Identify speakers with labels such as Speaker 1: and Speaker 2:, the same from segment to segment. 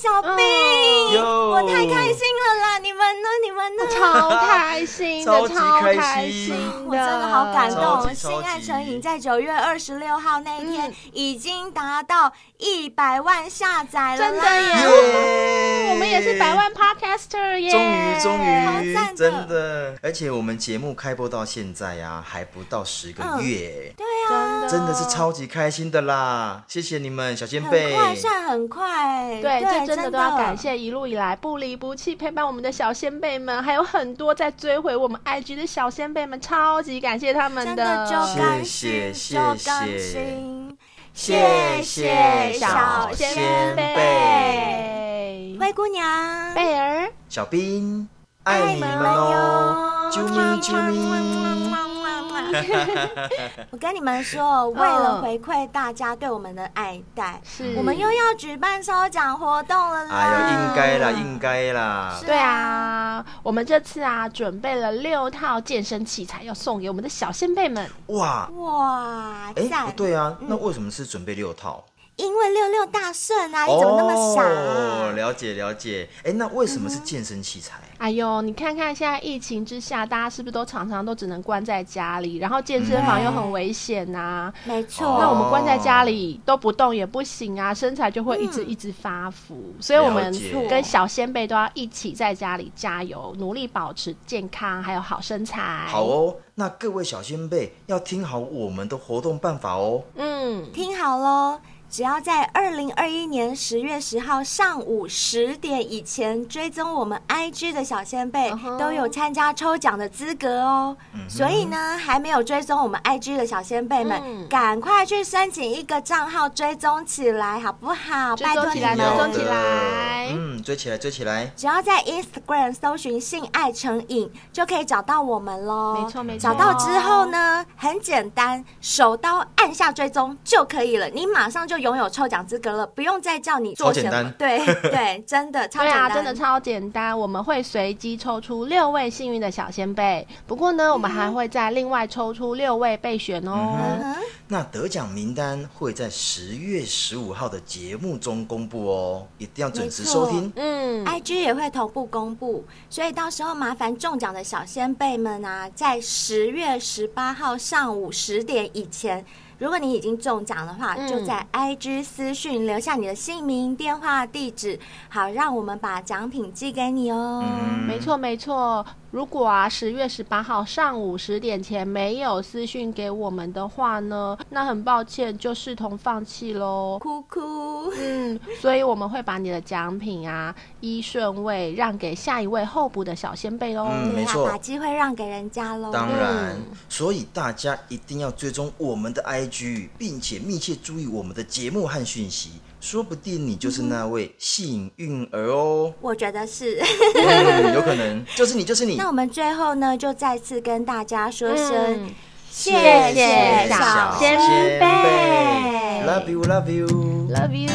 Speaker 1: 小兵，
Speaker 2: 嗯哟
Speaker 1: 我太开心了啦！你们呢？你们呢？
Speaker 3: 超开心
Speaker 2: 超
Speaker 3: 的，
Speaker 2: 级
Speaker 3: 超
Speaker 2: 开
Speaker 3: 开
Speaker 2: 心
Speaker 3: 心
Speaker 1: 我真的好感
Speaker 2: 超
Speaker 1: 动，
Speaker 2: 级
Speaker 1: 心爱
Speaker 2: 超级
Speaker 1: 成瘾在九月二十六号那一天
Speaker 3: 嗯
Speaker 1: 已经达到一百万下载了
Speaker 3: 真
Speaker 1: 啦，
Speaker 3: 的耶！
Speaker 2: 耶
Speaker 3: 我们也是百万 podcaster 耶！
Speaker 2: 终于，终
Speaker 1: 好
Speaker 2: 于
Speaker 1: 赞的，
Speaker 2: 真的！而且我们节目开播到现在啊，还不到十个
Speaker 1: 嗯
Speaker 2: 月，
Speaker 1: 对
Speaker 3: 真
Speaker 1: 啊，
Speaker 3: 的
Speaker 2: 真的是超级开心的啦！谢谢你们，小先
Speaker 1: 很
Speaker 2: 辈。
Speaker 1: 快，算很快，
Speaker 3: 对，这真的
Speaker 1: 真
Speaker 3: 都要感。谢一路以来不离不弃陪伴我们的小先辈们，还有很多在追回我们 IG 的小先辈们，超级感谢他们
Speaker 1: 真
Speaker 3: 的
Speaker 1: 的就甘心，
Speaker 2: 谢谢
Speaker 1: 就
Speaker 2: 谢
Speaker 1: 甘
Speaker 2: 谢
Speaker 1: 心。
Speaker 2: 谢
Speaker 1: 谢
Speaker 2: 小
Speaker 1: 先
Speaker 2: 先
Speaker 1: 辈
Speaker 2: 辈、
Speaker 3: 贝
Speaker 1: 灰姑娘，
Speaker 3: 贝儿，
Speaker 2: 小兵，
Speaker 1: 爱
Speaker 2: 爱
Speaker 1: 你
Speaker 2: 你
Speaker 1: 们
Speaker 2: 们
Speaker 1: 哦
Speaker 2: 哦！啾咪啾咪，
Speaker 1: 我跟你们说，为了回馈大家对我们的爱戴，
Speaker 3: 是
Speaker 1: 我们又要举办抽奖活动了啦！
Speaker 2: 嗯哎呦，应该啦，应该啦
Speaker 1: 是，
Speaker 3: 对啊，我们这次啊准备了六套健身器材要送给我们的小先辈们，
Speaker 2: 哇！
Speaker 1: 哇，
Speaker 2: 哎，
Speaker 1: 赞！
Speaker 2: 不对啊，
Speaker 1: 嗯
Speaker 2: 那为什么是准备六套？
Speaker 1: 因为六六大顺啊，你怎么那么傻、
Speaker 2: 哦，
Speaker 1: 啊？
Speaker 2: 了解了解。哎，那为什么是健身器材？
Speaker 3: 哎呦，你看看现在疫情之下，大家是不是都常常都只能关在家里，然后健身房又很危险呐、
Speaker 1: 没错，
Speaker 2: 哦
Speaker 3: 那我们关在家里都不动也不行啊，身材就会一直一直发福，所以我们
Speaker 2: 了解
Speaker 3: 跟小先辈都要一起在家里加油，努力保持健康，还有好身材。
Speaker 2: 好，哦，那各位小先辈要听好我们的活动办法哦。
Speaker 3: 嗯，
Speaker 1: 听好喽。只要在二零二一年十月十号上午十点以前追踪我们 IG 的小先辈
Speaker 3: 嗯哼
Speaker 1: 都有参加抽奖的资格哦。所以呢，还没有追踪我们 IG 的小先辈
Speaker 3: 嗯
Speaker 1: 们，赶快去申请一个账号追踪起来，好不好？
Speaker 3: 追
Speaker 1: 拜
Speaker 3: 踪
Speaker 1: 托
Speaker 3: 起
Speaker 1: 你
Speaker 3: 来
Speaker 2: 一定要
Speaker 3: 追
Speaker 1: 们
Speaker 3: 踪。起
Speaker 2: 的
Speaker 3: 来
Speaker 2: 嗯，追起来，追起来。
Speaker 1: 只要在 Instagram 搜寻“性爱成瘾”，就可以找到我们喽。
Speaker 3: 没错没错。
Speaker 1: 找到之后？
Speaker 2: 哦
Speaker 1: 呢，很简单，手刀按下追踪就可以了，你马上就拥有抽奖资格了，不用再叫你做
Speaker 2: 超
Speaker 1: 什
Speaker 2: 简
Speaker 1: 么
Speaker 2: 单。
Speaker 1: 对 对，真的超
Speaker 3: 对
Speaker 1: 简
Speaker 3: 啊，
Speaker 1: 单，
Speaker 3: 真的超简单。我们会随机抽出六位幸运的小先辈，不过呢，我们还会再另外抽出六位备选哦。
Speaker 1: 嗯哼。
Speaker 2: 那得奖名单会在十月十五号的节目中公布哦，一定要准时收听。
Speaker 3: 嗯，
Speaker 1: IG 哎也会同步公布，所以到时候麻烦中奖的小先辈们啊，在十月十八号上午十点以前，如果你已经中奖的话，
Speaker 3: 嗯
Speaker 1: 就在 IG 私讯留下你的姓名、电话、地址，好让我们把奖品寄给你哦。
Speaker 2: 嗯
Speaker 3: 没错没错。如果啊十月十八号上午十点前没有私讯给我们的话呢，那很抱歉，就视同放弃喽。
Speaker 1: 哭哭，
Speaker 3: 嗯，所以我们会把你的奖品啊依顺位让给下一位候补的小先辈喽。
Speaker 2: 嗯没错
Speaker 1: 对啊把机会让给人家嗯喽。。
Speaker 2: 当然，所以大家一定要追踪我们的 IG，并且密切注意我们的节目和讯息，说不定你就是那位幸运儿哦
Speaker 1: 我觉得是。
Speaker 2: 嗯，有可能就是你，就是你
Speaker 1: 那。我们最后呢，就再次跟大家说声、
Speaker 3: 嗯
Speaker 1: 谢
Speaker 3: 谢
Speaker 1: 小
Speaker 3: 小
Speaker 1: 仙
Speaker 3: 仙
Speaker 1: 贝
Speaker 2: 贝，Love you，Love you。
Speaker 3: ，Love you。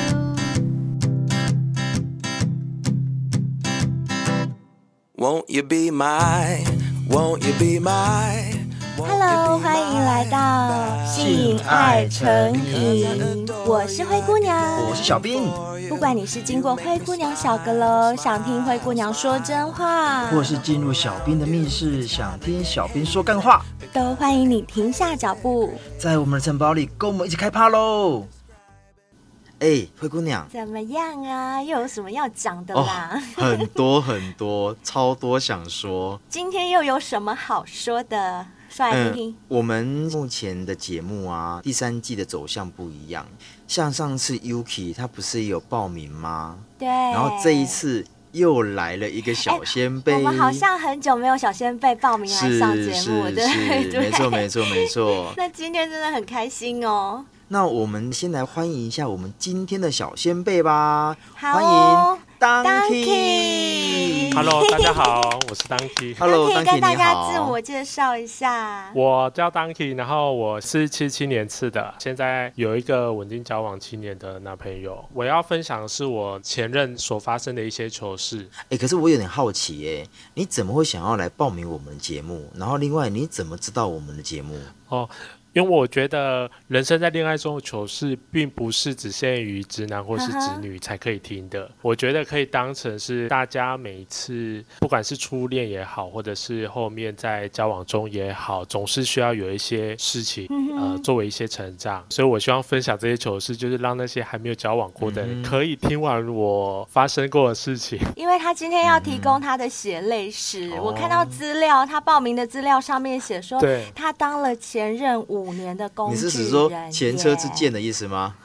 Speaker 4: Won't you be my? Won't you be my?
Speaker 1: Hello，欢迎来到性爱成瘾，我是灰姑娘。
Speaker 2: 我是小兵，
Speaker 1: 不管你是经过灰姑娘小阁楼，想听灰姑娘说真话，
Speaker 2: 或是进入小兵的密室，想听小兵说干话，
Speaker 1: 都欢迎你停下脚步。
Speaker 2: 在我们的城堡里跟我们一起开趴喽！哎，灰姑娘，
Speaker 1: 怎么样啊？又有什么要讲的啦？
Speaker 2: 哦
Speaker 5: 很多很多，超多想说。
Speaker 1: 今天又有什么好说的？说
Speaker 2: 嗯
Speaker 1: 来听听。
Speaker 5: 哎我们目前的节目啊，第三季的走向不一样。像上次 Yuki 他不是有报名吗？
Speaker 1: 对。
Speaker 5: 然后这一。次又来了一个小先
Speaker 1: 哎我
Speaker 5: 辈，
Speaker 1: 们好像很久没有小先辈报名来
Speaker 5: 是
Speaker 1: 上节
Speaker 5: 是
Speaker 1: 目，
Speaker 5: 是，
Speaker 1: 对 对，。
Speaker 5: 没错没错没错
Speaker 1: 那今天真的很开心哦，
Speaker 5: 那我们先来欢迎一下我们今天的小先辈吧，
Speaker 1: 好
Speaker 5: 欢
Speaker 1: 哦
Speaker 5: 迎 Donkey
Speaker 1: Donkey。
Speaker 6: Hello，大家好，我是 Donkey。
Speaker 5: Hello
Speaker 1: 可以跟
Speaker 5: Donkey
Speaker 1: 大
Speaker 5: 你
Speaker 1: 家自
Speaker 5: 好。
Speaker 1: 我介绍一下。
Speaker 6: 我叫 Donkey，然后我是七七年次的，现在有一个稳定交往七年的男朋友。我要分享的是我前任所发生的一些糗事。
Speaker 5: 哎、可是我有点好奇、哎，你怎么会想要来报名我们的节目？然后另外，你怎么知道我们的节目？
Speaker 6: 哦，因为我觉得人生在恋爱中的糗事，并不是只限于直男或是直女才可以听的。我觉得可以当成是大家每一次，不管是初恋也好，或者是后面在交往中也好，总是需要有一些事情，呃，作为一些成长。所以我希望分享这些糗事，就是让那些还没有交往过的人，可以听完我发生过的事情。
Speaker 1: 因为他今天要提供他的血泪
Speaker 5: 嗯
Speaker 1: 史，我看到资料，他报名的资料上面写说，
Speaker 6: 对
Speaker 1: 他当了前任五年的工
Speaker 5: 你
Speaker 1: 具人
Speaker 5: 是
Speaker 1: 耶，
Speaker 5: 指说前车之鉴的意思吗？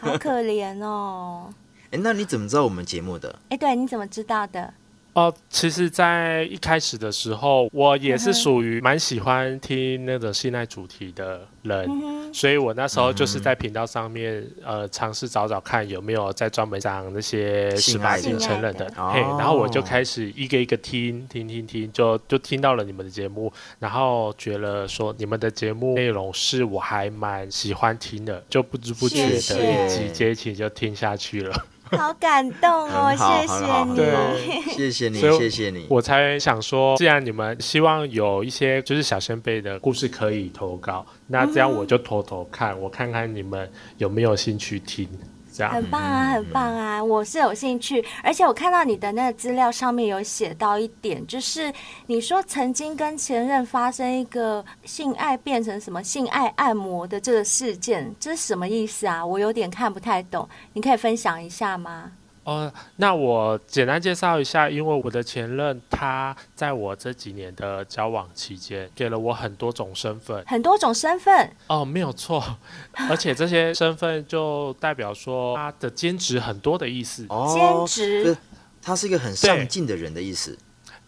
Speaker 1: 好可怜哦。
Speaker 5: 哎，那你怎么知道我们节目的？
Speaker 1: 哎，对，你怎么知道的？
Speaker 6: 哦，其实，在一开始的时候，我也是
Speaker 1: 嗯哼
Speaker 6: 属于蛮喜欢听那种性爱主题的人，
Speaker 1: 嗯
Speaker 6: 所以我那时候就是
Speaker 5: 嗯
Speaker 6: 在频道上面，呃，尝试找找看有没有在专门讲那些十
Speaker 5: 性
Speaker 6: 八
Speaker 5: 爱的
Speaker 6: 禁成人的
Speaker 1: 性，
Speaker 5: 爱的
Speaker 6: 嘿，
Speaker 5: 哦
Speaker 6: 然后我就开始一个一个听，听听听，就就听到了你们的节目，然后觉得说你们的节目内容是我还蛮喜欢听的，就不知不觉
Speaker 1: 谢谢
Speaker 6: 的一集接一集就听下去了。
Speaker 1: 哼，好感动哦，
Speaker 5: 很好，
Speaker 1: 谢
Speaker 5: 很
Speaker 1: 谢
Speaker 5: 好，
Speaker 1: 你。
Speaker 5: 很好
Speaker 6: 对，
Speaker 5: 谢谢你，
Speaker 6: 所以我
Speaker 5: 谢谢你。
Speaker 6: 我才想说，既然你们希望有一些就是小先辈的故事可以投稿，那这样我就投投看，我看看你们有没有兴趣听。这样
Speaker 1: 很，棒啊，很棒啊！我是有兴趣，而且我看到你的那个资料上面有写到一点，就是你说曾经跟前任发生一个性爱变成什么性爱按摩的这个事件，这是什么意思啊？我有点看不太懂，你可以分享一下吗？
Speaker 6: 哦，那我简单介绍一下，因为我的前任他在我这几年的交往期间，给了我很多种身份。
Speaker 1: 很多种身份，
Speaker 6: 哦，没有错， 而且这些身份就代表说他的兼职很多的意思。
Speaker 1: 兼
Speaker 5: 哦，
Speaker 1: 职、
Speaker 5: 对他是一个很上进的人的意思。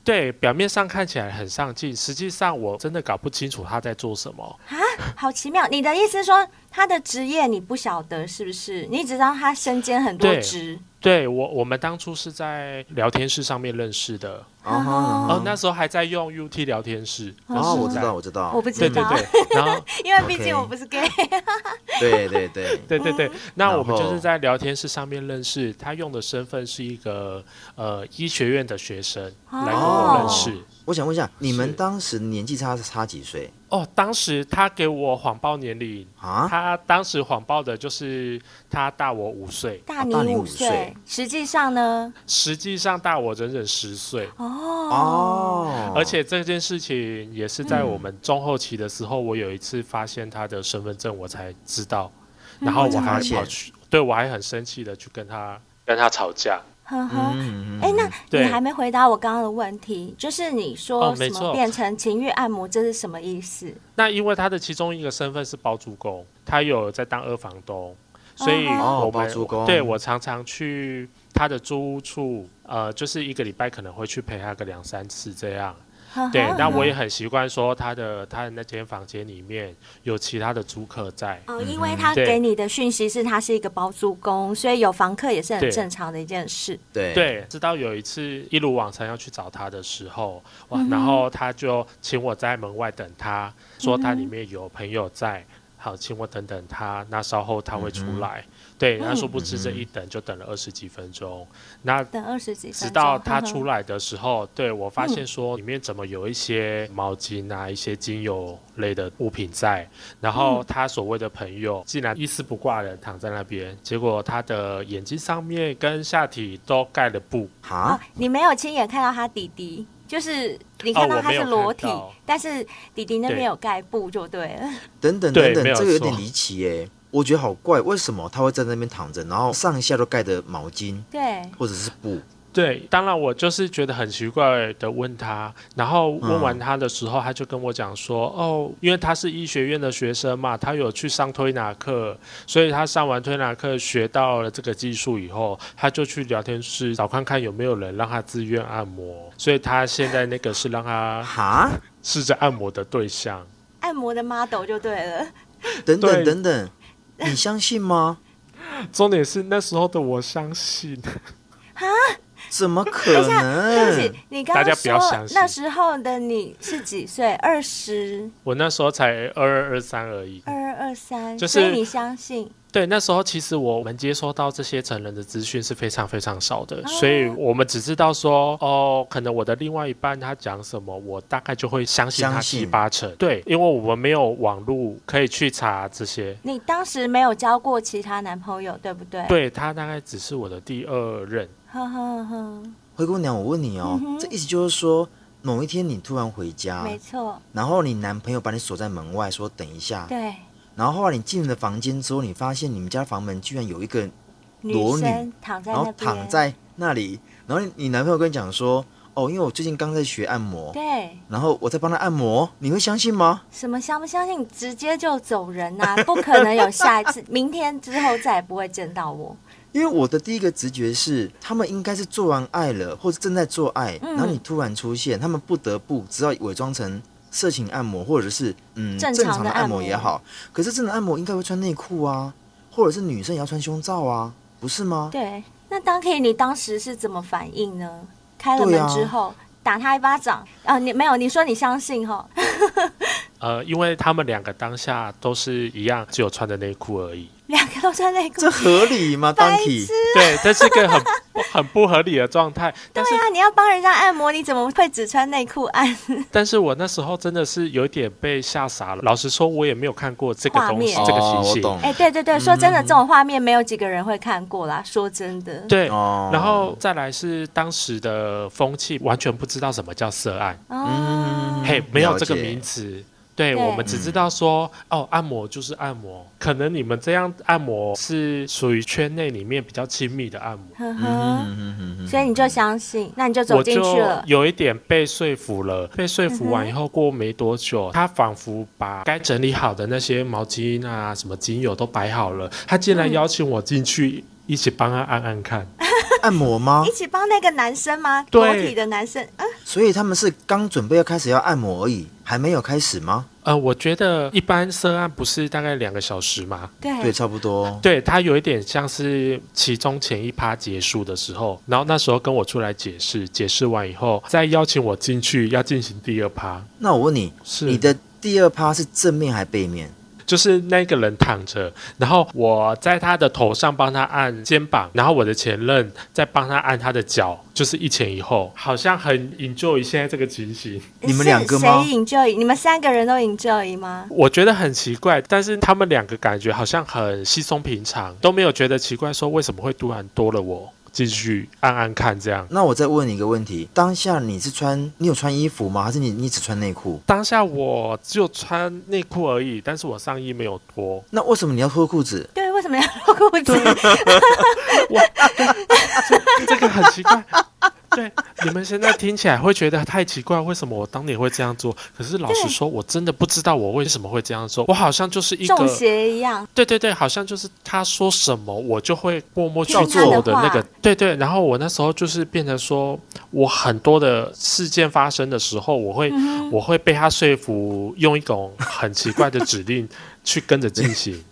Speaker 6: 对，表面上看起来很上进，实际上我真的搞不清楚他在做什么。
Speaker 1: 啊，好奇妙！你的意思说他的职业你不晓得是不是？你只知道他身兼很多
Speaker 6: 对
Speaker 1: 职，
Speaker 6: 对我，我们当初是在聊天室上面认识的，
Speaker 5: 哦哈
Speaker 1: 哦
Speaker 6: 哦，那时候还在用 UT 聊天室。
Speaker 5: 哦，我知道，我知道，
Speaker 1: 我不知
Speaker 6: 对对
Speaker 1: 道，
Speaker 6: 对，然后
Speaker 1: 因为毕竟
Speaker 5: OK
Speaker 1: 我不是 gay。
Speaker 5: 对对对，
Speaker 6: 对对对，那我们
Speaker 5: 然后
Speaker 6: 就是在聊天室上面认识。他用的身份是一个呃医学院的学生
Speaker 5: 哦
Speaker 6: 来跟我认识。
Speaker 5: 我想问一下，你们
Speaker 6: 是
Speaker 5: 当时年纪差差几岁
Speaker 6: 哦，当时他给我谎报年龄，
Speaker 5: 啊？
Speaker 6: 他当时谎报的就是他大我五岁，
Speaker 1: 大
Speaker 5: 大
Speaker 1: 你
Speaker 5: 你
Speaker 1: 五
Speaker 5: 五
Speaker 1: 岁
Speaker 5: 岁，
Speaker 1: 实际上呢，
Speaker 6: 实际上大我整整十岁。
Speaker 1: 哦，
Speaker 5: 哦，
Speaker 6: 而且这件事情也是在我们
Speaker 5: 嗯
Speaker 6: 中后期的时候，我有一次发现他的身份证，我才知道，然后我还
Speaker 5: 才嗯发
Speaker 6: 跑
Speaker 5: 现
Speaker 6: 去，对我还很生气的去跟他跟他吵架。
Speaker 1: 呵呵。
Speaker 5: 嗯，嗯，
Speaker 1: 哎，那
Speaker 6: 对
Speaker 1: 你还没回答我刚刚的问题，就是你说
Speaker 6: 哦
Speaker 1: 什
Speaker 6: 没
Speaker 1: 么
Speaker 6: 错
Speaker 1: 变成情欲按摩，这是什么意思？
Speaker 6: 那因为他的其中一个身份是包租公，他有在当二房东，所以
Speaker 1: 嗯
Speaker 5: 哼哦
Speaker 6: 我们、
Speaker 5: 包租公
Speaker 6: 对我常常去他的租屋处，呃，就是一个礼拜可能会去陪他个两三次这
Speaker 5: 啊
Speaker 6: 样。
Speaker 1: 呵呵
Speaker 6: 对，那
Speaker 5: 嗯
Speaker 6: 我也很习惯说他的他的那间房间里面有其他的租客在。
Speaker 1: 哦，因为他
Speaker 6: 嗯对
Speaker 1: 给你的讯息是他是一个包租公，所以有房客也是很
Speaker 6: 对
Speaker 1: 正常的一件事。
Speaker 5: 对
Speaker 6: 对，直到有一次一如往常要去找他的时候，哇，然后他就请我在门外等他，说他里面有朋友在，好，请我等等他，那稍后他会出来。对，他殊不知这一等就等了二十几分钟，那
Speaker 1: 等二十几分
Speaker 6: 直
Speaker 1: 钟，嗯
Speaker 6: 到
Speaker 1: 呵
Speaker 6: 他
Speaker 1: 呵
Speaker 6: 出来的时候，对我发现说里面怎么有一些毛巾啊、一些精油类的物品在，
Speaker 1: 嗯
Speaker 6: 然后他所谓的朋友竟然一丝不挂的躺在那边，结果他的眼睛上面跟下体都盖了布，
Speaker 1: 哦
Speaker 5: 啊，，
Speaker 1: 你没有亲眼看到他弟弟，就是你看到
Speaker 6: 哦我
Speaker 1: 他
Speaker 6: 没有
Speaker 1: 是裸体，
Speaker 6: 看到
Speaker 1: 但是弟弟那边
Speaker 6: 对
Speaker 1: 有盖布就对了。
Speaker 5: 等等
Speaker 6: 对
Speaker 5: 等等
Speaker 6: 没有，
Speaker 5: 这个有
Speaker 6: 错
Speaker 5: 点离奇耶，我觉得好怪，为什么他会在那边躺着，然后上下都盖着毛巾
Speaker 1: 对，
Speaker 5: 或者是布？
Speaker 6: 对，当然我就是觉得很奇怪的问他，然后问完他的时候，他就跟我讲说，哦，因为他是医学院的学生嘛，他有去上推拿课，所以他上完推拿课学到了这个技术以后，他就去聊天室找看看有没有人让他自愿按摩，所以他现在那个是让他
Speaker 5: 哈，
Speaker 6: 试着按摩的对象。
Speaker 1: 按摩的 model 就对
Speaker 6: 嗯
Speaker 1: 了。
Speaker 5: 等等
Speaker 6: 对
Speaker 5: 等等，你相信吗？
Speaker 6: 重点是那时候的我相信，
Speaker 5: 怎么可
Speaker 1: 对不
Speaker 5: 能
Speaker 1: 起？，你刚刚
Speaker 6: 大家不要
Speaker 1: 说
Speaker 6: 相信
Speaker 1: 那时候的你是几岁？二十
Speaker 6: 我那时候才二二二三而已。
Speaker 1: 二二二三，
Speaker 6: 就是
Speaker 1: 所以你相信
Speaker 6: 对，那时候其实我们接收到这些成人的资讯是非常非常少的，所
Speaker 1: 哦
Speaker 6: 以我们只知道说，哦，可能我的另外一半他讲什么，我大概就会相信他
Speaker 2: 相
Speaker 6: 七
Speaker 2: 信
Speaker 6: 八成。对，因为我们没有网络可以去查这些。
Speaker 1: 你当时没有交过其他男朋友，对不对？，
Speaker 6: 对他大概只是我的第二任，
Speaker 1: 呵呵呵，
Speaker 5: 灰姑娘，我问你哦，这意思就是说，某一天你突然回家，
Speaker 1: 没错，
Speaker 5: 然后你男朋友把你锁在门外，说等一下，
Speaker 1: 对，
Speaker 5: 然后后来你进了房间之后，你发现你们家房门居然有一个人，裸女
Speaker 1: 生躺在
Speaker 5: 然
Speaker 1: 那
Speaker 5: 后
Speaker 1: 边，
Speaker 5: 躺在那里，然后你你男朋友跟你讲说，哦，因为我最近刚在学按摩，
Speaker 1: 对，
Speaker 5: 然后我在帮他按摩，你会相信吗？
Speaker 1: 什么相不相信？直接就走人呐、 不可能有下一次，明天之后再也不会见到我。
Speaker 5: 因为我的第一个直觉是，他们应该是做完爱了，或者正在做爱，
Speaker 1: 嗯
Speaker 5: 然后你突然出现，他们不得不只好伪装成色情按摩，或者是嗯
Speaker 1: 正常的
Speaker 5: 常的
Speaker 1: 按
Speaker 5: 按摩
Speaker 1: 摩
Speaker 5: 也好。可是正常按摩应该会穿内裤啊，或者是女生也要穿胸罩啊，不是吗？
Speaker 1: 对，那当 K 你当时是怎么反应呢？开了
Speaker 5: 对
Speaker 1: 门
Speaker 5: 啊
Speaker 1: 之后、打他一巴掌，啊，你没有，你说你相信哈？
Speaker 6: 呃，因为他们两个当下都是一样，只有穿的内裤而已。
Speaker 1: 两个都穿内裤
Speaker 5: 这，合理吗 d u
Speaker 1: 白
Speaker 5: n k
Speaker 1: 痴
Speaker 5: y
Speaker 6: 对，这是一个很不 很不合理的状态。但是
Speaker 1: 对啊，你要帮人家按摩，你怎么会只穿内裤按？
Speaker 6: 但是我那时候真的是有点被吓傻了。老实说，我也没有看过这个
Speaker 1: 画
Speaker 6: 东西，
Speaker 1: 面
Speaker 6: 这个情
Speaker 5: 哦，我
Speaker 6: 形。
Speaker 5: 懂。
Speaker 1: 哎、对对对，说真的，这种画面没有几个人会看过啦。说真的，
Speaker 6: 嗯对，
Speaker 5: 哦
Speaker 6: 然后再来是当时的风气，完全不知道什么叫色案，
Speaker 1: 哦，
Speaker 6: 嘿，没有这个
Speaker 5: 嗯了解
Speaker 6: 名词。
Speaker 1: 对
Speaker 6: 对我们只知道说，哦，按摩就是按摩，可能你们这样按摩是属于圈内里面比较亲密的按摩。
Speaker 1: 呵
Speaker 5: 嗯
Speaker 1: 呵，
Speaker 5: 哼哼哼
Speaker 1: 所以你就相信，那你就走
Speaker 6: 我
Speaker 1: 进
Speaker 6: 就
Speaker 1: 去了。嗯
Speaker 6: 有一点被说服了，被说服完以后，过没多久，他仿佛把该整理好的那些毛巾啊、什么精油都摆好了，他竟
Speaker 1: 嗯
Speaker 6: 然邀请我进去一起帮他按按看。
Speaker 5: 按摩吗
Speaker 1: 一？起帮那个男生吗？
Speaker 6: 对
Speaker 1: 裸体的男生，啊，
Speaker 5: 所以他们是刚准备要开始要按摩而已，还没有开始吗？
Speaker 6: 呃，我觉得一般涉案不是大概两个小时吗？
Speaker 5: 对，
Speaker 1: 对，
Speaker 5: 差不多。
Speaker 6: 对，他有一点像是其中前一趴结束的时候，然后那时候跟我出来解释，解释完以后再邀请我进去，要进行第二趴，
Speaker 5: 那我问你，
Speaker 6: 是
Speaker 5: 你的第二趴是正面还背面？
Speaker 6: 就是那个人躺着，然后我在他的头上帮他按肩膀，然后我的前任在帮他按他的脚，就是一前一后，好像很 enjoy 现在这个情形。
Speaker 5: 你们
Speaker 1: 是
Speaker 5: 两个吗
Speaker 1: 谁 enjoy？你们三个人都 enjoy 吗？
Speaker 6: 我觉得很奇怪，但是他们两个感觉好像很稀松平常，都没有觉得奇怪，说为什么会突然多了我进去按按看这样。
Speaker 5: 那我再问你一个问题：当下你是穿，你有穿衣服吗？还是你你只穿内裤？
Speaker 6: 当下我只有穿内裤而已，但是我上衣没有脱。
Speaker 5: 那为什么你要脱裤子？
Speaker 1: 对，为什么要露裤子？
Speaker 6: 我这个很奇怪。对，你们现在听起来会觉得太奇怪，为什么我当年会这样做？可是老实
Speaker 1: 对
Speaker 6: 说，我真的不知道我为什么会这样做。我好像就是一
Speaker 1: 中
Speaker 6: 个，
Speaker 1: 邪一样，
Speaker 6: 对对对，好像就是他说什么，我就会默默去
Speaker 1: 听他的
Speaker 6: 做的那个
Speaker 1: 话。
Speaker 6: 对对，然后我那时候就是变成说，我很多的事件发生的时候，我会、
Speaker 1: 嗯
Speaker 6: 我会被他说服，用一种很奇怪的指令去跟着进行。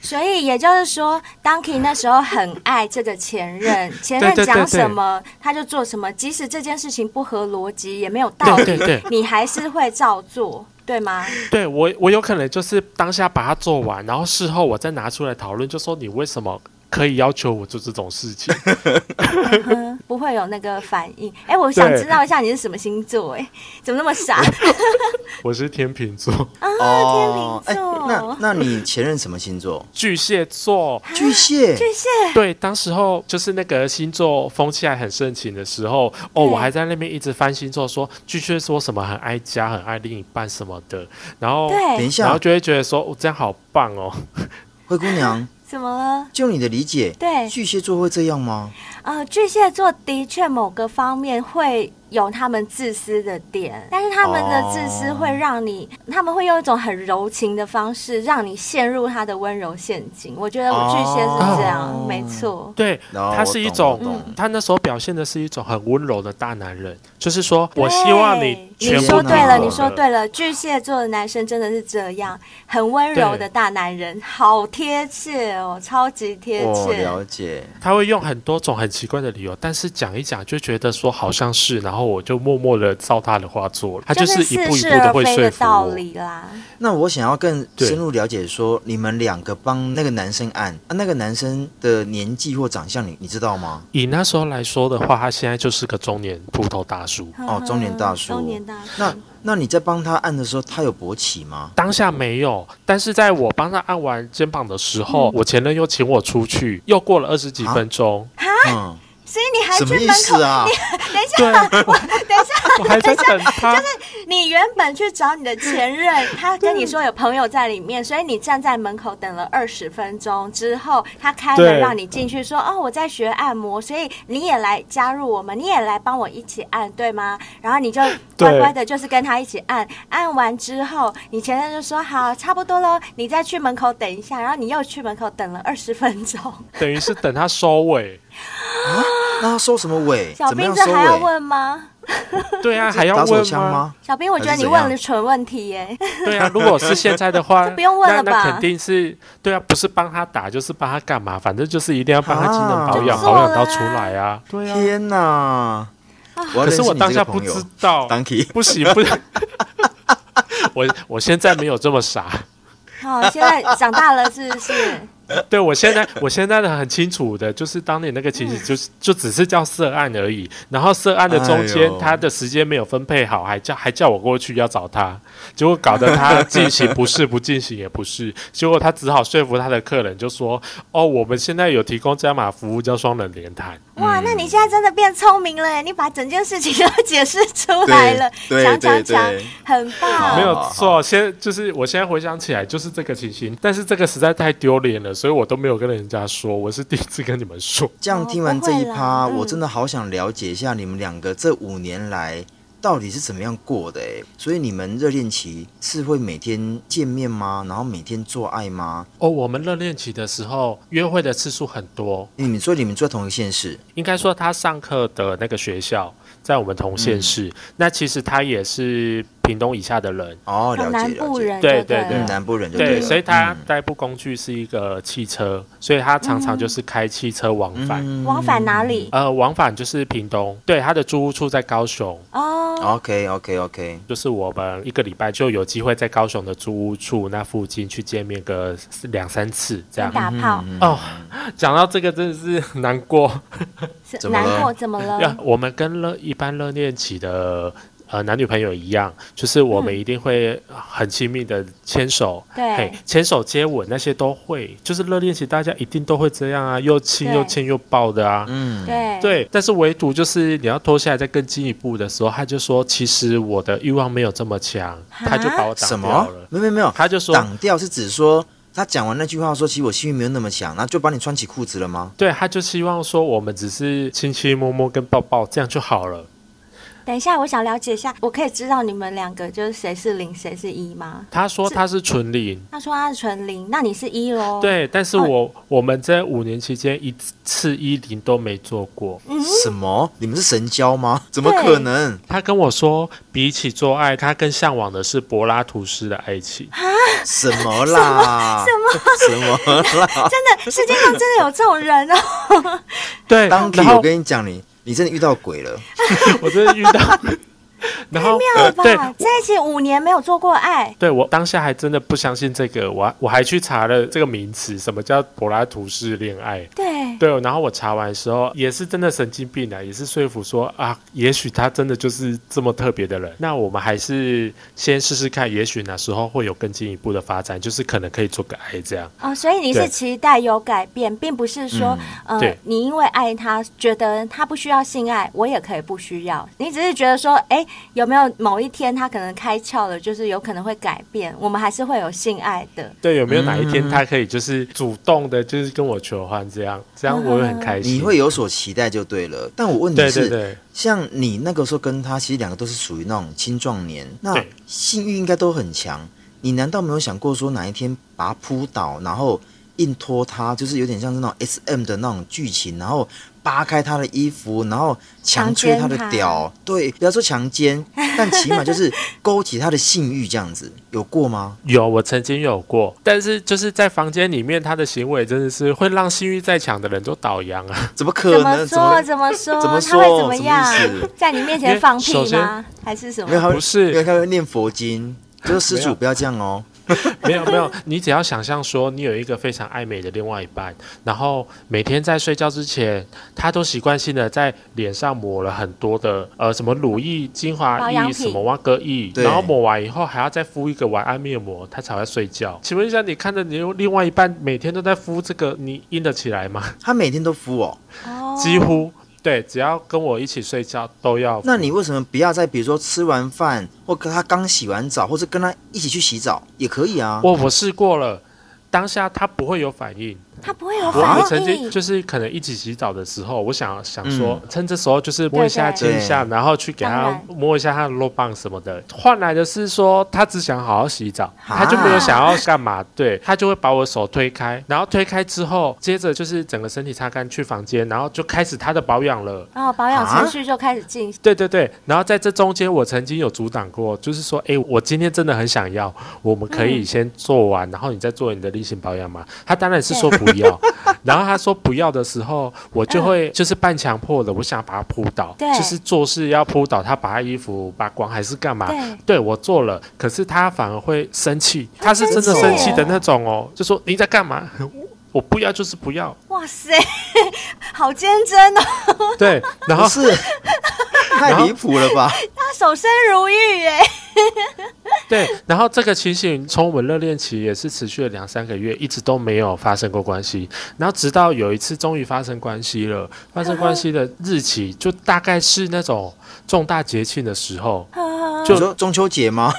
Speaker 1: 所以也就是说，Donkey 那时候很爱这个前 任，前任
Speaker 6: 对对对
Speaker 1: 讲
Speaker 6: 对
Speaker 1: 什么他就做什么，即使这件事情不合逻辑，也没有 道理
Speaker 6: 对对对，
Speaker 1: 你还是会照做，对吗？
Speaker 6: 对我，我有可能就是当下把它做完，然后事后我再拿出来讨论，就说你为什么可以要求我做这种事情？
Speaker 1: 嗯，不会有那个反应。哎，我想
Speaker 6: 对
Speaker 1: 知道一下你是什么星座？哎，怎么那么傻？
Speaker 6: 我是天 秤座，？
Speaker 5: 哦
Speaker 1: 天秤座
Speaker 5: 那那你前任什么星座
Speaker 6: 巨蟹座。
Speaker 5: 巨蟹。
Speaker 1: 巨蟹，
Speaker 6: 对，当时候就是那个星座风气还很盛情的时候，
Speaker 1: 对
Speaker 6: 哦，我还在那边一直翻星座说，巨蟹说什么很爱家、很爱另一半什么的，然后
Speaker 5: 等一
Speaker 1: 对，
Speaker 6: 然
Speaker 5: 下，
Speaker 6: 后就会觉得说，哦，这样好棒哦。
Speaker 5: 灰姑娘，
Speaker 1: 怎么了？
Speaker 5: 就你的理解，
Speaker 1: 对
Speaker 5: 巨蟹座会这样吗？
Speaker 1: 呃，巨蟹座的确某个方面会有他们自私的点，但是他们的自私会让你，
Speaker 6: 哦
Speaker 1: 他们会用一种很柔情的方式让你陷入他的温柔陷阱。我觉得我巨蟹是这样，
Speaker 5: 哦
Speaker 1: 没错。
Speaker 6: 对，
Speaker 5: 哦
Speaker 6: 他是一
Speaker 5: 我懂我
Speaker 6: 种嗯
Speaker 5: 懂，
Speaker 6: 他那时候表现的是一种很温柔的大男人，就是说我希望
Speaker 1: 对
Speaker 6: 你全
Speaker 1: 你
Speaker 6: 部
Speaker 1: 说
Speaker 6: 听
Speaker 1: 对了，
Speaker 6: 我
Speaker 1: 你说
Speaker 6: 的
Speaker 1: 对了，巨蟹座的男生真的是这样，很温柔的大男人，好贴切哦，超级贴
Speaker 5: 我
Speaker 1: 切。
Speaker 5: 哦了解。
Speaker 6: 他会用很多种很奇怪的理由，但是讲一讲就觉得说好像是，然后我就默默的照他的话做了，他
Speaker 1: 就是
Speaker 6: 一
Speaker 1: 似
Speaker 6: 步一步
Speaker 1: 是
Speaker 6: 地
Speaker 1: 而
Speaker 6: 会
Speaker 1: 非
Speaker 6: 说
Speaker 1: 的
Speaker 6: 服
Speaker 1: 道
Speaker 6: 我。
Speaker 1: 理啦。
Speaker 5: 那我想要更
Speaker 6: 对
Speaker 5: 深入了解说，你们两个帮那个男生按，啊、那个男生的年纪或长相你，你知道吗？
Speaker 6: 以那时候来说的话，他现在就是个中年秃头大叔。
Speaker 5: 哦中年大
Speaker 1: 嗯
Speaker 5: 叔
Speaker 1: 中年大叔，
Speaker 5: 那那你在帮他按的时候，他有勃起吗？
Speaker 6: 当下没有，但是在我帮他按完肩膀的时候，我前任又请我出去，又过了二十
Speaker 5: 啊
Speaker 6: 几分 钟，
Speaker 5: 嗯，
Speaker 1: 所以啊你还
Speaker 5: 什么
Speaker 1: 去
Speaker 5: 意
Speaker 1: 门口
Speaker 5: 思啊？
Speaker 6: 对，我
Speaker 1: 等一下，
Speaker 6: 我还在等他，
Speaker 1: 你原本去找你的前任，他跟你说有朋友在里面，所以你站在门口等了二十分钟之后，他开门
Speaker 6: 对
Speaker 1: 让你进去说，哦，我在学按摩，所以你也来加入我们，你也来帮我一起按，对吗？然后你就
Speaker 6: 对
Speaker 1: 乖乖的，就是跟他一起按，按完之后，你前任就说好，差不多喽，你再去门口等一下，然后你又去门口等了二十分 钟。
Speaker 6: 等于是等他收尾。
Speaker 5: 那他收什么尾？
Speaker 1: 小
Speaker 5: 怎么
Speaker 1: 兵
Speaker 5: 样
Speaker 1: 这
Speaker 5: 收
Speaker 1: 还要
Speaker 5: 尾？
Speaker 1: 问吗？
Speaker 6: 对啊，还要
Speaker 5: 打手
Speaker 6: 问
Speaker 5: 枪？吗？
Speaker 1: 小兵，我觉得
Speaker 5: 还是
Speaker 1: 你
Speaker 5: 怎
Speaker 1: 问
Speaker 5: 样
Speaker 1: 了蠢问题耶、
Speaker 6: 对啊，如果是现在 的话，
Speaker 1: 这不用问了
Speaker 6: 那
Speaker 1: 吧
Speaker 6: 那肯定是对啊，不是帮他打，就是帮他干嘛？反正就是一定要帮他机能保养，
Speaker 1: 啊
Speaker 6: 保养到出来啊。对啊，
Speaker 5: 天哪！我要
Speaker 6: 可
Speaker 5: 认
Speaker 6: 是
Speaker 5: 识
Speaker 6: 我
Speaker 5: 你这
Speaker 6: 当
Speaker 5: 个
Speaker 6: 下不
Speaker 5: 朋友
Speaker 6: 知道，
Speaker 5: ，Donkey。
Speaker 6: 不行不行， 我我现在没有这么傻。
Speaker 1: 好，哦现在长大了是不是？
Speaker 6: 对我现在我现在的很清楚的，就是当年那个情形，
Speaker 5: 嗯
Speaker 6: 就是就只是叫涉案而已。然后涉案的中
Speaker 5: 哎
Speaker 6: 间
Speaker 5: 呦，
Speaker 6: 他的时间没有分配好，还叫还叫我过去要找他，结果搞得他进行不是，不进行也不是。结果他只好说服他的客人，就说：“哦，我们现在有提供加码服务，叫双人联谈。
Speaker 1: 哇，
Speaker 5: 嗯
Speaker 1: 那你现在真的变聪明了耶，你把整件事情都解释出来了，
Speaker 5: 对
Speaker 1: 强强
Speaker 5: 对对
Speaker 1: 强
Speaker 5: 对，
Speaker 1: 很棒。
Speaker 6: 没有
Speaker 5: 好好
Speaker 6: 错，现在就是我现在回想起来就是这个情形，但是这个实在太丢脸了，所以我都没有跟人家说，我是第一次跟你们说。
Speaker 5: 这样听完这一趴，
Speaker 1: 哦哦不会啦嗯
Speaker 5: 我真的好想了解一下你们两个这五年来到底是怎么样过的哎。所以你们热恋期是会每天见面吗？然后每天做爱吗？
Speaker 6: 哦，我们热恋期的时候约会的次数很多，
Speaker 5: 你们说你们住在同一个县市，
Speaker 6: 应该说他上课的那个学校在我们同县市，那其实他也是屏东以下的人，
Speaker 1: 好
Speaker 5: 哦，了
Speaker 1: 南
Speaker 5: 解了
Speaker 1: 部
Speaker 5: 解。
Speaker 1: 人，
Speaker 6: 对
Speaker 1: 对
Speaker 6: 对
Speaker 5: 嗯，
Speaker 1: 了
Speaker 5: 南部人就
Speaker 6: 对，
Speaker 5: 了。
Speaker 6: 所以他
Speaker 5: 嗯
Speaker 6: 代步工具是一个汽车，所以他常常就是开汽车往
Speaker 5: 嗯
Speaker 6: 返。
Speaker 1: 往返哪里？
Speaker 6: 呃，往返就是屏东，对，他的租屋处在高雄，
Speaker 5: 嗯
Speaker 1: 哦，
Speaker 5: OK OK OK，
Speaker 6: 就是我们一个礼拜就有机会在高雄的租屋处那附近去见面个两三次这样。
Speaker 1: 打
Speaker 5: 嗯
Speaker 1: 炮，
Speaker 6: 哦，讲到这个真的是难过，
Speaker 1: 是
Speaker 5: 怎么
Speaker 1: 难
Speaker 5: 了
Speaker 1: 过怎么
Speaker 6: 呀
Speaker 1: 了？
Speaker 6: 我们跟热一般热恋期的呃男女朋友一样，就是我们一定会很亲密的牵手，
Speaker 1: 嗯对
Speaker 6: 嘿，牵手接吻那些都会，就是热恋期大家一定都会这样啊，又亲
Speaker 1: 对
Speaker 6: 又牵又抱的啊。
Speaker 5: 嗯，
Speaker 1: 对，
Speaker 6: 对，但是唯独就是你要脱下来再更进一步的时候，他就说其实我的欲望没有这么强，他就把我打
Speaker 5: 什
Speaker 6: 掉
Speaker 5: 么
Speaker 6: 了？。
Speaker 5: 没有没有没有，
Speaker 6: 他就说
Speaker 5: 挡掉是指说他讲完那句话说，其实我性欲没有那么强，那就帮你穿起裤子了吗？
Speaker 6: 对，他就希望说我们只是亲亲摸摸跟抱抱这样就好了。
Speaker 1: 等一下，我想了解一下，我可以知道你们两个就是谁是零，谁是一吗？
Speaker 6: 他说他是纯零，
Speaker 1: 他说他是纯零，那你是一喽？，
Speaker 6: 对，但是
Speaker 1: 哦
Speaker 6: 我、我们在五年期间一次一零都没做过。
Speaker 1: 嗯
Speaker 5: 什么？你们是神交吗？怎么可能？
Speaker 6: 他跟我说，比起做爱，他更向往的是柏拉图式的爱情。
Speaker 1: 啊
Speaker 5: 什么啦？什么什么啦？
Speaker 1: 真的，世界上真的有这种人哦。
Speaker 6: 对，
Speaker 5: 当
Speaker 6: 然
Speaker 5: y
Speaker 6: 后
Speaker 5: 我跟你讲，你你真的遇到鬼了。
Speaker 6: 我 真的遇到，然后
Speaker 1: 妙了
Speaker 6: 对
Speaker 1: 吧？在一起五年没有做过爱，
Speaker 6: 对我当下还真的不相信这个，我还我还去查了这个名词，什么叫柏拉图式恋爱。
Speaker 1: 对，
Speaker 6: 对，然后我查完的时候也是真的神经病啊，也是说服说啊，也许他真的就是这么特别的人。那我们还是先试试看，也许哪时候会有更进一步的发展，就是可能可以做个爱这样。
Speaker 1: 哦，所以你是
Speaker 6: 对嗯
Speaker 1: 期待有改变，并不是说，呃
Speaker 6: 对，
Speaker 1: 你因为爱他，觉得他不需要性爱，我也可以不需要。你只是觉得说，哎、有没有某一天他可能开窍了，就是有可能会改变，我们还是会有性爱的。
Speaker 6: 对，有没有哪一
Speaker 5: 嗯
Speaker 6: 天他可以就是主动的，就是跟我求欢这样，这样我会很开心。
Speaker 5: 你会有所期待就对了。但我问你
Speaker 6: 对
Speaker 5: 是，
Speaker 6: 对对
Speaker 5: 像你那个时候跟他，其实两个都是属于那种青壮年，那
Speaker 6: 对
Speaker 5: 性欲应该都很强。你难道没有想过说哪一天把他扑倒，然后硬拖他，就是有点像是那种 S M 的那种剧情，然后扒开他的衣服，然后强吹他的
Speaker 1: 强奸他
Speaker 5: 屌，对，不要说强奸，但起码就是勾起他的性欲这样子，有过吗？
Speaker 6: 有，我曾经有过，但是就是在房间里面，他的行为真的是会让性欲再强的人都倒洋啊。
Speaker 5: 怎么可
Speaker 1: 怎么
Speaker 5: 能？怎
Speaker 1: 说？
Speaker 5: 么
Speaker 1: 怎么 说？
Speaker 5: 怎么
Speaker 1: 他会
Speaker 5: 说
Speaker 1: 怎么
Speaker 5: 什么
Speaker 1: 样
Speaker 5: 意思？
Speaker 1: 在你面
Speaker 6: 因
Speaker 1: 前
Speaker 6: 为
Speaker 1: 放
Speaker 6: 首
Speaker 1: 屁
Speaker 6: 先
Speaker 1: 吗？还是什
Speaker 5: 没有
Speaker 1: 么？
Speaker 5: 他会
Speaker 6: 不是
Speaker 5: 没有他会念佛 经，就是施
Speaker 6: 没
Speaker 5: 主
Speaker 6: 有
Speaker 5: 不要这样哦。
Speaker 6: 没有没有，你只要想象说你有一个非常爱美的另外一半，然后每天在睡觉之前，他都习惯性的在脸上抹了很多的呃什么乳液、精华
Speaker 1: 保养
Speaker 6: 液、
Speaker 1: 品
Speaker 6: 什么蛙哥液，
Speaker 5: 对
Speaker 6: 然后抹完以后还要再敷一个晚安面膜，他才会睡觉。请问一下，你看着你另外一半每天都在敷这个，你硬得起来吗？
Speaker 5: 他每天都敷哦，
Speaker 1: 哦
Speaker 6: 几乎。对，只要跟我一起睡觉都要敷。
Speaker 5: 那你为什么不要在比如说吃完饭，或跟他刚洗完澡，或者跟他一起去洗澡也可以啊？
Speaker 6: 我我试过了，当下他不会有反应。
Speaker 1: 他不会有
Speaker 6: 我
Speaker 1: 反
Speaker 6: 我曾经
Speaker 1: 应。
Speaker 6: 就是可能一起洗澡的时候，我想想说，趁这时候就是摸一下、
Speaker 1: 对
Speaker 6: 亲
Speaker 5: 对
Speaker 6: 一下，然后去给
Speaker 1: 当
Speaker 6: 他
Speaker 1: 然
Speaker 6: 摸一下他的肉棒什么的。换来的是说，他只想好好洗澡，他就没有
Speaker 1: 啊
Speaker 6: 想要干嘛。对他就会把我手推开，然后推开之后，接着就是整个身体擦干去房间，然后就开始他的保养了。
Speaker 1: 然后哦保养
Speaker 5: 啊
Speaker 1: 程序就开始进行。
Speaker 6: 对对对，然后在这中间，我曾经有阻挡过，就是说，哎，我今天真的很想要，我们可以先做完，然后你再做你的例行保养嘛。他当然是说不 要，然后他说不要的时候，我就会就是半强迫的，我想把他扑倒，
Speaker 1: 对
Speaker 6: 就是做事要扑倒他，把他衣服扒光还是干嘛？
Speaker 1: 对
Speaker 6: 对我做了，可是他反而会生气，他是真的
Speaker 1: 生气
Speaker 6: 生气的那种哦，就说你在干嘛？我不要就是不要，
Speaker 1: 哇塞，好坚贞哦，
Speaker 6: 对，然后
Speaker 5: 不 是，太离谱了吧？
Speaker 1: 他守身如玉耶。
Speaker 6: 对，然后这个情形从我们热恋期也是持续了两三个月，一直都没有发生过关系。然后直到有一次终于发生关系了，发生关系的日期就大概是那种重大节庆的时候，
Speaker 1: 啊
Speaker 5: 你说中秋节吗？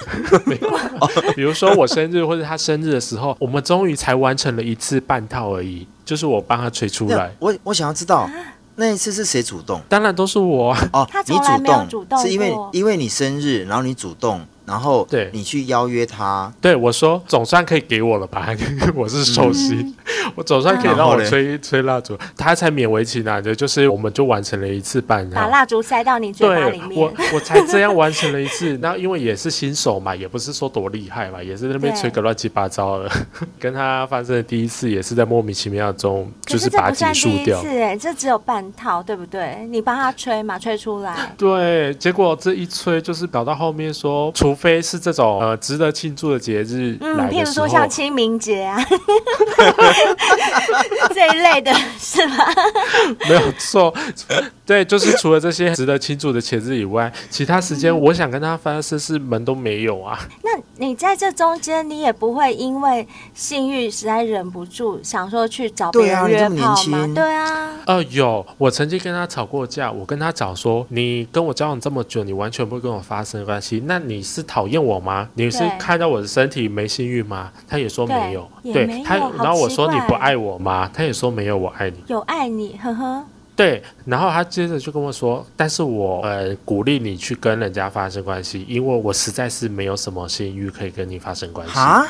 Speaker 6: 比如说我生日或者他生日的时候，我们终于才完成了一次半套而已，就是我帮他吹出
Speaker 5: 那
Speaker 6: 来。
Speaker 5: 我我想要知道，那一次是谁主动？
Speaker 6: 当然都是我啊，
Speaker 5: 哦
Speaker 1: 他，
Speaker 5: 你
Speaker 1: 从来没有
Speaker 5: 动，
Speaker 1: 主动
Speaker 5: 是因为
Speaker 1: 过
Speaker 5: 因为你生日，然后你主动，然后
Speaker 6: 对
Speaker 5: 你去邀约他，
Speaker 6: 对我说总算可以给我了吧， 我是寿星，我总算可以让
Speaker 5: 嗯然后
Speaker 6: 我
Speaker 5: 嘞
Speaker 6: 吹吹蜡烛，他才勉为其难的，就是我们就完成了一次半套
Speaker 1: 把。蜡烛塞到你嘴巴
Speaker 6: 对
Speaker 1: 里
Speaker 6: 我
Speaker 1: 面，，
Speaker 6: 我才这样完成了一次。 然后因为也是新手嘛，也不是说多厉害嘛，也是在那边
Speaker 1: 对
Speaker 6: 吹个乱七八糟的。 跟他发生的第一次也是在莫名其妙中，就
Speaker 1: 可是这
Speaker 6: 把
Speaker 1: 不
Speaker 6: 它
Speaker 1: 算
Speaker 6: 结束
Speaker 1: 第一
Speaker 6: 掉
Speaker 1: 次。哎，这只有半套，对不对？你帮他吹嘛，吹出来。
Speaker 6: 对，结果这一吹就是搞到后面说，除非是这种呃值得庆祝的节日
Speaker 1: 嗯，
Speaker 6: 来
Speaker 1: 譬
Speaker 6: 的
Speaker 1: 如
Speaker 6: 时
Speaker 1: 说
Speaker 6: 候，
Speaker 1: 像清明节啊 这一类的，是吧？
Speaker 6: 没有错， 对，就是除了这些值得庆祝的节日以外，其他时
Speaker 1: 嗯
Speaker 6: 间我想跟他发生是门都没有啊。
Speaker 1: 那你在这中间，你也不会因为性欲实在忍不住，想说去找别
Speaker 5: 对啊
Speaker 1: 人约
Speaker 5: 你这么年
Speaker 1: 炮吗？
Speaker 5: 轻
Speaker 1: 对啊，
Speaker 6: 呃，有，我曾经跟他吵过架，我跟他讲说，你跟我交往这么久，你完全不会跟我发生关系，那你是讨厌我吗？你是
Speaker 1: 对
Speaker 6: 看到我的身体没性欲吗？他也说没有，
Speaker 1: 对也
Speaker 6: 对
Speaker 1: 没
Speaker 6: 他，
Speaker 1: 有好
Speaker 6: 然后我
Speaker 1: 奇
Speaker 6: 说你不
Speaker 1: 怪
Speaker 6: 爱我吗？他也说没有，我爱你。
Speaker 1: 有爱你，呵呵，
Speaker 6: 对，然后他接着就跟我说，但是我呃鼓励你去跟人家发生关系，因为我实在是没有什么性欲可以跟你发生关系。
Speaker 5: 哈，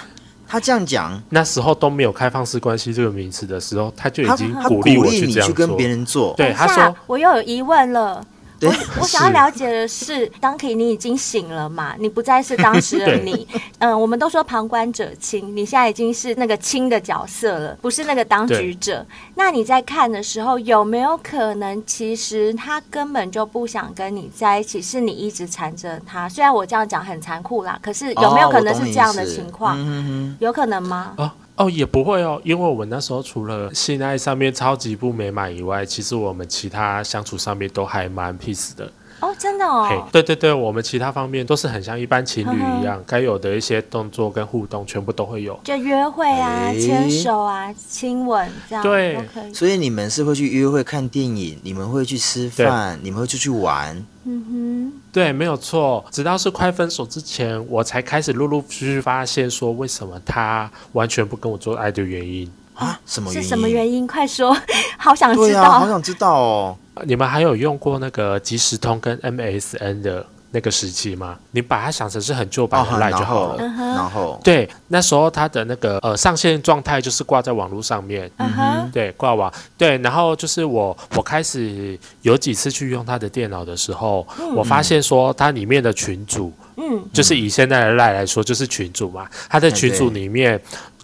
Speaker 5: 他这样讲，
Speaker 6: 那时候都没有开放式关系这个名词的时候，他就已
Speaker 5: 他
Speaker 6: 经
Speaker 5: 他
Speaker 6: 鼓
Speaker 5: 鼓
Speaker 6: 励我
Speaker 5: 励
Speaker 6: 去
Speaker 5: 你
Speaker 6: 这样
Speaker 5: 去跟
Speaker 6: 做
Speaker 5: 别。人做，
Speaker 6: 对，
Speaker 1: 等一
Speaker 6: 他
Speaker 1: 下
Speaker 6: 说，
Speaker 1: 我又有疑问了。
Speaker 5: 对，
Speaker 1: 我想要了解的是 d u n k y 你已经醒了嘛？你不再是当时的你。嗯，我们都说旁观者清，你现在已经是那个清的角色了，不是那个当局者。那你在看的时候，有没有可能其实他根本就不想跟你在一起，是你一直缠着他？虽然我这样讲很残酷啦，可是有没有
Speaker 5: 哦
Speaker 1: 可能
Speaker 5: 我
Speaker 1: 是
Speaker 5: 懂你
Speaker 1: 这样的
Speaker 5: 意思
Speaker 1: 情况？
Speaker 5: 嗯哼
Speaker 1: 有可能吗？
Speaker 6: 哦哦，也不会哦，因为我们那时候除了性爱上面超级不美满以外，其实我们其他相处上面都还蛮 peace 的。
Speaker 1: 哦，真的
Speaker 6: 嘿、
Speaker 1: 哦，
Speaker 6: 对对对，我们其他方面都是很像一般情侣一样，该有的一些动作跟互动全部都会有。
Speaker 1: 就约会啊、
Speaker 5: 诶
Speaker 1: 牵手啊、亲吻这样
Speaker 6: 对
Speaker 1: 都可以
Speaker 5: 哼。所以你们是会去约会、看电影，你们会去吃饭，你们会出去玩，
Speaker 1: 嗯哼。
Speaker 6: 对，没有错。直到是快分手之前，我才开始陆陆续续发现说，为什么他完全不跟我做爱的原因。
Speaker 5: 啊？什么
Speaker 1: 是
Speaker 5: 原因？
Speaker 1: 什么原因？快说， 好想知
Speaker 5: 对啊
Speaker 1: 道。
Speaker 5: 啊，好想知道哦。
Speaker 6: 呃你们还有用过那个即时通跟 MSN 的那个时期嘛，你把它想成是很旧
Speaker 5: 包
Speaker 6: 版的
Speaker 5: 含
Speaker 6: 赖就
Speaker 5: 哦然
Speaker 6: 好
Speaker 5: 后
Speaker 6: 了。
Speaker 1: 嗯
Speaker 5: 然后
Speaker 6: 对，那时候它的那个呃上线状态就是挂在网络上面，
Speaker 1: 嗯哼，
Speaker 6: 对，挂网对，然后就是我我开始有几次去用他的电脑的时候，我发现说它里面的群组，
Speaker 1: 嗯，
Speaker 6: 就是以现在的赖来说，就是群组嘛，它的群组
Speaker 5: 对
Speaker 6: 里面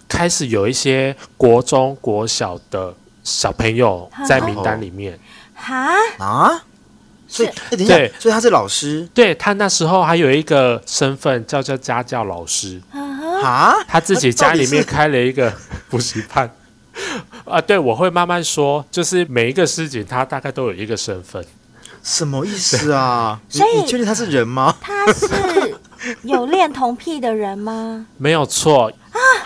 Speaker 6: 开始有一些国中国小的小朋友在名单里面。
Speaker 1: 哈，
Speaker 5: 啊，所以哎等一
Speaker 6: 对
Speaker 5: 下，所以他是老师
Speaker 6: 对他那时候还有一个身份叫叫家教老师，
Speaker 1: 嗯哼，
Speaker 5: 啊？
Speaker 6: 他自己
Speaker 5: 那到
Speaker 6: 家
Speaker 5: 底
Speaker 6: 里面
Speaker 5: 是
Speaker 6: 开了 一个补习班。 啊，对，我会慢慢说，就是每一个事情，他大概都有一个身份。
Speaker 5: 什么意思啊？你
Speaker 1: 所以
Speaker 5: 你确定他是 人吗？
Speaker 1: 他是有恋童癖的人 吗？
Speaker 6: 没有错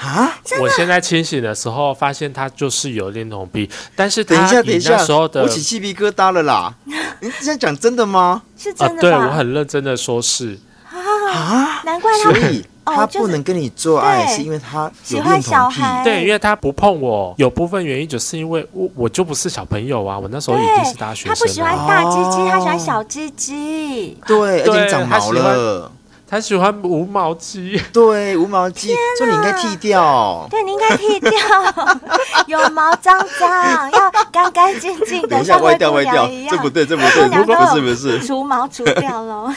Speaker 5: 啊！
Speaker 6: 我现在清醒的时候，发现他就是有恋童癖，但是
Speaker 5: 等一
Speaker 6: 他
Speaker 5: 下，
Speaker 6: 以
Speaker 5: 等一下
Speaker 6: 那时候，的
Speaker 5: 我起鸡皮疙瘩 了啦！你现在讲真的吗？
Speaker 1: 是
Speaker 6: 啊
Speaker 1: 真，的
Speaker 6: 对
Speaker 1: 吧？
Speaker 6: 我很认真的说是，
Speaker 5: 啊！
Speaker 1: 难怪他
Speaker 5: 所以
Speaker 1: 哦
Speaker 5: 他
Speaker 1: 就是
Speaker 5: 不能跟你做爱，
Speaker 1: 对
Speaker 5: 是因为他
Speaker 1: 喜
Speaker 5: 有
Speaker 1: 欢
Speaker 5: 恋
Speaker 1: 小
Speaker 5: 童癖。
Speaker 1: 孩，
Speaker 6: 对，因为他不碰我，有部分原因就是因为我我就不是小朋友啊，我那时候已经是大学
Speaker 1: 他不喜
Speaker 6: 生
Speaker 1: 欢
Speaker 6: 了，
Speaker 1: 大鸡鸡，
Speaker 5: 哦
Speaker 1: 他喜欢小鸡鸡。
Speaker 5: 对，而且
Speaker 6: 对
Speaker 5: 你长
Speaker 6: 他
Speaker 5: 毛
Speaker 6: 喜欢
Speaker 5: 了，
Speaker 6: 他喜欢无毛 鸡，
Speaker 5: 对，无毛鸡，所以你应该剃掉。
Speaker 1: 对，你应该剃掉，有毛脏脏，要干干净净 的，像灰姑娘一样。
Speaker 5: 对，这不
Speaker 1: 灰姑娘都有
Speaker 5: 不 是，
Speaker 1: 除毛除掉喽。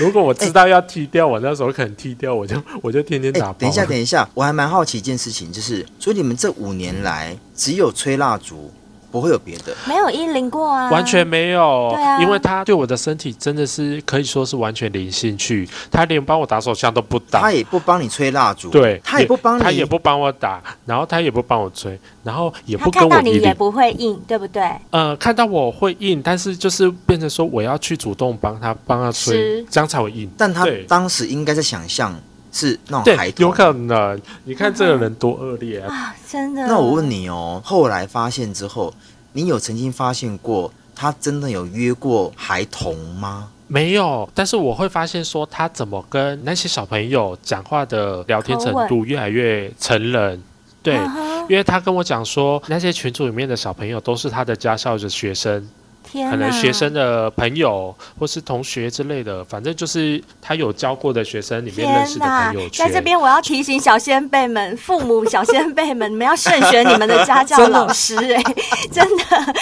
Speaker 6: 如果我知道要剃掉，我那时候肯剃掉，我就我就天天
Speaker 5: 哎、
Speaker 6: 打包。
Speaker 5: 等一下，等一下，我还蛮好奇一件事情，就是，所以你们这五年来只有吹蜡烛，不会有别的，
Speaker 1: 没有依零过啊，
Speaker 6: 完全没有，
Speaker 1: 对啊
Speaker 6: 因为他对我的身体真的是可以说是完全零兴趣，他连帮我打手枪都不打，
Speaker 5: 他也不帮你吹蜡烛，
Speaker 6: 对，
Speaker 5: 他也不帮你，
Speaker 6: 他也不帮我打，然后他也不帮我追，然后也
Speaker 1: 他
Speaker 6: 不
Speaker 1: 看
Speaker 6: 跟
Speaker 1: 到
Speaker 6: 我
Speaker 1: 你
Speaker 6: 一
Speaker 1: 也
Speaker 6: 零。
Speaker 1: 不会硬，对不哦对？
Speaker 6: 呃，看到我会硬，但是就是变成说我要去主动帮他帮他
Speaker 1: 是
Speaker 6: 追，这样才会硬。
Speaker 5: 但他
Speaker 6: 对
Speaker 5: 当时应该在想象是那种孩
Speaker 6: 对，
Speaker 5: 童，
Speaker 6: 有可能。你看这个人多恶劣啊！
Speaker 1: 啊，真的。
Speaker 5: 那我问你哦，后来发现之后，你有曾经发现过他真的有约过孩童吗？
Speaker 6: 没有，但是我会发现说他怎么跟那些小朋友讲话的聊天程
Speaker 1: 口
Speaker 6: 度越来越成人。对，
Speaker 1: 嗯哼，
Speaker 6: 因为他跟我讲说，那些群组里面的小朋友都是他的家校的学生，
Speaker 1: 天
Speaker 6: 可能
Speaker 1: 哪
Speaker 6: 学生的朋友或是同学之类的，反正就是他有教过的学生里面认识的朋友圈。
Speaker 1: 在这边我要提醒小先辈们、父母小先辈们，你们要慎选你们的家教
Speaker 6: 真的
Speaker 1: 老师、哎，真的，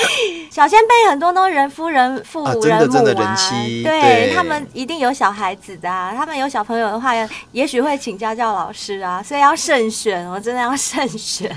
Speaker 1: 小先辈很多都人夫人父、
Speaker 5: 啊真的
Speaker 1: 人母啊，
Speaker 5: 真的人妻
Speaker 1: 对
Speaker 5: 对
Speaker 1: 他们一定有小孩子的、啊，他们有小朋友的话，也许会请家教老师啊，所以要慎选，我真的要 慎选。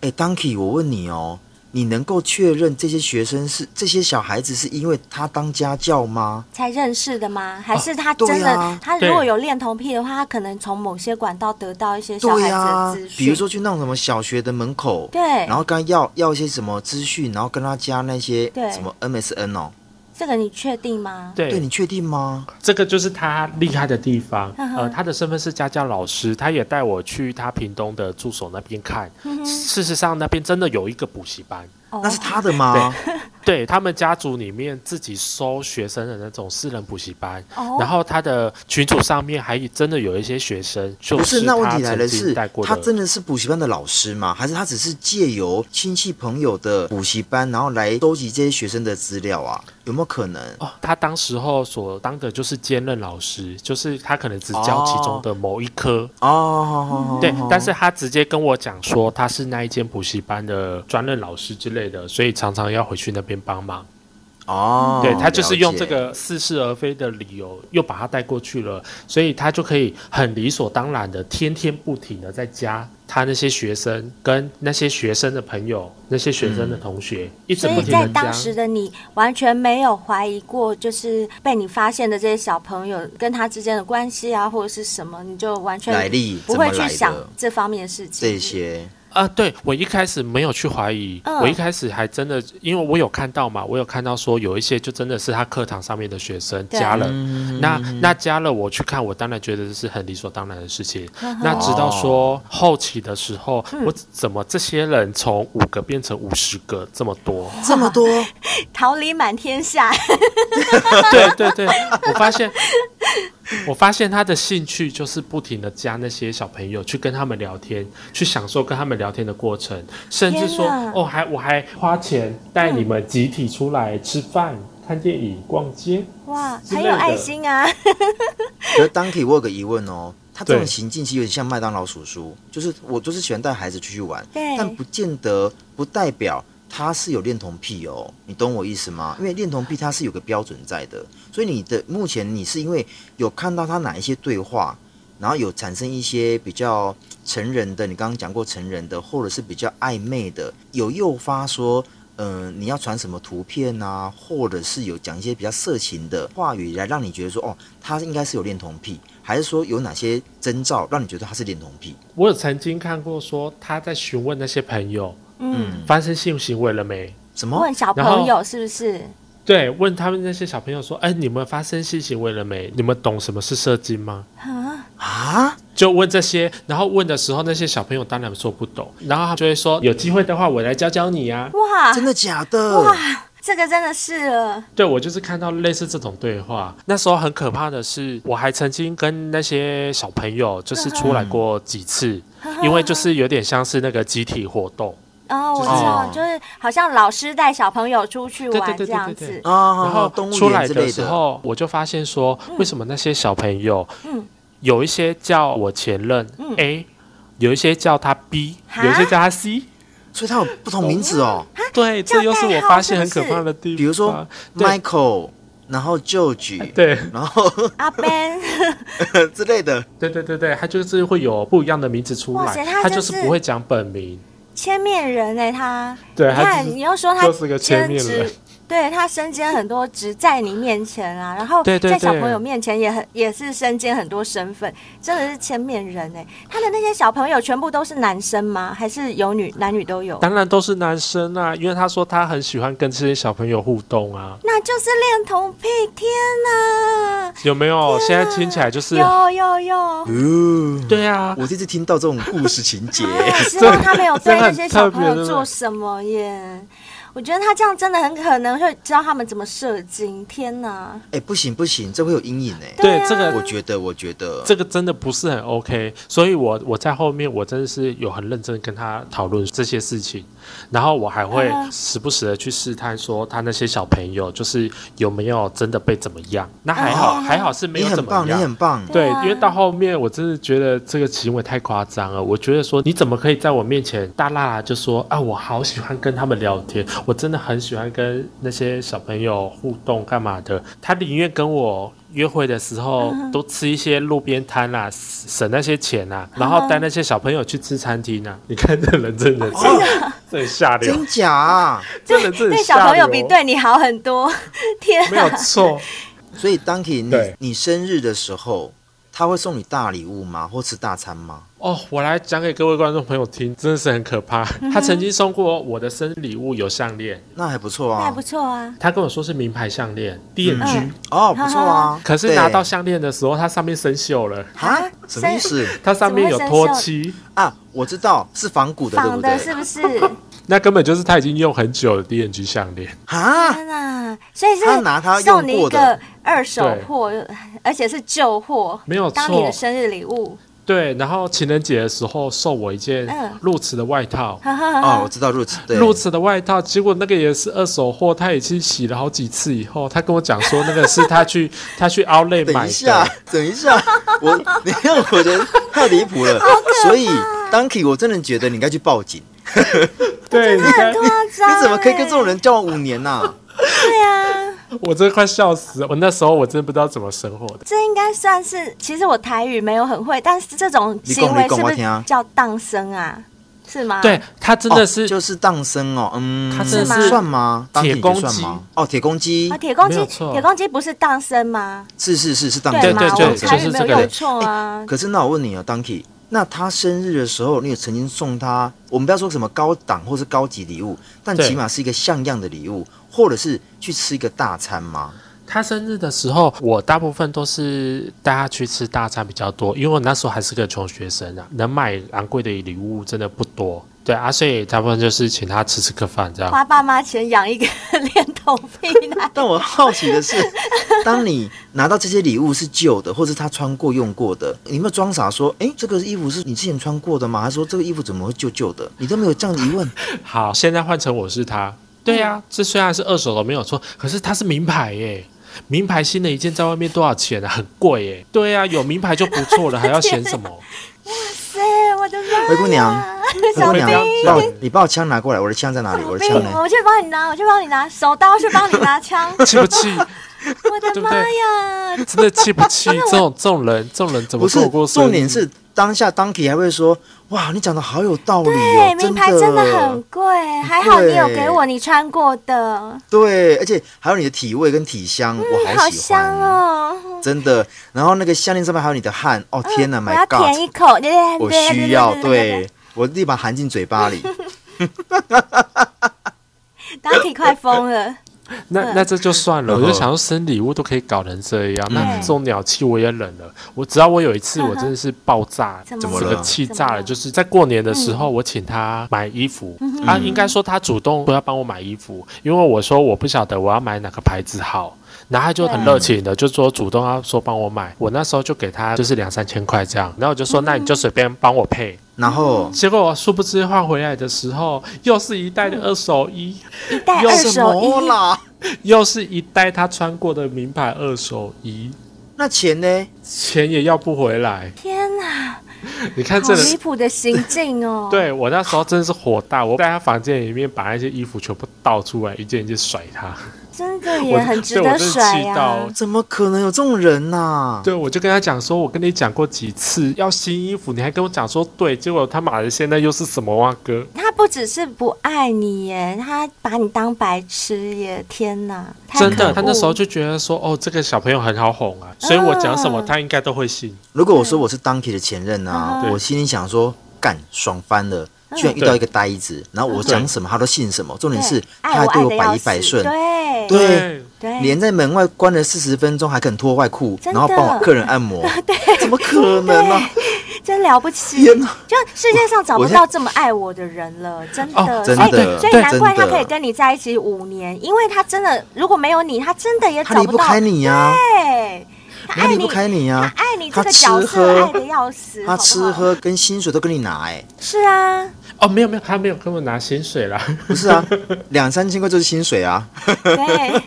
Speaker 5: 哎，Donkey，我问你哦，你能够确认这些学生是这些小孩子是因为他当家教吗？
Speaker 1: 才认识的吗？还是他
Speaker 5: 对
Speaker 1: 真的？
Speaker 5: 啊
Speaker 1: 他
Speaker 6: 对
Speaker 1: 如果有恋童癖的话，他可能从某些管道得到一些小
Speaker 5: 对
Speaker 1: 孩
Speaker 5: 呀、
Speaker 1: 子的资讯，
Speaker 5: 比如说去那种什么小学的门口，
Speaker 1: 对
Speaker 5: 然后跟他要要一些什么资讯，然后跟他加那些
Speaker 1: 对
Speaker 5: 什么 MSN 哦，
Speaker 1: 这个你确定吗？
Speaker 6: 对，
Speaker 5: 对你确定吗？
Speaker 6: 这个就是他厉害的地方。
Speaker 1: 嗯哼
Speaker 6: 呃，他的身份是家教老师，他也带我去他屏东的住所那边看。
Speaker 1: 嗯
Speaker 6: 事实上，那边真的有一个补习班，
Speaker 1: 哦
Speaker 5: 那是他的吗？
Speaker 6: 对他们家族里面自己收学生的那种私人补习班。
Speaker 1: 哦
Speaker 6: 然后他的群组上面还真的有一些学生，就
Speaker 5: 不是，那问
Speaker 6: 他
Speaker 5: 题来
Speaker 6: 曾
Speaker 5: 了
Speaker 6: 经
Speaker 5: 是
Speaker 6: 带，过
Speaker 5: 他
Speaker 6: 的。
Speaker 5: 真的是补习班的老师吗？还是他只是借由亲戚朋友的补习班，然后来收集这些学生的资料啊？有没有可能？
Speaker 6: 哦，他当时候所当的就是兼任老师，就是他可能只教其中的某一科，
Speaker 5: 哦，好好好
Speaker 6: 对，但是他直接跟我讲说他是那一间补习班的专任老师之类的，所以常常要回去那边帮忙。
Speaker 5: 哦，
Speaker 6: 对他就是用这
Speaker 5: 了解
Speaker 6: 个似是而非的理由又把他带过去了，所以他就可以很理所当然的天天不停的在加他那些学生跟那些学生的朋友、那些学
Speaker 5: 嗯
Speaker 6: 生的同学，一直
Speaker 1: 所
Speaker 6: 不
Speaker 1: 以
Speaker 6: 停
Speaker 1: 在
Speaker 6: 的加
Speaker 1: 当。时的你完全没有怀疑过，就是被你发现的这些小朋友跟他之间的关系啊，或者是什么，你就完
Speaker 5: 来
Speaker 1: 全
Speaker 5: 历
Speaker 1: 不会
Speaker 5: 怎么
Speaker 1: 去
Speaker 5: 来的
Speaker 1: 想这方面的事情。
Speaker 5: 这些
Speaker 6: 啊，对我一开始没有去怀疑，
Speaker 1: 嗯
Speaker 6: 我一开始还真的，因为我有看到嘛，我有看到说有一些就真的是他课堂上面的学生
Speaker 1: 对
Speaker 6: 加了，那那加了我去看，我当然觉得这是很理所当然的事情。
Speaker 1: 呵呵
Speaker 6: 那直到说后期的时候，
Speaker 1: 嗯
Speaker 6: 我怎么这些人从五个变成五十个这么多？
Speaker 5: 这么多，
Speaker 1: 桃李满天 下，
Speaker 6: 对对对，我发现。我发现他的兴趣就是不停的加那些小朋友去跟他们聊天，去享受跟他们聊天的过程，甚至说
Speaker 1: 天哪
Speaker 6: 哦，还我还花钱带你们集体出来吃饭，看电影、逛街。
Speaker 1: 哇，
Speaker 6: 之
Speaker 1: 很
Speaker 6: 类
Speaker 1: 有爱
Speaker 6: 的
Speaker 1: 心啊！
Speaker 5: 可是 Donkey 我有个疑问哦，他这种
Speaker 6: 对
Speaker 5: 行径其实有点像麦当劳叔叔，就是我就是喜欢带孩子出去玩，
Speaker 1: 对
Speaker 5: 但不见得不代表他是有恋童癖哦，你懂我意思吗？因为恋童癖它是有个标准在的，所以你的目前你是因为有看到他哪一些对话，然后有产生一些比较成人的，你刚刚讲过成人的，或者是比较暧昧的，有诱发说。嗯、你要传什么图片啊，或者是有讲一些比较色情的话语来让你觉得说，哦，他应该是有恋童癖，还是说有哪些征兆让你觉得他是恋童癖？
Speaker 6: 我有曾经看过说他在询问那些朋友，嗯，发生性行为了没？
Speaker 5: 什么？
Speaker 1: 问小
Speaker 6: 然后
Speaker 1: 朋友是不是？
Speaker 6: 对，问他们那些小朋友说：“哎，你们发生性行为了没？你们懂什么是射精吗
Speaker 1: 啊，？”
Speaker 6: 就问这些，然后问的时候，那些小朋友当然说不懂，然后他就会说：“有机会的话，我来教教你啊。
Speaker 1: 哇，
Speaker 5: 真的假的？
Speaker 1: 这个真的是了，
Speaker 6: 对我就是看到类似这种对话，那时候很可怕的是，我还曾经跟那些小朋友就是出来过 几次，因为就是有点像是那个集体活动，
Speaker 1: 哦，我知道，就是好像老师带小朋友出去
Speaker 6: 对对
Speaker 1: 玩这
Speaker 6: 对对嗯
Speaker 1: 样
Speaker 6: 对
Speaker 1: 子，
Speaker 6: 对
Speaker 5: 啊，
Speaker 6: 然后
Speaker 5: 动物
Speaker 6: 出来
Speaker 5: 园之
Speaker 6: 的
Speaker 5: 类
Speaker 6: 时候，我就发现说，为什么那些小朋友，
Speaker 1: 嗯
Speaker 6: 有一些叫我前任 A，有一些叫他 B，
Speaker 1: 哈啊
Speaker 6: 有一些叫他 C，
Speaker 5: 所以他有不同名字哦，
Speaker 6: 对，
Speaker 1: 叫
Speaker 6: 这又是
Speaker 1: 代
Speaker 6: 我
Speaker 1: 号
Speaker 6: 发
Speaker 1: 是
Speaker 6: 现
Speaker 1: 不
Speaker 6: 很可
Speaker 1: 是
Speaker 6: 怕的地方。
Speaker 5: 比如说
Speaker 6: 对
Speaker 5: Michael，然后 George，
Speaker 6: 对
Speaker 5: 然后
Speaker 1: 阿啊 Ben，
Speaker 5: 之类的。
Speaker 6: 对对对对，他就是会有不一样的名字出
Speaker 1: 哇
Speaker 6: 来
Speaker 1: 塞，他
Speaker 6: 他
Speaker 1: 真
Speaker 6: 就是
Speaker 1: 是
Speaker 6: 不会讲本名。
Speaker 1: 千面人哎、他，
Speaker 6: 对
Speaker 1: 你
Speaker 6: 他
Speaker 1: 看
Speaker 6: 就是
Speaker 1: 你又说他
Speaker 6: 就是个千面人
Speaker 1: 兼职，对他身兼很多职，在你面前啊，然后
Speaker 6: 对对
Speaker 1: 在小
Speaker 6: 对
Speaker 1: 朋友面前也很也是身兼很多身份，真的是千面人哎、他的那些小朋友全部都是男生吗？还是有女男女都有？
Speaker 6: 当然都是男生啊，因为他说他很喜欢跟这些小朋友互动啊，
Speaker 1: 那就是恋童癖，天哪！
Speaker 6: 有没有？现在听起来就是
Speaker 1: 啊有有有，
Speaker 5: 哦，
Speaker 6: 对啊，
Speaker 5: 我第一次听到这种故事情节，
Speaker 1: 我希望他没有对
Speaker 6: 这
Speaker 1: 那
Speaker 6: 很
Speaker 1: 些小朋
Speaker 6: 特别对
Speaker 1: 友
Speaker 6: 不对
Speaker 1: 做什么耶。我觉得他这样真的很可能会知道他们怎么射精。天哪！
Speaker 5: 哎，不行不行，这会有阴影哎。
Speaker 6: 对
Speaker 1: 啊
Speaker 6: 这个
Speaker 5: 我觉得，我觉得
Speaker 6: 这个真的不是很 OK，所以我我在后面我真的是有很认真跟他讨论这些事情，然后我还会
Speaker 1: 嗯
Speaker 6: 时不时的去试探说他那些小朋友就是有没有真的被怎么样，那还
Speaker 1: 哦
Speaker 6: 好、还好是没
Speaker 5: 你
Speaker 6: 有
Speaker 5: 很
Speaker 6: 怎么
Speaker 5: 棒，你
Speaker 6: 样
Speaker 5: 很。棒。
Speaker 6: 对
Speaker 1: 对啊，
Speaker 6: 因为到后面我真的觉得这个行为太夸张了。我觉得说，你怎么可以在我面前大啦啦就说啊，我好喜欢跟他们聊天，我真的很喜欢跟那些小朋友互动干嘛的？他宁愿跟我约会的 时候都吃一些路边摊啦，省那些钱啦、
Speaker 1: 嗯
Speaker 6: 然后带那些小朋友去吃餐厅啊。你看这人真的是，
Speaker 1: 哎
Speaker 6: 这很下流，
Speaker 5: 真假啊？
Speaker 6: 这人真的
Speaker 1: 对
Speaker 6: 很
Speaker 1: 小
Speaker 6: 下
Speaker 1: 朋友
Speaker 6: 流，
Speaker 1: 比对你好很多。 天
Speaker 6: 没有
Speaker 1: 哪！
Speaker 6: 错。
Speaker 5: 所以 Donkey，
Speaker 6: 对
Speaker 5: 你你生日的时候，他会送你大礼物吗？或吃大餐吗？
Speaker 6: 哦，我来讲给各位观众朋友听，真的是很可怕。
Speaker 1: 嗯
Speaker 6: 他曾经送过我的生日礼物有项链，
Speaker 5: 那还不错
Speaker 1: 那还
Speaker 5: 啊
Speaker 1: 不。错啊。
Speaker 6: 他跟我说是名牌项链 D N G，、
Speaker 1: 嗯
Speaker 5: 哦，不错啊。
Speaker 6: 可是拿
Speaker 5: 对
Speaker 6: 到项链的时候，它上面生锈了，
Speaker 5: 啊，什么意思
Speaker 6: 它上面有脱漆，
Speaker 5: 啊？我知道是仿古的，对
Speaker 1: 仿
Speaker 5: 不
Speaker 1: 的是
Speaker 5: 对？
Speaker 1: 不是？
Speaker 6: 那根本就是他已经用很久的 D N G 项链。
Speaker 5: 啊，
Speaker 1: 天哪！所以是
Speaker 5: 他拿他用
Speaker 1: 送你一
Speaker 5: 过的
Speaker 1: 个二手货，而且是旧货，
Speaker 6: 没有
Speaker 1: 当你的
Speaker 6: 错
Speaker 1: 生日礼物。
Speaker 6: 对，然后情人节的时候送我一件
Speaker 1: 嗯
Speaker 6: 露齿的外套，
Speaker 1: 哈哈
Speaker 5: 哦，
Speaker 1: 哈
Speaker 5: 我知道 Roots，对
Speaker 6: 露齿的外套，结果那个也是二手货，他已经洗了好几次以后，他跟我讲说那个是他去他去 Outlet
Speaker 5: 等
Speaker 6: 买
Speaker 5: 一下
Speaker 6: 的。，
Speaker 5: 等一下，我 你看，我觉得太离 谱了。所以 Donkey，我真的觉得你应该去报警。
Speaker 6: 对，你看
Speaker 1: 很夸张欸。
Speaker 5: 你怎么可以跟这种人交往五年呐、
Speaker 1: 对啊？
Speaker 6: 我真的快笑死了，我那时候我真的不知道怎么生活的。
Speaker 1: 这应该算是，其实我台语没有很会，但是这种行为是
Speaker 5: 你讲你讲
Speaker 1: 不
Speaker 5: 我
Speaker 1: 是
Speaker 5: 听啊
Speaker 1: 叫荡生啊？是吗？
Speaker 6: 对，他真的是
Speaker 5: 哦、就是荡生哦，嗯，
Speaker 6: 他真
Speaker 1: 的是
Speaker 5: 算吗？
Speaker 6: 铁
Speaker 5: Donkey，你
Speaker 6: 公
Speaker 5: 算
Speaker 6: 鸡
Speaker 5: 吗？哦，铁公鸡
Speaker 1: 啊，，铁公
Speaker 6: 没
Speaker 1: 鸡，
Speaker 6: 有错
Speaker 1: 铁公鸡不是荡生吗？
Speaker 5: 是是是是荡
Speaker 1: 对
Speaker 5: 生，
Speaker 1: 吗？
Speaker 6: 对对
Speaker 1: 我台
Speaker 6: 就
Speaker 1: 语
Speaker 6: 是
Speaker 1: 没
Speaker 6: 这
Speaker 1: 有
Speaker 6: 个
Speaker 1: 用错啊。
Speaker 5: 可是那我问你哦，Donkey，那他生日的时候，你有曾经送他？我们不要说什么高档或是高级礼物，但
Speaker 6: 对
Speaker 5: 起码是一个像样的礼物，或者是去吃一个大餐吗？
Speaker 6: 他生日的时候，我大部分都是带他去吃大餐比较多，因为我那时候还是个穷学生啊，能买昂贵的礼物真的不多。对啊，所以大部分就是请他吃吃个饭这样。
Speaker 1: 花爸妈钱养一个 恋童癖男，
Speaker 5: 但我好奇的 是，当你拿到这些礼物是旧的，或是他穿过用过的，你有没有装傻说，哎、这个衣服是你之前穿过的吗？还是说这个衣服怎么会旧旧的？你都没有这样疑问，
Speaker 6: 好，现在换成我是他，对呀、这虽然是二手的没有错，可是它是名牌耶，名牌新的一件在外面多少钱啊？很贵耶。对呀、有名牌就不错了，还要嫌什么？
Speaker 1: 塞，我的妈！
Speaker 5: 灰姑娘，灰
Speaker 1: 小
Speaker 5: 姑
Speaker 1: 兵
Speaker 5: 娘
Speaker 6: 兵，
Speaker 5: 把我你把我枪拿过来，我的枪在哪里？我
Speaker 1: 小
Speaker 5: 的枪
Speaker 1: 兵，
Speaker 5: 呢？
Speaker 1: 我去帮你拿，我去帮你拿手刀，去帮你拿 枪。
Speaker 6: 气不气？
Speaker 1: 我的妈呀！
Speaker 6: 真的气不气？这种这种人，这种人怎
Speaker 5: 不
Speaker 6: 么
Speaker 5: 是
Speaker 6: 过过，生日？
Speaker 5: 重点是当下 Donkey 还会说：“哇，你讲的好有道理
Speaker 1: 对，
Speaker 5: 哦，
Speaker 1: 名牌
Speaker 5: 的，
Speaker 1: 真的很贵，还好你有给我你穿过的，
Speaker 5: 对，而且还有你的体味跟体香，我
Speaker 1: 嗯好
Speaker 5: 喜欢
Speaker 1: 香，哦！
Speaker 5: 真的。然后那个项链上面还有你的汗，哦天哪
Speaker 1: 嗯我要
Speaker 5: ，My
Speaker 1: 舔
Speaker 5: God，
Speaker 1: 一口，对对对，
Speaker 5: 我
Speaker 1: 对
Speaker 5: 需要，，
Speaker 1: 对
Speaker 5: 对我立马含进嘴 巴里。
Speaker 1: 对当体快疯了，
Speaker 6: 那那这就算了，
Speaker 5: 嗯
Speaker 6: 我就想说生礼物都可以搞成这样，那这种鸟气我也忍了。我只要我有一次我真的是爆炸，
Speaker 1: 怎
Speaker 5: 么
Speaker 6: 整
Speaker 5: 了
Speaker 6: 个气炸
Speaker 1: 怎么
Speaker 6: 了，
Speaker 1: 了
Speaker 6: 就是在过年的时候，我请他买衣服，啊，应该说他主动不要帮我买衣服，因为我说我不晓得我要买哪个牌子好。然后他就很热情的，就说主动要说帮我买，我那时候就给他就是两三千块这样，然后我就说那你就随便帮我配，
Speaker 5: 然后
Speaker 6: 结果殊不知换回来的时候又是一袋的二手衣，
Speaker 1: 一袋
Speaker 6: 有
Speaker 1: 二手
Speaker 5: 什么
Speaker 1: 衣，
Speaker 5: 啦？
Speaker 6: 又是一袋他穿过的名牌二手衣，
Speaker 5: 那钱呢？
Speaker 6: 钱也要不回来。
Speaker 1: 天哪，
Speaker 6: 你看
Speaker 1: 啊好
Speaker 6: 这
Speaker 1: 离
Speaker 6: 人，
Speaker 1: 谱的行径哦！
Speaker 6: 对我那时候真的是火大，我在他房间里面把那些衣服全部倒出来，一件一件甩他。
Speaker 1: 真的
Speaker 6: 我
Speaker 1: 也很值
Speaker 6: 对
Speaker 1: 得
Speaker 6: 我真的
Speaker 1: 甩
Speaker 6: 气
Speaker 1: 呀、
Speaker 6: 到
Speaker 5: 怎么可能有这种人呐、
Speaker 6: 对，我就跟他讲说，我跟你讲过几次要新衣服，你还跟我讲说对，结果他妈的现在又是什么啊哥？
Speaker 1: 他不只是不爱你耶，他把你当白痴耶！天哪，太
Speaker 6: 真
Speaker 1: 可
Speaker 6: 的，
Speaker 1: 恶
Speaker 6: 他那时候就觉得说，哦，这个小朋友很好哄啊，所以我讲什么
Speaker 1: 嗯
Speaker 6: 他应该都会信。
Speaker 5: 如果我说我是 Donkey 的前任
Speaker 1: 嗯
Speaker 5: 啊，
Speaker 1: 对
Speaker 5: 我心里想说，干爽翻了，居然遇到一个呆子，然后我讲什么他都信什么，重
Speaker 1: 对
Speaker 5: 点是他
Speaker 1: 爱我
Speaker 5: 还对
Speaker 1: 爱
Speaker 5: 我
Speaker 1: 的
Speaker 5: 百
Speaker 1: 要
Speaker 5: 依
Speaker 1: 死，
Speaker 5: 百顺，
Speaker 1: 嗯对
Speaker 5: 对
Speaker 1: 对，
Speaker 5: 连在门外关了四十分钟还肯脱外裤，
Speaker 1: 真的
Speaker 5: 然后帮我客人 按摩，怎么可能啊呢、
Speaker 1: 真了不起！
Speaker 5: 天哪！
Speaker 1: 就世界上找
Speaker 5: 我
Speaker 1: 不
Speaker 5: 我
Speaker 1: 到这么爱我的人了，真的。
Speaker 6: 哦
Speaker 5: 真
Speaker 1: 所以
Speaker 5: 的
Speaker 1: 所以
Speaker 5: 对
Speaker 1: 难怪他
Speaker 5: 真的
Speaker 1: 可以跟你在一起五年，因为他真的如果没有你，他真的也
Speaker 5: 他
Speaker 1: 找
Speaker 5: 离不
Speaker 1: 到。
Speaker 5: 开你呀、
Speaker 1: 对，他
Speaker 5: 他
Speaker 1: 爱
Speaker 5: 离
Speaker 1: 你
Speaker 5: 不开你呀、啊
Speaker 1: 他爱哎你这个
Speaker 5: 他吃
Speaker 1: 角色
Speaker 5: 喝
Speaker 1: 爱的要死，
Speaker 5: 他
Speaker 1: 好不好
Speaker 5: 吃喝跟薪水都跟你拿、哎，
Speaker 1: 是啊，
Speaker 6: 哦，没有没有，他没有跟我拿薪水啦，
Speaker 5: 不 是啊，两三千块就是薪水啊。
Speaker 1: 对，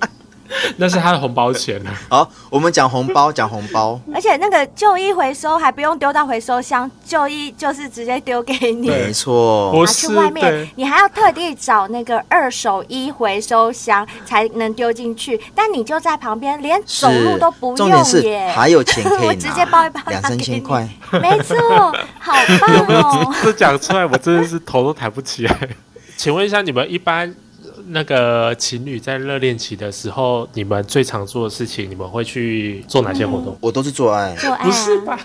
Speaker 6: 那是他的红包 钱啊。
Speaker 5: 好，我们讲红包，讲红 包，
Speaker 1: 而且那个旧衣回收还不用丢到回收箱，旧衣就是直接丢给你。
Speaker 5: 没错，
Speaker 6: 不
Speaker 1: 拿去外
Speaker 6: 是对
Speaker 1: 面，，你还要特地找那个二手衣回收箱才能丢进去，但你就在旁边，连走路
Speaker 5: 是
Speaker 1: 都不
Speaker 5: 重点
Speaker 1: 用
Speaker 5: 是
Speaker 1: 耶。
Speaker 5: 还有钱可 以拿，
Speaker 1: 我直接包一包
Speaker 5: 两
Speaker 1: 拿
Speaker 5: 三
Speaker 1: 给
Speaker 5: 千
Speaker 1: 你
Speaker 5: 块。
Speaker 1: 没错，好棒 哦！
Speaker 6: 这讲出来，我真的是头都抬不起来。 请问一下，你们一般呃那个情侣在热恋期的时候，你们最常做的事情，你们会去做哪些活
Speaker 1: 嗯
Speaker 6: 动？
Speaker 5: 我都是做 爱，
Speaker 1: 做爱
Speaker 6: 不是
Speaker 1: 啊，
Speaker 6: 吧？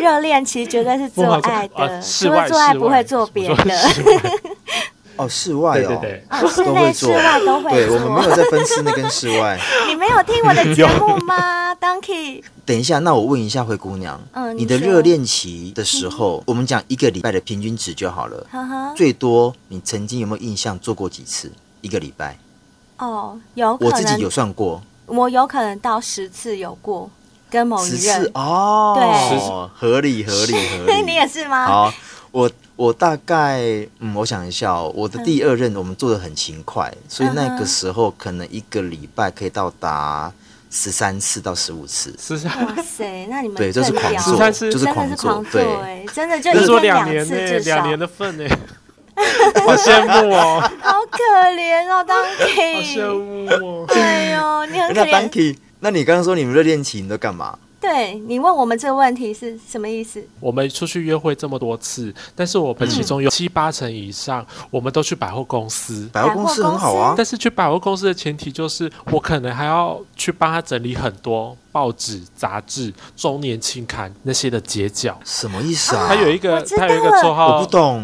Speaker 1: 热恋期绝对是做爱
Speaker 6: 不好意思
Speaker 1: 的，
Speaker 6: 啊室
Speaker 1: 除了
Speaker 6: 外
Speaker 1: 做爱
Speaker 6: 室
Speaker 1: 不
Speaker 6: 外
Speaker 1: 会做别
Speaker 6: 我说
Speaker 1: 的，
Speaker 6: 室外
Speaker 5: 哦，室外
Speaker 6: 对
Speaker 5: 哦，
Speaker 6: 对对，
Speaker 1: 哦室
Speaker 5: 都
Speaker 1: 内
Speaker 5: 会
Speaker 1: 室
Speaker 5: 做
Speaker 1: 外都会
Speaker 5: 对我们没有
Speaker 1: 做。
Speaker 5: 在分室内跟室 外。
Speaker 1: 你没有听我的节目吗，Donkey？
Speaker 5: 等一下，那我问一下灰姑娘，
Speaker 1: 嗯
Speaker 5: 你的
Speaker 1: 你说
Speaker 5: 热恋期的时候，我们讲一个礼拜的平均值就好了，
Speaker 1: 呵呵，
Speaker 5: 最多你曾经有没有印象做过几次？一个礼拜，
Speaker 1: 哦，有
Speaker 5: 我
Speaker 1: 可
Speaker 5: 自己有
Speaker 1: 能，
Speaker 5: 算过
Speaker 1: 我有可能到十次有过跟某
Speaker 5: 十
Speaker 1: 一
Speaker 5: 次
Speaker 1: 任，
Speaker 5: 哦，合理合理合理。
Speaker 1: 你啊也是吗？
Speaker 5: 好，我我大概嗯，我想一下、哦，我的第二任我们做的很勤快，所以那
Speaker 1: 嗯
Speaker 5: 个
Speaker 1: 哼
Speaker 5: 时候可能一个礼拜可以到达十三次到十五次。
Speaker 6: 是啊是。
Speaker 1: 哇塞，那你们
Speaker 5: 对，这是
Speaker 1: 更
Speaker 5: 狂
Speaker 1: 屌
Speaker 5: 做，
Speaker 6: 13次
Speaker 5: 就是
Speaker 1: 真
Speaker 5: 狂
Speaker 1: 的是狂
Speaker 5: 对，
Speaker 1: 做哎，真的就
Speaker 6: 那
Speaker 1: 一
Speaker 6: 说
Speaker 1: 天
Speaker 6: 两
Speaker 1: 两
Speaker 6: 年
Speaker 1: 次
Speaker 6: 呢、
Speaker 1: 至
Speaker 6: 两
Speaker 1: 少，
Speaker 6: 年的 份呢、 好羡慕哦，
Speaker 1: 好可怜哦
Speaker 6: 好羡
Speaker 1: ，Donkey。
Speaker 6: 慕哦。
Speaker 1: 哎呦，你很可
Speaker 5: 那
Speaker 1: 怜。
Speaker 5: Banky，那你刚刚说你们热恋期你都干嘛？
Speaker 1: 对你问我们这个问题是什么意思？
Speaker 6: 我们出去约会这么多次，但是我们
Speaker 1: 嗯
Speaker 6: 其中有七八成以上，我们都去百货公司。
Speaker 5: 百货公司很好啊，
Speaker 6: 但是去百货公司的前提就是，我可能还要去帮他整理很多报纸、杂志、周年庆刊那些的结角。
Speaker 5: 什么意思啊？
Speaker 6: 他有一个
Speaker 1: 我，知道
Speaker 6: 他有一个绰
Speaker 5: 我
Speaker 6: 号，
Speaker 5: 不懂，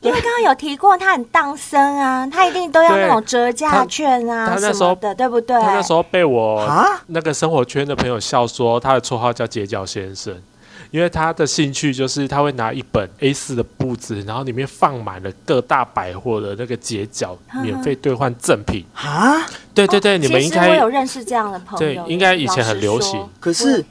Speaker 1: 因为刚刚有提过，他很当生啊，他一定都要
Speaker 6: 对
Speaker 1: 那种折价券啊
Speaker 6: 他他
Speaker 1: 什
Speaker 6: 那时候
Speaker 1: 么的，对不对？
Speaker 6: 他那时候被我
Speaker 5: 啊
Speaker 6: 那个生活圈的朋友笑说，他的绰号叫街角先生。因为他的兴趣就是他会拿一本 A4 的簿子，然后里面放满了各大百货的那个街角
Speaker 1: 嗯
Speaker 6: 免费兑换赠品。
Speaker 5: 啊？
Speaker 6: 对对对，你们
Speaker 1: 其
Speaker 6: 应
Speaker 1: 实我
Speaker 6: 该
Speaker 1: 有认识这样的朋
Speaker 6: 对
Speaker 1: 友耶，
Speaker 6: 应该以前很
Speaker 1: 老实
Speaker 6: 流
Speaker 1: 说
Speaker 6: 行
Speaker 5: 可是
Speaker 1: 我，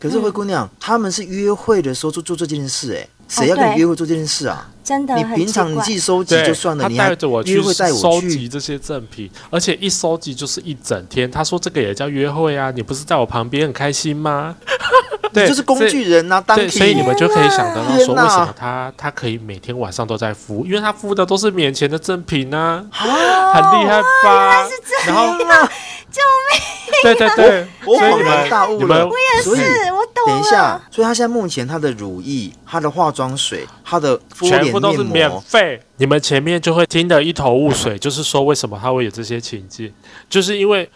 Speaker 5: 可是灰姑娘，他们是约会的时候就做这件事，哎，谁要跟
Speaker 1: 哦对
Speaker 5: 你约会做这件事啊？
Speaker 1: 真的
Speaker 5: 你
Speaker 1: 很
Speaker 5: 平
Speaker 1: 奇
Speaker 5: 常你
Speaker 1: 怪
Speaker 5: 自己收集
Speaker 6: 对，
Speaker 5: 就算了，
Speaker 6: 他
Speaker 5: 你还
Speaker 6: 带着我
Speaker 5: 约
Speaker 6: 去
Speaker 5: 会带
Speaker 6: 收
Speaker 5: 我
Speaker 6: 集
Speaker 5: 去，
Speaker 6: 这些赠品，而且一收集就是一整天。他说这个也叫约会啊，你不是在我旁边很开心吗？ 对，
Speaker 5: 你就是工
Speaker 6: 所以。
Speaker 5: 具人呐、啊当啊
Speaker 6: 对，所以你们就可以想得到说，
Speaker 5: 天
Speaker 6: 为
Speaker 5: 哪
Speaker 6: 什么他他可以每天晚上都在敷，因为他敷的都是免钱的赠品呢、
Speaker 5: 哦
Speaker 6: 啊，很厉害吧？然后，救命！对对对，
Speaker 5: 我
Speaker 6: 所以
Speaker 5: 恍
Speaker 6: 你
Speaker 5: 然
Speaker 6: 们
Speaker 5: 大悟
Speaker 6: 你
Speaker 5: 了
Speaker 6: 们。
Speaker 5: 所以
Speaker 1: 是我懂了。
Speaker 5: 等一下，所以他现在目前他的乳液、他的化妆水、他的敷脸
Speaker 6: 全部都是
Speaker 5: 面
Speaker 6: 免
Speaker 5: 膜，
Speaker 6: 费，你们前面就会听得一头雾水，就是说为什么他会有这些情境，就是因为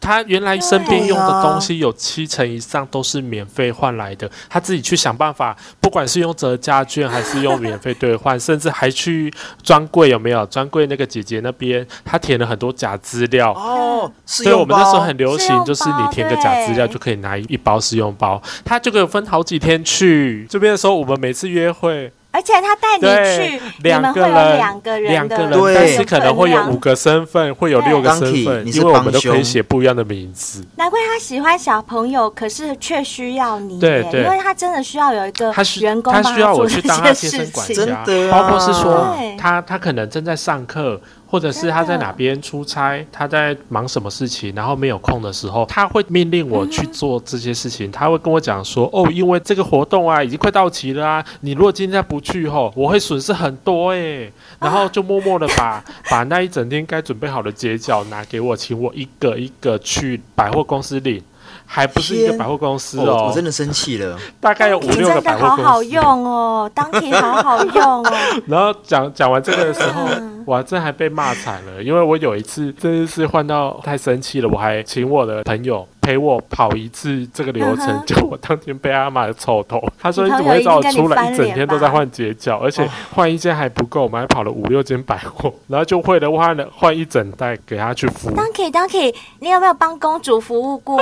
Speaker 6: 他原来身边用的东西有七成以上都是免费换来的，他自己去想办法，不管是用折价券还是用免费兑 换，甚至还去专柜有没有？专柜那个姐姐那边，她填了很多假资料，
Speaker 5: 哦，试
Speaker 6: 对，我
Speaker 5: 用
Speaker 6: 们那时候
Speaker 5: 包。
Speaker 6: 很流
Speaker 1: 试
Speaker 6: 行，
Speaker 1: 用
Speaker 6: 就是你
Speaker 1: 包
Speaker 6: 填个假资料
Speaker 1: 对
Speaker 6: 就可以拿一包试用包，他这个分好几天去。这边的时候，我们每次约会，
Speaker 1: 而且他带你
Speaker 6: 对
Speaker 1: 去，，你
Speaker 6: 两
Speaker 1: 们会
Speaker 6: 个
Speaker 1: 有
Speaker 6: 人，
Speaker 1: 两个人
Speaker 6: 两
Speaker 1: 的
Speaker 6: 个人，
Speaker 5: 对
Speaker 6: 但是可能会有
Speaker 1: 分量
Speaker 6: 五个身份，会有
Speaker 1: 对
Speaker 6: 六个身
Speaker 5: Donkey，
Speaker 6: 份，
Speaker 5: 你是
Speaker 6: 因为我们都可
Speaker 5: 帮
Speaker 6: 以
Speaker 5: 凶
Speaker 6: 写不一样的名字。
Speaker 1: 难怪他喜欢小朋友，可是却需要你耶，
Speaker 6: 对对
Speaker 1: 因为他真的需要有一个
Speaker 6: 他需
Speaker 1: 员工
Speaker 6: 他
Speaker 1: 帮
Speaker 6: 需要
Speaker 1: 做
Speaker 6: 我
Speaker 1: 这
Speaker 6: 去当他
Speaker 1: 些
Speaker 6: 贴
Speaker 1: 事
Speaker 6: 身管
Speaker 1: 情。
Speaker 5: 真
Speaker 6: 家，
Speaker 5: 的啊
Speaker 6: 包括是说
Speaker 1: 对
Speaker 6: 他他可能正在上课，或者是他在
Speaker 1: 真的
Speaker 6: 哪边出差，他在忙什么事情，然后没有空的时候，他会命令我
Speaker 1: 嗯
Speaker 6: 去做这些事情。他会跟我讲说，哦，因为这个活动啊已经快到期了啊，你如果今天不去吼，我会损失很多哎、然后就默默的
Speaker 1: 啊
Speaker 6: 把把那一整天该准备好的结角拿给我，请我一个一个去百货公司领。还不是一个
Speaker 5: 天
Speaker 6: 百货公司
Speaker 5: 哦
Speaker 6: 哦，
Speaker 5: 我真的生气 了，
Speaker 6: 大概有五
Speaker 1: 你
Speaker 6: 六个
Speaker 1: 真
Speaker 6: 百
Speaker 1: 的
Speaker 6: 货
Speaker 1: 好
Speaker 6: 公司。
Speaker 1: 好用哦， 当体好好用哦，
Speaker 6: 然后讲讲完这个的时候，
Speaker 1: 嗯
Speaker 6: 我还真还被骂惨了，因为我有一次真的是换到太生气了，我还请我的朋友陪我跑一次这个流程
Speaker 1: 嗯，哼
Speaker 6: 结果我当天被他骂的臭 头。他说
Speaker 1: 你
Speaker 6: 你
Speaker 1: 朋友
Speaker 6: 怎么会
Speaker 1: 一
Speaker 6: 找我
Speaker 1: 定跟你
Speaker 6: 出来
Speaker 1: 翻
Speaker 6: 一整
Speaker 1: 脸
Speaker 6: 天都
Speaker 1: 吧
Speaker 6: 在换结角，而且
Speaker 1: 哦
Speaker 6: 换一间还不够，我们还跑了五六间百货，然后就为了换了换一整袋给他去敷。
Speaker 1: Donkey Donkey，你有没有帮公主服务过？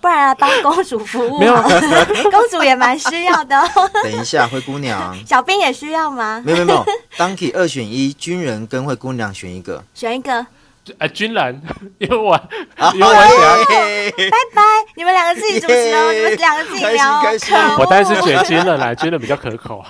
Speaker 1: 不然来帮公主服务
Speaker 6: 没有
Speaker 1: 好了， 公主也蛮需要的、哦。
Speaker 5: 等一下，灰姑娘，
Speaker 1: 小兵也需要吗？
Speaker 5: 没有没有 没有，Donkey 二选一，军人跟灰姑娘选一 个。
Speaker 1: 选一个，
Speaker 6: 呃，军人，因为
Speaker 1: 哦
Speaker 6: 我因为我想要
Speaker 5: 嘿
Speaker 1: 拜拜！你们两个自己主持哦，
Speaker 5: 耶
Speaker 1: 你们两个自己聊哦。
Speaker 5: 开心开心
Speaker 1: 可恶
Speaker 6: 我当然是选军人啦，军人比较可口啊。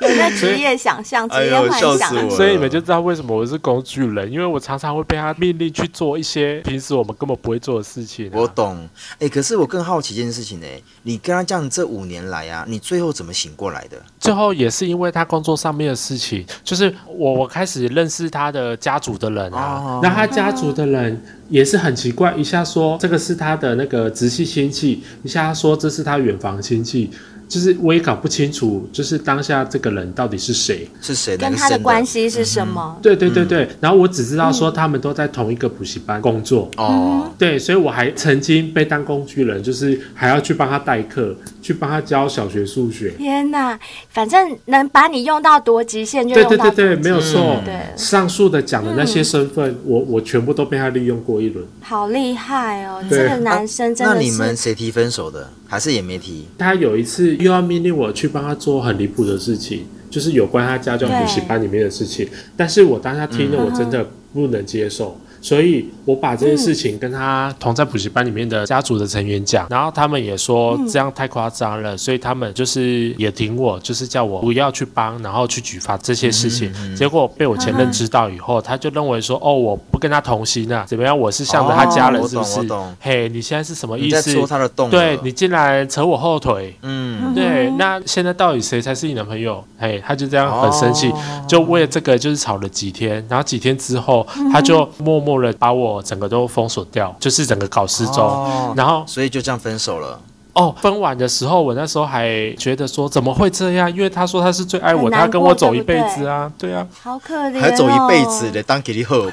Speaker 1: 有那职业想象、职
Speaker 5: 哎
Speaker 1: 业幻想。
Speaker 5: 了
Speaker 6: 所以你们就知道为什么我是工具人，因为我常常会被他命令去做一些平时我们根本不会做的事情 啊、
Speaker 5: 我懂，哎、可是我更好奇一件事情呢、你跟他这样这五年来啊，你最后怎么醒过来的？
Speaker 6: 最后也是因为他工作上面的事情，就是我我开始认识他的家族的人啊
Speaker 5: 哦，
Speaker 6: 那、他家族的人也是很奇怪，一下说这个是他的那个直系亲戚，一下说这是他远房亲戚。就是我也搞不清楚，就是当下这个人到底是谁。
Speaker 5: 是谁？哪
Speaker 1: 跟
Speaker 5: 个
Speaker 1: 他的
Speaker 5: 生嗯
Speaker 1: 关系是什么？
Speaker 6: 对对对对，然后我只知道说他们都在同一个补习班工作，
Speaker 5: 哦，
Speaker 6: 对，所以我还曾经被当工具人，就是还要去帮他代课，去帮他教小学数学。
Speaker 1: 天哪，反正能把你用到多极限就
Speaker 6: 对
Speaker 1: 用
Speaker 6: 对
Speaker 1: 到多
Speaker 6: 对
Speaker 1: 极限。
Speaker 6: 对，没有错。
Speaker 1: 对嗯
Speaker 6: 上述的讲的那些身份，我我全部都被他利用过一轮。
Speaker 1: 好厉害哦！这
Speaker 6: 对
Speaker 1: 个男生真
Speaker 5: 那
Speaker 1: 的
Speaker 5: 你们
Speaker 1: 是
Speaker 5: 谁提分手的？还是也没提？
Speaker 6: 他有一次又要命令我去帮他做很离谱的事情，就是有关他家教补习班里面的事情。但是我当下听了，我真的不能接受。所以，我把这件事情跟他同在补习班里面的家族的成员
Speaker 5: 嗯
Speaker 6: 讲，然后他们也说这样太夸张了，所以他们就是也挺我，就是叫我不要去帮，然后去举发这些事
Speaker 5: 嗯
Speaker 6: 情。结果被我前任知道以后，他就认为说，哦，我不跟他同心啊，怎么样？我是向着他家人
Speaker 5: 哦
Speaker 6: 是不是
Speaker 5: 我懂我懂？
Speaker 6: 嘿，你现在是什么意
Speaker 5: 你在
Speaker 6: 思？
Speaker 5: 戳他的洞了？
Speaker 6: 对你竟然扯我后腿，
Speaker 5: 嗯，
Speaker 6: 对，那现在到底谁才是你男朋友？哎，他就这样很生气，
Speaker 5: 哦
Speaker 6: 就为了这个就是吵了几天，然后几天之后，他就默默的把我整个都封锁掉，就是整个搞失踪。
Speaker 5: 哦
Speaker 6: 然后
Speaker 5: 所以就这样分手了。
Speaker 6: 哦，分完的时候，我那时候还觉得说怎么会这样？因为他说他是最爱我
Speaker 1: 很
Speaker 6: 的，
Speaker 1: 难
Speaker 6: 他跟
Speaker 1: 过
Speaker 6: 我走
Speaker 1: 对
Speaker 6: 一
Speaker 1: 不对
Speaker 6: 辈子啊，对啊，
Speaker 1: 好可怜、哦，
Speaker 5: 还走一辈子的当给你后悔。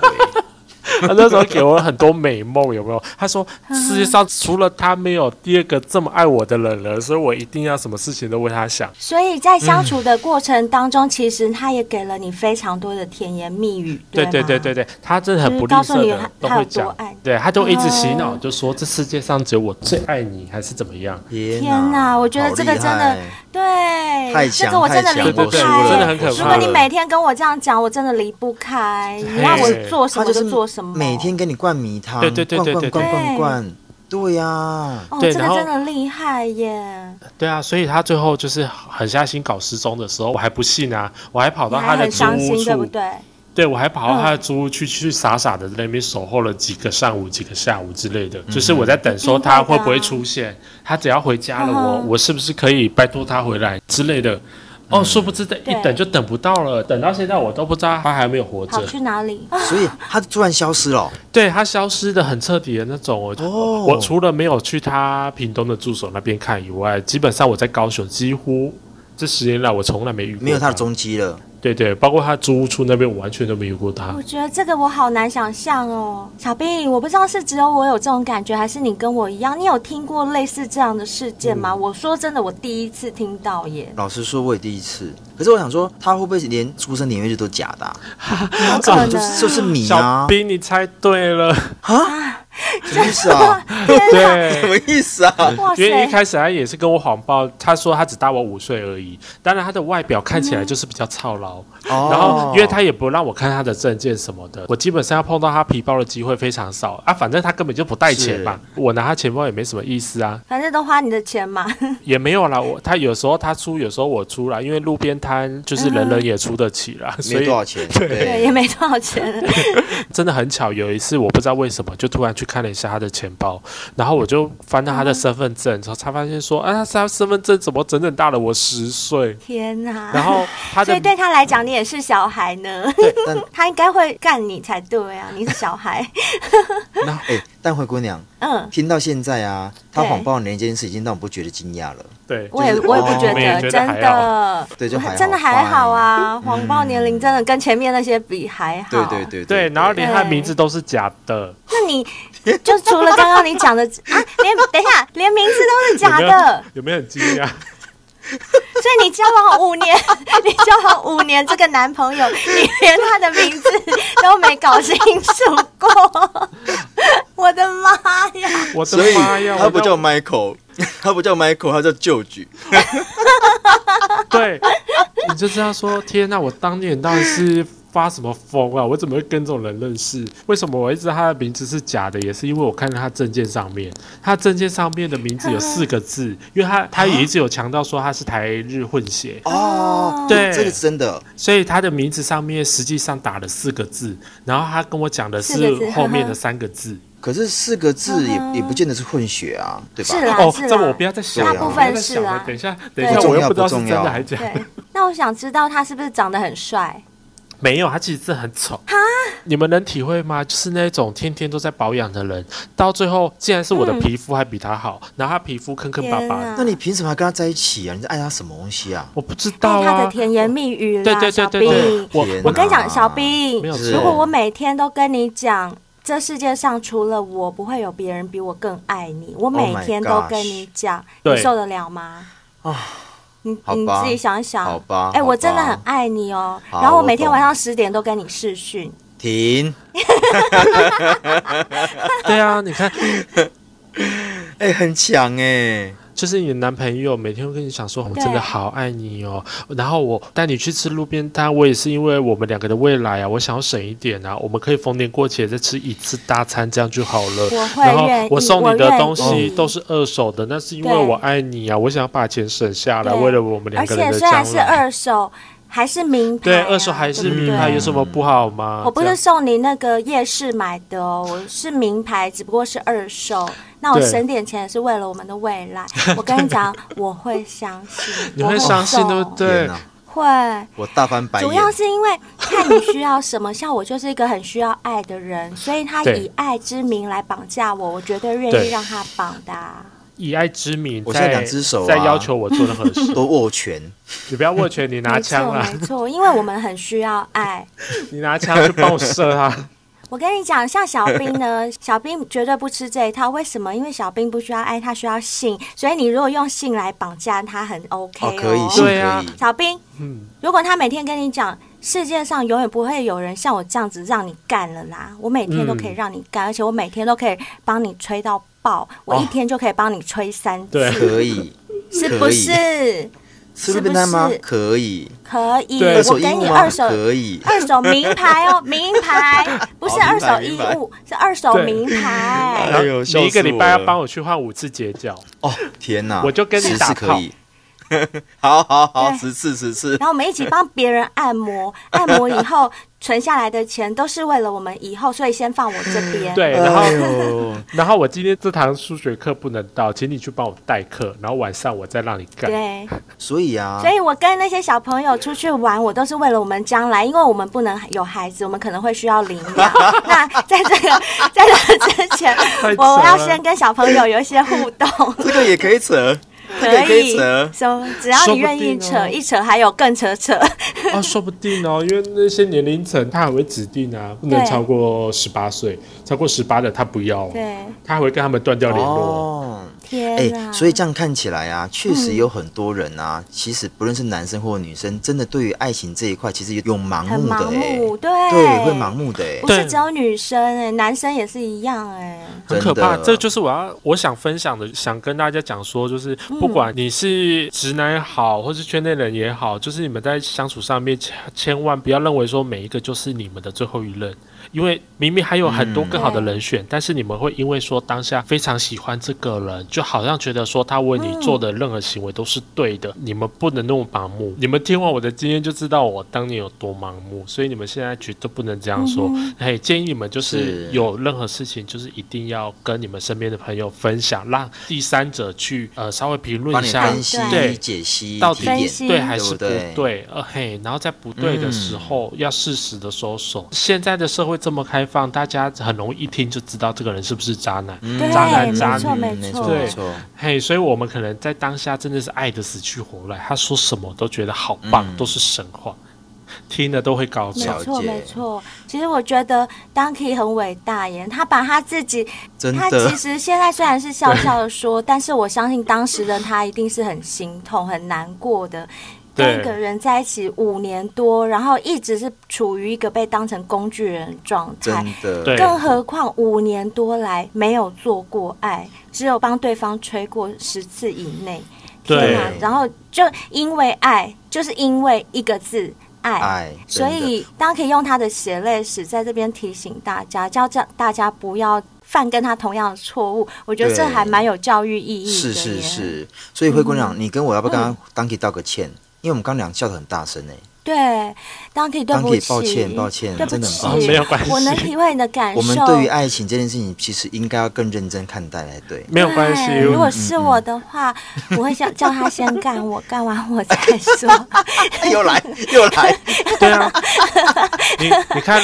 Speaker 6: 他那时候给我很多美梦，有没有？他说世界上除了他没有第二个这么爱我的人了，所以我一定要什么事情都为他想。
Speaker 1: 所以在相处的过程当中，其实他也给了你非常多的甜言蜜语，
Speaker 6: 嗯对
Speaker 1: 吗
Speaker 6: 对对对对，他真的很
Speaker 1: 就是
Speaker 6: 不吝
Speaker 1: 告诉
Speaker 6: 啬
Speaker 1: 你
Speaker 6: 的
Speaker 1: 他，
Speaker 6: 都
Speaker 1: 他
Speaker 6: 会
Speaker 1: 有多
Speaker 6: 讲
Speaker 1: 爱你，
Speaker 6: 对他就一直洗脑，
Speaker 1: 哦
Speaker 6: 就说这世界上只有我最爱你，还是怎么样？
Speaker 5: 天
Speaker 1: 天哪我觉得
Speaker 5: 好
Speaker 1: 这个
Speaker 5: 厉
Speaker 1: 真的
Speaker 5: 害
Speaker 1: 对，
Speaker 5: 太
Speaker 1: 这
Speaker 5: 强
Speaker 1: 个我真的
Speaker 5: 太
Speaker 1: 离
Speaker 5: 强
Speaker 1: 不
Speaker 6: 对对
Speaker 1: 开、
Speaker 6: 对
Speaker 1: 欸，
Speaker 6: 真的很可怕
Speaker 1: 如果你
Speaker 5: 了
Speaker 1: 每天跟我这样讲，我真的离不开。你让我做什
Speaker 5: 他
Speaker 1: 么
Speaker 5: 就
Speaker 1: 就是做什么，
Speaker 5: 每天给你灌迷汤，
Speaker 6: 对对对对对
Speaker 5: 灌灌
Speaker 6: 对
Speaker 5: 灌灌灌，对呀、
Speaker 1: 哦，
Speaker 6: 对
Speaker 1: 这个
Speaker 6: 然后
Speaker 1: 真的厉害耶！
Speaker 6: 对啊，所以他最后就是狠下心搞失踪的时候，我还不信啊，我还跑
Speaker 1: 你
Speaker 6: 到他
Speaker 1: 还
Speaker 6: 的
Speaker 1: 很
Speaker 6: 租
Speaker 1: 伤
Speaker 6: 屋
Speaker 1: 心，对不
Speaker 6: 处，
Speaker 1: 对？
Speaker 6: 对我还跑
Speaker 1: 嗯
Speaker 6: 到他的租屋去，去傻傻的在那边守候了几个上午、几个下午之类的，就是我在等说他会不会出现，他只要回家了我，我
Speaker 1: 嗯哼
Speaker 6: 是不是可以拜托他回来之类的。哦，殊不知的一
Speaker 1: 对
Speaker 6: 等就等不到了，等到现在我都不知道他还没有活着
Speaker 1: 跑。去哪里？
Speaker 5: 所以他突然消失了哦、
Speaker 6: 对他消失的很彻底的那种，我就、
Speaker 5: 哦
Speaker 6: 我除了没有去他屏东的住所那边看以外，基本上我在高雄几乎这十年来我从来没遇过
Speaker 5: 没有他的踪迹了。
Speaker 6: 对对，包括他租屋处那边，我完全都没遇过他
Speaker 1: 我。觉得这个我好难想象哦，小兵，我不知道是只有我有这种感觉，还是你跟我一样。你有听过类似这样的事件
Speaker 6: 嗯
Speaker 1: 吗？我说真的，我第一次听到耶。
Speaker 5: 老实说，我也第一次。可是我想说，他会不会连出生年月日都假 的、啊？他根本就是就是米
Speaker 6: 小
Speaker 5: 啊！
Speaker 6: 兵，你猜对了，
Speaker 5: 什么意思 啊？什
Speaker 6: 对。
Speaker 5: 么意思啊？
Speaker 1: 哇
Speaker 6: 因为
Speaker 1: 塞，
Speaker 6: 一开始他也是跟我谎报，他说他只大我五岁而已。当然，他的外表看起来就是比较操劳，
Speaker 5: 哦
Speaker 6: 然后因为他也不让我看他的证件什么的，我基本上要碰到他皮包的机会非常少啊。反正他根本就不带钱嘛，我拿他钱包也没什么意思啊，
Speaker 1: 反正都花你的钱嘛。
Speaker 6: 也没有啦。我他有时候他出，有时候我出啦，因为路边摊就是人人也出得起啦，所
Speaker 5: 没
Speaker 6: 以
Speaker 5: 多少钱，
Speaker 1: 对，
Speaker 5: 对
Speaker 1: 也没多少钱。
Speaker 6: 真的很巧，有一次我不知道为什么，就突然去看了一下他的钱包，然后我就翻到他的身份证，然后才发现说，啊，他身份证怎么整整大了我十岁？
Speaker 1: 天哪！
Speaker 6: 然后他
Speaker 1: 啊所
Speaker 6: 的
Speaker 1: 以对他来讲，你也是小孩 呢。
Speaker 5: 但
Speaker 1: 他应该会干你才对啊，你是小 孩。
Speaker 5: 哎、但灰姑娘
Speaker 1: 嗯，
Speaker 5: 听到现在啊，他
Speaker 1: 对
Speaker 5: 谎报你那件事已经让我不觉得惊讶了。
Speaker 6: 对，
Speaker 1: 我也
Speaker 5: 就是
Speaker 1: 我也不觉
Speaker 5: 哦
Speaker 6: 我也
Speaker 1: 得，
Speaker 6: 觉得
Speaker 1: 真
Speaker 6: 还
Speaker 1: 的
Speaker 6: 好，嗯
Speaker 5: 对就还好
Speaker 1: 真的还好啊。谎报年龄真的跟前面那些比还好。
Speaker 5: 对对对
Speaker 6: 对，然后连他的
Speaker 1: 对
Speaker 6: 名字都是假的，
Speaker 1: 那你就除了刚刚你讲的啊，连等一下，连名字都是假
Speaker 6: 有没有
Speaker 1: 的，
Speaker 6: 有没有很惊讶？
Speaker 1: 所以你交往五年， 你交往五年这个男朋友，你连他的名字都没搞清楚过，我的妈呀！
Speaker 6: 我的
Speaker 5: 所以
Speaker 6: 妈呀！
Speaker 5: 他
Speaker 6: 我
Speaker 5: 不
Speaker 6: 都
Speaker 5: 叫 Michael，他不叫 Michael，他叫 George。
Speaker 6: 对，你就知道说，天哪，我当年到底是发什么疯啊？我怎么会跟这种人认识？为什么我一直知道他的名字是假的？也是因为我看到他证件上面，他证件上面的名字有四个字，因为他他也一直有强调说他是台日混血，
Speaker 5: 哦，
Speaker 6: 对
Speaker 5: 这个是真的。
Speaker 6: 所以他的名字上面实际上打了四个字，然后他跟我讲的
Speaker 1: 四个
Speaker 6: 是
Speaker 1: 字
Speaker 6: 后面
Speaker 1: 呵
Speaker 6: 的
Speaker 1: 呵
Speaker 6: 三个字。
Speaker 5: 可是四个字也、也不见得是混血啊，对吧？
Speaker 1: 嗯是啦
Speaker 6: 哦，
Speaker 1: 是啦
Speaker 6: 这我不要再想了，
Speaker 5: 大部
Speaker 6: 我不要
Speaker 1: 分
Speaker 6: 再
Speaker 1: 是
Speaker 6: 想了
Speaker 1: 啦
Speaker 6: 等一下，等一
Speaker 1: 对
Speaker 6: 下，
Speaker 5: 不
Speaker 6: 我
Speaker 5: 重要
Speaker 6: 又不知道
Speaker 5: 不
Speaker 6: 是
Speaker 5: 重
Speaker 6: 真的
Speaker 5: 要
Speaker 6: 还是假的。
Speaker 1: 对，那我想知道他是不是长得很帅？
Speaker 6: 没有，他其实是很丑。你们能体会吗？就是那种天天都在保养的人，到最后竟然是我的皮肤还比他好，然后他皮肤坑坑巴
Speaker 1: 嗯天
Speaker 6: 巴的
Speaker 1: 哪，
Speaker 5: 那你凭什么还跟他在一起啊？你在爱他什么东西啊？
Speaker 6: 我不知道
Speaker 1: 爱他的
Speaker 6: 啊。
Speaker 1: 甜言蜜语啦，
Speaker 6: 对对对
Speaker 1: 小
Speaker 6: 对对
Speaker 1: 兵，。
Speaker 6: 我
Speaker 5: 天
Speaker 1: 嗯我
Speaker 6: 我
Speaker 1: 跟你讲，
Speaker 5: 哪
Speaker 1: 小兵
Speaker 6: 啊没有，
Speaker 5: 错
Speaker 1: 如果我每天都跟你讲，这世界上除了我，不会有别人比我更爱你。我每
Speaker 5: Oh my
Speaker 1: 天都跟你讲，
Speaker 6: Oh gosh 啊
Speaker 1: 你
Speaker 6: 对
Speaker 1: 受得了吗？你
Speaker 5: 好
Speaker 1: 你
Speaker 5: 吧
Speaker 1: 自己想想，
Speaker 5: 好吧
Speaker 1: 哎、
Speaker 5: 好吧
Speaker 1: 我真的很爱你哦。
Speaker 5: 好
Speaker 1: 然后我
Speaker 5: 我
Speaker 1: 每天
Speaker 5: 懂
Speaker 1: 晚上十点都跟你视讯，
Speaker 5: 停！
Speaker 6: 对啊，你看，
Speaker 5: 哎、很强哎、
Speaker 6: 就是你的男朋友每天会跟你讲说，我真的好爱你哦。然后我带你去吃路边摊，我也是因为我们两个的未来啊，我想要省一点啊，我们可以逢年过节再吃一次大餐，这样就好了。
Speaker 1: 我会
Speaker 6: 然
Speaker 1: 愿
Speaker 6: 后
Speaker 1: 意，
Speaker 6: 我送你的
Speaker 1: 愿
Speaker 6: 东西
Speaker 1: 意
Speaker 6: 都是二手的，那是因为
Speaker 1: 对
Speaker 6: 我爱你啊，我想把钱省下来，
Speaker 1: 对
Speaker 6: 为了我们两
Speaker 1: 而
Speaker 6: 个人
Speaker 1: 且
Speaker 6: 的
Speaker 1: 虽
Speaker 6: 将
Speaker 1: 然是
Speaker 6: 来。
Speaker 1: 二手，还是名牌、啊，
Speaker 6: 对，二手还是
Speaker 1: 对不
Speaker 6: 名
Speaker 1: 对
Speaker 6: 牌，有什么不好吗？
Speaker 1: 我不
Speaker 6: 啊这
Speaker 1: 是
Speaker 6: 样
Speaker 1: 送你那个夜市买的哦，我是名牌，只不过是二手。那我
Speaker 6: 对
Speaker 1: 省点钱也是为了我们的未 来。我跟你讲，我会相信，
Speaker 6: 你
Speaker 1: 我
Speaker 6: 会伤心，
Speaker 1: 懂
Speaker 6: 对不对
Speaker 5: 天？哪，
Speaker 1: 会。
Speaker 5: 我大翻白眼。
Speaker 1: 主要是因为看你需要什么，像我就是一个很需要爱的人，所以他
Speaker 6: 对
Speaker 1: 以爱之名来绑架我，我绝对愿意
Speaker 6: 对
Speaker 1: 让他绑的啊、
Speaker 6: 以爱之名，
Speaker 5: 我现在两只手啊
Speaker 6: 在要求我做任何 事，
Speaker 5: 多握拳，
Speaker 6: 你不要握拳，你拿
Speaker 1: 没错
Speaker 6: 枪啊，
Speaker 1: 没错，因为我们很需要爱。
Speaker 6: 你拿枪去帮我射啊他。
Speaker 1: 我跟你讲，像小兵 呢，小兵绝对不吃这一套。为什么？因为小兵不需要爱，他需要性。所以你如果用性来绑架他，很 OK
Speaker 5: 哦，可以，
Speaker 6: 性
Speaker 5: 行
Speaker 6: 对啊
Speaker 5: 可以。
Speaker 1: 小兵，
Speaker 6: 嗯，
Speaker 1: 如果他每天跟你讲，世界上永远不会有人像我这样子让你干了啦，我每天都可以让你
Speaker 5: 嗯
Speaker 1: 干，而且我每天都可以帮你吹到
Speaker 5: 哦
Speaker 1: 爆，我一天就可以帮你吹三次，
Speaker 6: 对
Speaker 5: 可以，
Speaker 1: 是不是？
Speaker 5: 吃路边摊
Speaker 1: 是
Speaker 5: 吗
Speaker 1: 不是？
Speaker 5: 可以。
Speaker 1: 可以，
Speaker 6: 对
Speaker 5: 二
Speaker 1: 我
Speaker 5: 手衣
Speaker 1: 给
Speaker 5: 物
Speaker 1: 你
Speaker 5: 吗？
Speaker 1: 二手
Speaker 5: 可以。
Speaker 1: 二手名牌哦，名牌不是
Speaker 5: 好
Speaker 1: 二
Speaker 5: 明白
Speaker 1: 手衣
Speaker 5: 明白
Speaker 1: 物，是二手
Speaker 6: 对
Speaker 1: 名牌。
Speaker 5: 哎呦，笑
Speaker 6: 你一个
Speaker 5: 死
Speaker 6: 礼
Speaker 5: 我
Speaker 6: 拜要
Speaker 5: 了
Speaker 6: 帮我去换五次截角，
Speaker 5: 哦，天哪！
Speaker 6: 我就跟你
Speaker 5: 十次
Speaker 6: 打炮
Speaker 5: 可以。 好好好，
Speaker 1: 对
Speaker 5: 十次十次。
Speaker 1: 然后我们一起帮别人按摩，按摩以后存下来的钱都是为了我们以后，所以先放我这边。
Speaker 6: 对，然后
Speaker 5: 哎呦，
Speaker 6: 然后我今天这堂数学课不能到，请你去帮我代课，然后晚上我再让你干。
Speaker 1: 对，
Speaker 5: 所以啊
Speaker 1: 所，以我跟那些小朋友出去玩，我都是为了我们将来，因为我们不能有孩子，我们可能会需要领 养。那在这个在这个之前，
Speaker 6: 扯
Speaker 1: 我要
Speaker 6: 了
Speaker 1: 先跟小朋友有一些互动。
Speaker 5: 这个也可以 扯，这个也可以扯。
Speaker 1: 什么？只要
Speaker 6: 说
Speaker 1: 你
Speaker 6: 不
Speaker 1: 愿意
Speaker 6: 定
Speaker 1: 扯
Speaker 6: 哦
Speaker 1: 一扯，还有更扯扯。
Speaker 6: 哦，说不定哦，因为那些年龄层他还会指定啊，不能
Speaker 1: 对
Speaker 6: 超过十八岁，超过十八的他不要、哦，
Speaker 1: 对，
Speaker 6: 他还会跟他们断掉联络。
Speaker 5: 哦，哎、
Speaker 1: 天啊！
Speaker 5: 所以这样看起来啊，确实有很多人啊，其实不论是男生或女生，真的对于爱情这一块，其实有盲
Speaker 1: 很
Speaker 5: 目的
Speaker 1: 盲
Speaker 5: 哎、
Speaker 1: 目，对，
Speaker 5: 对，会盲目的哎、
Speaker 1: 不是
Speaker 6: 对
Speaker 1: 只有女生哎、男生也是一样哎、
Speaker 6: 很可怕，
Speaker 5: 真的
Speaker 6: 这就是我要我想分享的，想跟大家讲说，就是不管你是直男也好，或是圈内人也好，就是你们在相处上面，千千万不要认为说每一个就是你们的最后一任，因为明明还有很多更好的人选，但是你们会因为说当下非常喜欢这个人，就好像觉得说他为你做的任何行为都是对的，你们不能那么盲目。你们听完我的经验就知道我当年有多盲目，所以你们现在绝对不能这样说。嘿，建议你们就是
Speaker 5: 是
Speaker 6: 有任何事情，就是一定要跟你们身边的朋友分享，让第三者去呃稍微评
Speaker 5: 帮
Speaker 6: 论一
Speaker 5: 你
Speaker 6: 下
Speaker 5: 分析
Speaker 6: 对、
Speaker 5: 解析、
Speaker 6: 到底
Speaker 5: 提
Speaker 1: 分
Speaker 5: 点。
Speaker 1: 析
Speaker 6: 对还是不
Speaker 5: 对不对
Speaker 6: 呃嘿，然后在不对的时
Speaker 5: 嗯
Speaker 6: 候、要适时的收手。现在的社会这么开放，大家很容易一听就知道这个人是不是渣男。
Speaker 5: 嗯
Speaker 1: 对，
Speaker 6: 嗯渣男渣
Speaker 1: 没错
Speaker 6: 女
Speaker 5: 没
Speaker 1: 没
Speaker 5: 错
Speaker 1: 错，
Speaker 5: 没
Speaker 6: 对
Speaker 5: 错，
Speaker 6: 嘿，所以我们可能在当下真的是爱的死去活来，他说什么都觉得好棒，
Speaker 5: 嗯
Speaker 6: 都是神话，听了都会高
Speaker 1: 没
Speaker 6: 潮。
Speaker 1: 错
Speaker 5: 了解
Speaker 1: 没错。其实我觉得 Donkey 很伟大耶，他把他自己，
Speaker 5: 真
Speaker 1: 他
Speaker 5: 的
Speaker 1: 其实现在虽然是笑笑的说，但是我相信当时的他一定是很心痛、很难过的。跟
Speaker 6: 对
Speaker 1: 一个人在一起五年多，然后一直是处于一个被当成工具人的状态
Speaker 5: 真，的
Speaker 6: 对
Speaker 1: 更何况五年多来没有做过爱，只有帮对方吹过十次以内。
Speaker 6: 对
Speaker 1: 天哪然后就因为爱，就是因为一个字爱。
Speaker 5: 爱，
Speaker 1: 所
Speaker 5: 真的
Speaker 1: 以，当然可以用他的血泪史在这边提醒大家，叫叫大家不要犯跟他同样的错误。我觉得这
Speaker 5: 对
Speaker 1: 还蛮有教育意义的
Speaker 5: 是
Speaker 1: 耶。嗯
Speaker 5: 是是，所以灰姑娘，你跟我要不要跟 Donkey 道个歉？因为我们刚俩笑得很大声哎，
Speaker 1: 对，当可以对不
Speaker 5: Donkey，
Speaker 1: 起，
Speaker 5: 抱歉抱歉
Speaker 1: 对不
Speaker 5: 真的
Speaker 1: 起，
Speaker 5: 很抱
Speaker 6: 歉没有关系
Speaker 1: 我能体会你的感受。
Speaker 5: 我们对于爱情这件事情，其实应该要更认真看待才对。
Speaker 6: 没有关系，嗯
Speaker 1: 对如果是我的话，我会想叫他先干我，干完我再 说。
Speaker 5: 又来又来，
Speaker 6: 对啊，你你看，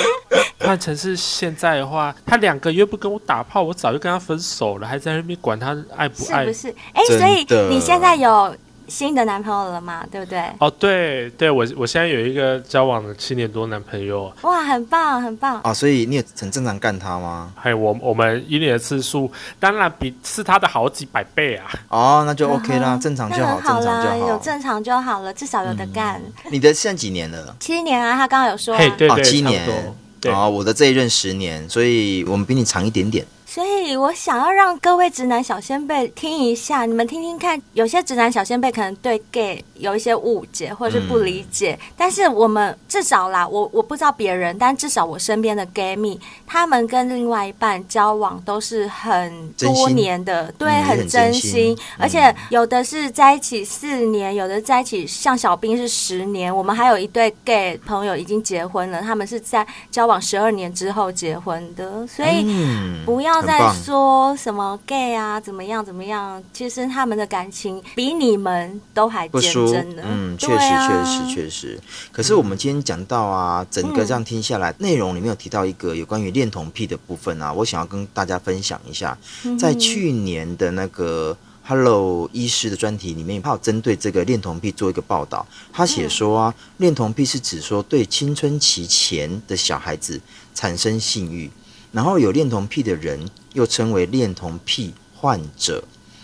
Speaker 6: 换成是现在的话，他两个月不跟我打炮，我早就跟他分手了，还在那边管他爱不
Speaker 1: 是
Speaker 6: 爱
Speaker 1: 不？是？哎、
Speaker 5: 真
Speaker 1: 所以
Speaker 5: 的
Speaker 1: 你现在有新的男朋友了嘛？对不对？
Speaker 6: 哦，对对，我我现在有一个交往了七年多男朋友，
Speaker 1: 哇，很棒，很棒。
Speaker 5: 啊！所以你也很正常干他吗？
Speaker 6: 还有我我们一年的次数，当然比是他的好几百倍啊。
Speaker 5: 哦，那就 OK 啦，
Speaker 1: 嗯哼
Speaker 5: 正常
Speaker 1: 那
Speaker 5: 就好，
Speaker 1: 很好
Speaker 5: 正常
Speaker 1: 啦，
Speaker 5: 就
Speaker 1: 有
Speaker 5: 好。
Speaker 1: 正常就好了，至少有的干。
Speaker 5: 你的现在几年了？
Speaker 1: 七年啊，他刚刚有说、啊，
Speaker 6: 嗯嘿，对
Speaker 5: 哦
Speaker 6: 对，
Speaker 5: 七
Speaker 6: 差不
Speaker 5: 年
Speaker 6: 多对，
Speaker 5: 啊，我的这一任十年，所以我们比你长一点点。
Speaker 1: 所以我想要让各位直男小先辈听一下，你们听听看，有些直男小先辈可能对 gay 有一些误解或者是不理解，
Speaker 5: 嗯
Speaker 1: 但是我们至少啦，我我不知道别人，但至少我身边的 gay 蜜，他们跟另外一半交往都是很
Speaker 5: 真
Speaker 1: 多
Speaker 5: 心
Speaker 1: 年的，对，
Speaker 5: 嗯
Speaker 1: 很
Speaker 5: 很
Speaker 1: 真
Speaker 5: 真
Speaker 1: 心
Speaker 5: 心，
Speaker 1: 而且有的是在一起四年，有的在一起像小兵是十年，我们还有一对 gay 朋友已经结婚了，他们是在交往十二年之后结婚的，所以。
Speaker 5: 嗯，
Speaker 1: 不要
Speaker 5: 很
Speaker 1: 再
Speaker 5: 棒
Speaker 1: 说什么 gay 啊，怎么样怎么样，其实他们的感情比你们都还
Speaker 5: 不
Speaker 1: 坚
Speaker 5: 输
Speaker 1: 贞呢。，
Speaker 5: 嗯，确
Speaker 1: 对
Speaker 5: 实，确
Speaker 1: 啊、
Speaker 5: 实，确实。可是我们今天讲到啊，整
Speaker 1: 嗯
Speaker 5: 个这样听下来，内容里面有提到一个有关于恋童癖的部分啊，我想要跟大家分享一下，
Speaker 1: 嗯
Speaker 5: 在去年的那个。Hello，医师的专题里面，他有针对这个恋童癖做一个报道。他
Speaker 1: 嗯
Speaker 5: 写说啊，恋童癖是指说对青春期前的小孩子产生性欲，然后有恋童癖的人又称为恋童癖患者，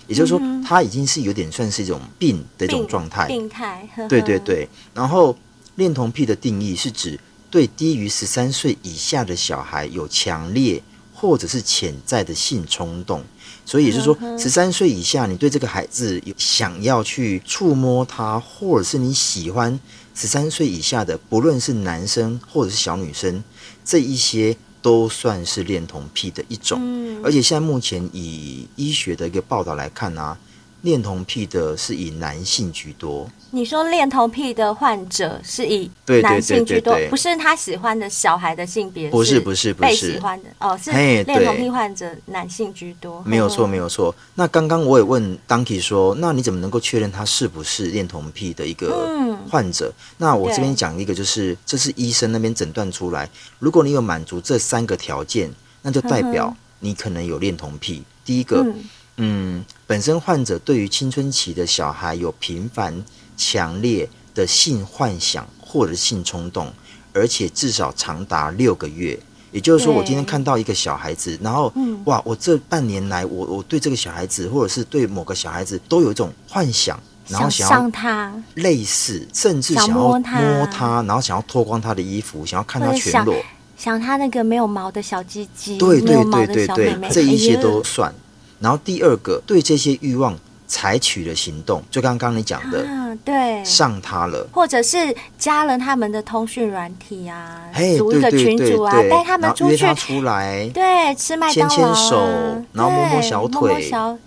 Speaker 5: 也就是说，
Speaker 1: 嗯
Speaker 5: 他已经是有点算是一种病的一种
Speaker 1: 病
Speaker 5: 状态。
Speaker 1: 病态。呵呵
Speaker 5: 对对，对，然后恋童癖的定义是指对低于十三岁以下的小孩有强烈或者是潜在的性冲动。所以也就是说，
Speaker 1: 嗯
Speaker 5: 十三岁以下，你对这个孩子有想要去触摸他，或者是你喜欢十三岁以下的，不论是男生或者是小女生，这一些都算是恋童癖的一种。
Speaker 1: 嗯
Speaker 5: 而且现在目前以医学的一个报道来看啊，恋童癖的是以男性居多。
Speaker 1: 你说恋童癖的患者是以
Speaker 5: 对对
Speaker 1: 男性居多
Speaker 5: 对对，对
Speaker 1: 不是他喜欢的小孩的性别，
Speaker 5: 不是不是不
Speaker 1: 被
Speaker 5: 是
Speaker 1: 喜欢的哦，是
Speaker 5: 嘿
Speaker 1: 恋童
Speaker 5: 对
Speaker 1: 癖患者男性居多，
Speaker 5: 没有错，
Speaker 1: 嗯
Speaker 5: 没有错。那刚刚我也问 Donkey 说，那你怎么能够确认他是不是恋童癖的一个
Speaker 1: 嗯
Speaker 5: 患者？那我这边
Speaker 1: 对
Speaker 5: 讲一个，就是这是医生那边诊断出来，如果你有满足这三个条件，那就代表你可能有恋童癖。第一个，
Speaker 1: 嗯
Speaker 5: 嗯，本身患者对于青春期的小孩有频繁、强烈的性幻想或者性冲动，而且至少长达六个月。也就是说，我今天
Speaker 1: 对
Speaker 5: 看到一个小孩子，然后、
Speaker 1: 嗯
Speaker 5: 哇，我这半年来，我我对这个小孩子，或者是对某个小孩子，都有一种幻想，然后
Speaker 1: 想
Speaker 5: 想要
Speaker 1: 上他，
Speaker 5: 类似，甚至
Speaker 1: 想
Speaker 5: 想要
Speaker 1: 摸他
Speaker 5: 摸他，然后想要脱光他的衣服，想要看他
Speaker 1: 或者
Speaker 5: 全
Speaker 1: 想
Speaker 5: 裸。
Speaker 1: 想他那个没有毛的小鸡鸡，
Speaker 5: 对
Speaker 1: 没有
Speaker 5: 对
Speaker 1: 毛
Speaker 5: 对
Speaker 1: 的
Speaker 5: 对
Speaker 1: 小
Speaker 5: 对
Speaker 1: 妹妹，，
Speaker 5: 这一些
Speaker 1: 哎呀
Speaker 5: 都算。然后第二个，对这些欲望采取了行动，就刚刚你讲的，
Speaker 1: 啊，对，
Speaker 5: 上他了。
Speaker 1: 或者是加了他们的通讯软体啊，
Speaker 5: 嘿，
Speaker 1: 组
Speaker 5: 对
Speaker 1: 一个
Speaker 5: 对
Speaker 1: 群
Speaker 5: 对
Speaker 1: 组啊，
Speaker 5: 对，
Speaker 1: 带他们
Speaker 5: 然后
Speaker 1: 出
Speaker 5: 约
Speaker 1: 去
Speaker 5: 他，出 来，
Speaker 1: 对，吃麦当劳、啊、
Speaker 5: 牵牵手然后摸
Speaker 1: 对
Speaker 5: 摸小
Speaker 1: 摸摸
Speaker 5: 腿
Speaker 1: 小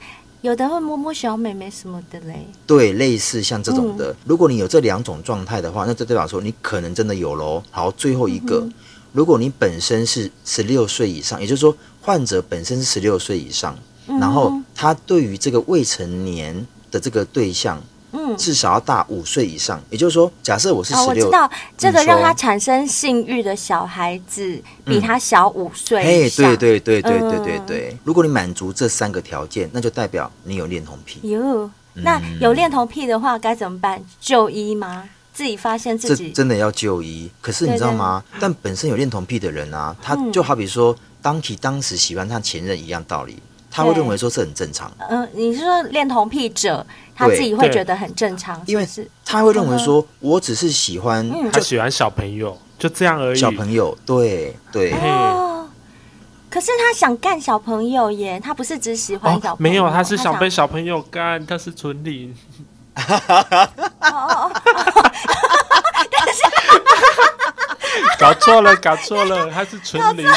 Speaker 1: 有的会摸摸小妹妹什么的嘞，
Speaker 5: 对，类似像这
Speaker 1: 嗯
Speaker 5: 种的。如果你有这两种状态的话，那就代表说你可能真的有喽。好，最后一个，
Speaker 1: 嗯
Speaker 5: 如果你本身是十六岁以上，也就是说患者本身是十六岁以上，
Speaker 1: 嗯
Speaker 5: 然后他对于这个未成年的这个对象，
Speaker 1: 嗯
Speaker 5: 至少要大五岁以上。也就是说，假设我是
Speaker 1: 啊，
Speaker 5: 十
Speaker 1: 我
Speaker 5: 六、
Speaker 1: 知道这个
Speaker 5: 你
Speaker 1: 让
Speaker 5: 说嗯
Speaker 1: 他产生性欲的小孩子比他小五岁以
Speaker 5: 嘿，
Speaker 1: 上，
Speaker 5: 对对对对对对
Speaker 1: 嗯
Speaker 5: 对，如果你满足这三个条件，那就代表你有恋童癖。
Speaker 1: 哟，
Speaker 5: 嗯
Speaker 1: 那有恋童癖的话该怎么办？就医吗？自己发现自
Speaker 5: 这
Speaker 1: 己
Speaker 5: 真的要就医。可是你知道吗？但本身有恋童癖的人啊，他就好比说 Donkey 当时喜欢他前任一样道理，他会
Speaker 1: 对
Speaker 5: 认为说这很正常，
Speaker 1: 嗯，你是说恋童癖者他
Speaker 5: 对
Speaker 1: 自己会
Speaker 6: 对
Speaker 1: 觉得很正常，
Speaker 5: 因为
Speaker 1: 是不是嗯
Speaker 5: 他会认为说我只是喜欢
Speaker 6: 他喜欢小朋友，就这样而已。
Speaker 5: 小朋友，对对。
Speaker 6: 嘿
Speaker 1: 哦，可是他想干小朋友耶，他不是只喜欢小朋友，
Speaker 6: 哦，没有，他是想被
Speaker 1: 想
Speaker 6: 小朋友干，他是纯零。
Speaker 1: 哦
Speaker 6: 搞错了，搞错了，他是纯零，
Speaker 1: 哦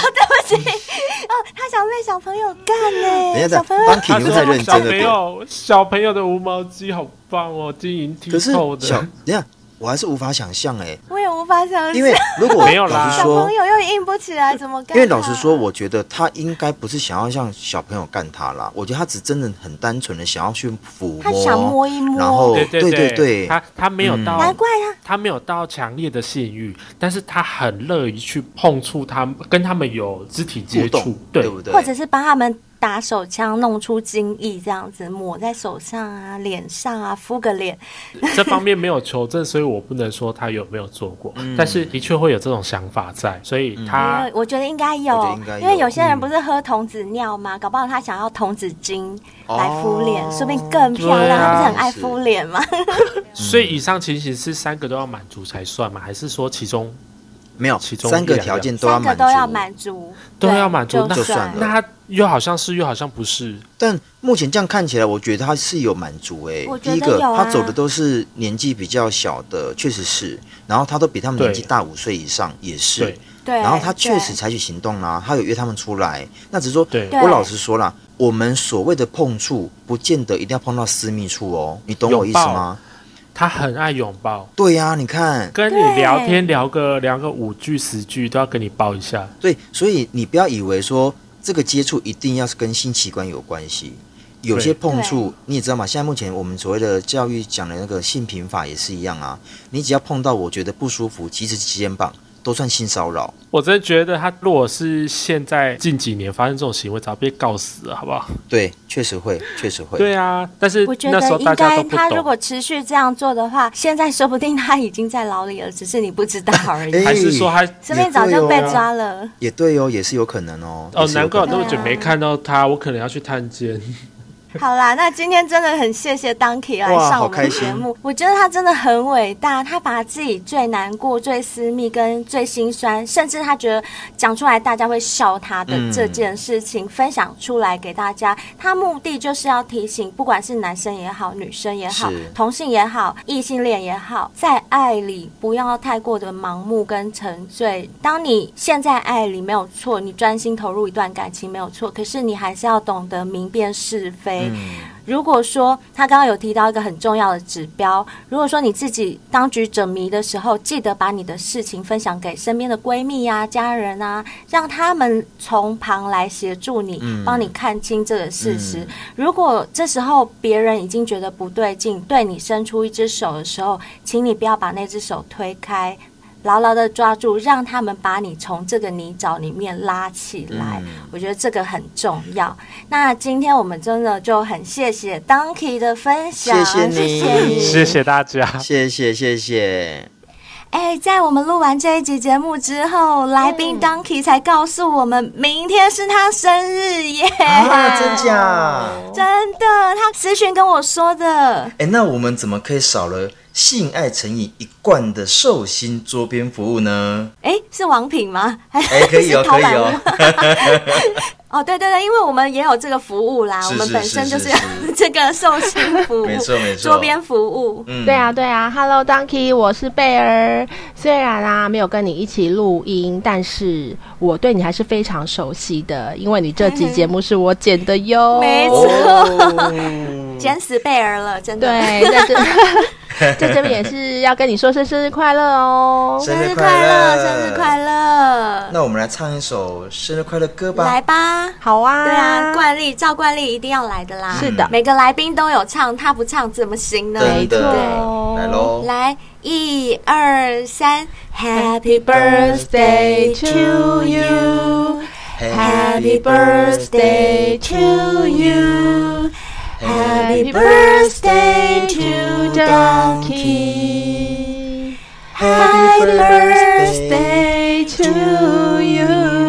Speaker 1: 他想被小朋友干
Speaker 5: 等一
Speaker 1: 呢，
Speaker 5: 下
Speaker 1: 小朋友
Speaker 5: 等一下，Donkey
Speaker 6: 他
Speaker 5: 你
Speaker 6: 是
Speaker 5: 会太认
Speaker 6: 小
Speaker 5: 真了
Speaker 6: 朋
Speaker 5: 点。
Speaker 6: 友，小朋友的无毛鸡好棒哦，晶莹剔
Speaker 5: 可是
Speaker 6: 透
Speaker 5: 小哦
Speaker 6: 的。，
Speaker 5: 等一下我还是无法想象 哎，
Speaker 1: 我也无法想象，
Speaker 5: 因为如果
Speaker 6: 没有啦
Speaker 5: 老实
Speaker 1: 小
Speaker 5: 说
Speaker 1: 朋，友又硬不起来，怎么干他？啊
Speaker 5: 因为老实说，我觉得他应该不是想要让小朋友干他啦，我觉得他只真的很单纯的想要去抚摸，
Speaker 1: 他想摸一摸
Speaker 5: 然后
Speaker 6: 对
Speaker 5: 对
Speaker 6: 对
Speaker 5: 对，
Speaker 6: 他他没有
Speaker 5: 嗯
Speaker 6: 到，
Speaker 1: 难怪他
Speaker 6: 他没有到强烈的性欲，但是他很乐于去碰触他们，跟他们有肢体接
Speaker 5: 互动
Speaker 6: 触，，对
Speaker 5: 不对？
Speaker 1: 或者是帮他们打手枪弄出精液，这样子抹在手上啊、脸上啊，敷个脸。
Speaker 6: 这方面没有求证，所以我不能说他有没有做过，但是的确会有这种想法在，所以他
Speaker 1: 因为我觉得应该有，
Speaker 5: 我觉得应该有嗯
Speaker 1: 因为有些人不是喝童子尿吗？搞不好他想要童子精来敷脸，
Speaker 5: 哦
Speaker 1: 说不定更漂
Speaker 6: 对
Speaker 1: 亮。
Speaker 6: 啊
Speaker 1: 他不是很爱敷脸吗？
Speaker 6: 所以以上情形是三个都要满足才算吗？还是说其中
Speaker 5: 没有，
Speaker 6: 其中
Speaker 5: 三个
Speaker 6: 一两
Speaker 5: 条
Speaker 6: 样
Speaker 5: 件都要
Speaker 1: 三
Speaker 5: 满
Speaker 1: 个
Speaker 5: 足，
Speaker 1: 都要满足，对
Speaker 6: 都要满足？那
Speaker 5: 就算了
Speaker 6: 那他又好像是，又好像不是。
Speaker 5: 但目前这样看起来，我觉得他是有满足诶、
Speaker 1: 我觉
Speaker 5: 第
Speaker 1: 得
Speaker 5: 一个，
Speaker 1: 有啊
Speaker 5: 他走的都是年纪比较小的，确实是。然后他都比他们年纪
Speaker 6: 对
Speaker 5: 大五岁以上，也是
Speaker 6: 对。
Speaker 1: 对，
Speaker 5: 然后他确实
Speaker 1: 对
Speaker 5: 采取行动啦、他有约他们出来。那只是说
Speaker 6: 对，
Speaker 5: 我老实说啦，我们所谓的碰触，不见得一定要碰到私密处哦，你懂我意思吗？
Speaker 6: 他很爱拥抱，
Speaker 5: 对呀、你看，
Speaker 6: 跟你
Speaker 1: 对
Speaker 6: 聊天聊个聊个五句十句都要跟你抱一下。
Speaker 5: 对，所以你不要以为说这个接触一定要是跟性器官有关系，有些
Speaker 6: 对
Speaker 5: 碰
Speaker 1: 对
Speaker 5: 触你也知道嘛。现在目前我们所谓的教育讲的那个性平法也是一样啊，你只要碰到我觉得不舒服，即使是肩膀，都算性骚扰。
Speaker 6: 我真的觉得他如果是现在近几年发生这种行为，早被告死了，好不好？
Speaker 5: 对，确实会，确实会。
Speaker 6: 对啊，但是
Speaker 1: 我觉
Speaker 6: 那时
Speaker 1: 得
Speaker 6: 候大
Speaker 1: 应
Speaker 6: 家都
Speaker 1: 该，
Speaker 6: 不
Speaker 1: 他如
Speaker 6: 懂，
Speaker 1: 果持续这样做的话，现在说不定他已经在牢里了，只是你不知道而已，
Speaker 5: 哎
Speaker 6: 还是说他
Speaker 1: 说不定早就被
Speaker 5: 也对哦
Speaker 1: 抓了。
Speaker 5: 也对哦，也是有可能哦。
Speaker 6: 哦
Speaker 5: 也，是有
Speaker 6: 难怪
Speaker 5: 可
Speaker 6: 我
Speaker 5: 能
Speaker 6: 那么久
Speaker 1: 对啊
Speaker 6: 没看到他，我可能要去探监。
Speaker 1: 好啦，那今天真的很谢谢 Donkey 来
Speaker 7: 哇
Speaker 1: 上我
Speaker 7: 好
Speaker 1: 们
Speaker 7: 开
Speaker 1: 节
Speaker 7: 心
Speaker 1: 目，我觉得他真的很伟大，他把自己最难过、最私密跟最心酸，甚至他觉得讲出来大家会笑他的
Speaker 7: 嗯
Speaker 1: 这件事情、分享出来给大家，他目的就是要提醒，不管是男生也好、女生也好
Speaker 7: 是、
Speaker 1: 同性也好、异性恋也好，在爱里不要太过的盲目跟沉醉。当你现在爱里没有错，你专心投入一段感情没有错，可是你还是要懂得明辨是非。
Speaker 5: 嗯
Speaker 1: 如果说他刚刚有提到一个很重要的指标，如果说你自己当局者迷的时候，记得把你的事情分享给身边的闺蜜呀、家人啊，让他们从旁来协助你，帮你看清这个事实。如果这时候别人已经觉得不对劲，对你伸出一只手的时候，请你不要把那只手推开。牢牢的抓住，让他们把你从这个泥沼里面拉起来。
Speaker 5: 嗯
Speaker 1: 我觉得这个很重要。那今天我们真的就很谢谢 Donkey 的分享，
Speaker 7: 谢谢你
Speaker 1: 谢你
Speaker 6: 谢谢大家。
Speaker 7: 谢谢谢谢，
Speaker 1: 哎，在我们录完这一集节目之后，来
Speaker 5: 嗯
Speaker 1: 宾 Donkey 才告诉我们，明天是他生日耶！
Speaker 5: 啊，真假？
Speaker 1: 真的，他私讯跟我说的。
Speaker 5: 哎，那我们怎么可以少了性爱成瘾一贯的寿星桌边服务呢？
Speaker 1: 哎，是王品吗？还
Speaker 5: 哎，可以哦，
Speaker 1: 是陶
Speaker 5: 可以
Speaker 1: 板屋
Speaker 5: 哦。
Speaker 1: 哦，对对对，因为我们也有这个服务啦，
Speaker 5: 是
Speaker 1: 我们
Speaker 5: 是
Speaker 1: 本
Speaker 5: 是
Speaker 1: 身就是是 这个寿星服务，
Speaker 5: 没错没错
Speaker 1: 桌边服务。
Speaker 5: 嗯
Speaker 3: 对啊，，对啊，Hello Donkey，我是贝儿。虽然啊没有跟你一起录音，但是我对你还是非常熟悉的，因为你这集节目是我剪的哟。
Speaker 1: 没错
Speaker 5: 哦，
Speaker 1: 捡死贝儿了，真的。
Speaker 3: 对，在这 在这边也是要跟你说声生日快乐哦。
Speaker 1: 生
Speaker 5: 生
Speaker 1: 日
Speaker 5: 日
Speaker 1: 快
Speaker 5: 快
Speaker 1: 乐，
Speaker 5: 乐
Speaker 1: 生日快乐，
Speaker 5: 那我们来唱一首生日快乐歌吧
Speaker 1: 来。吧。
Speaker 3: 好啊，
Speaker 1: 对啊，惯例照惯例一定要来的啦。
Speaker 3: 是的
Speaker 1: 每个来宾都有唱，他不唱怎么行呢？
Speaker 5: 真的
Speaker 3: 对
Speaker 5: 来喽！
Speaker 1: 来，一二三，Happy
Speaker 3: 啊 birthday
Speaker 1: birthday to
Speaker 3: to
Speaker 1: you。Happy
Speaker 5: Happy
Speaker 1: birthday to you. Happy birthday to Donkey. Happy birthday to you.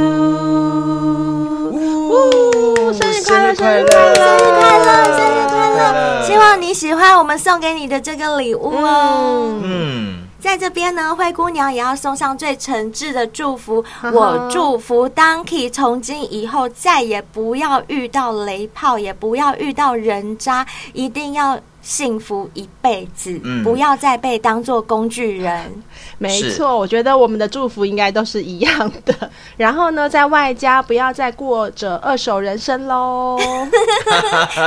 Speaker 5: 哦
Speaker 3: 呜生日快乐，生日快
Speaker 1: 生日快
Speaker 3: 乐！
Speaker 1: 乐，生日快
Speaker 5: 快
Speaker 1: 乐！
Speaker 5: 乐
Speaker 1: 希望你喜欢我们送给你的这个礼物哦。
Speaker 5: 嗯，
Speaker 1: 在这边呢，灰姑娘也要送上最诚挚的祝福。我祝福 Donkey 从今以后再也不要遇到雷炮，也不要遇到人渣，一定要幸福一辈子，
Speaker 5: 嗯
Speaker 1: 不要再被当做工具 人。
Speaker 3: 没
Speaker 5: 是
Speaker 3: 错，我觉得我们的祝福应该都是一样的。 然后呢，在外加不要再过着二手人生 喽。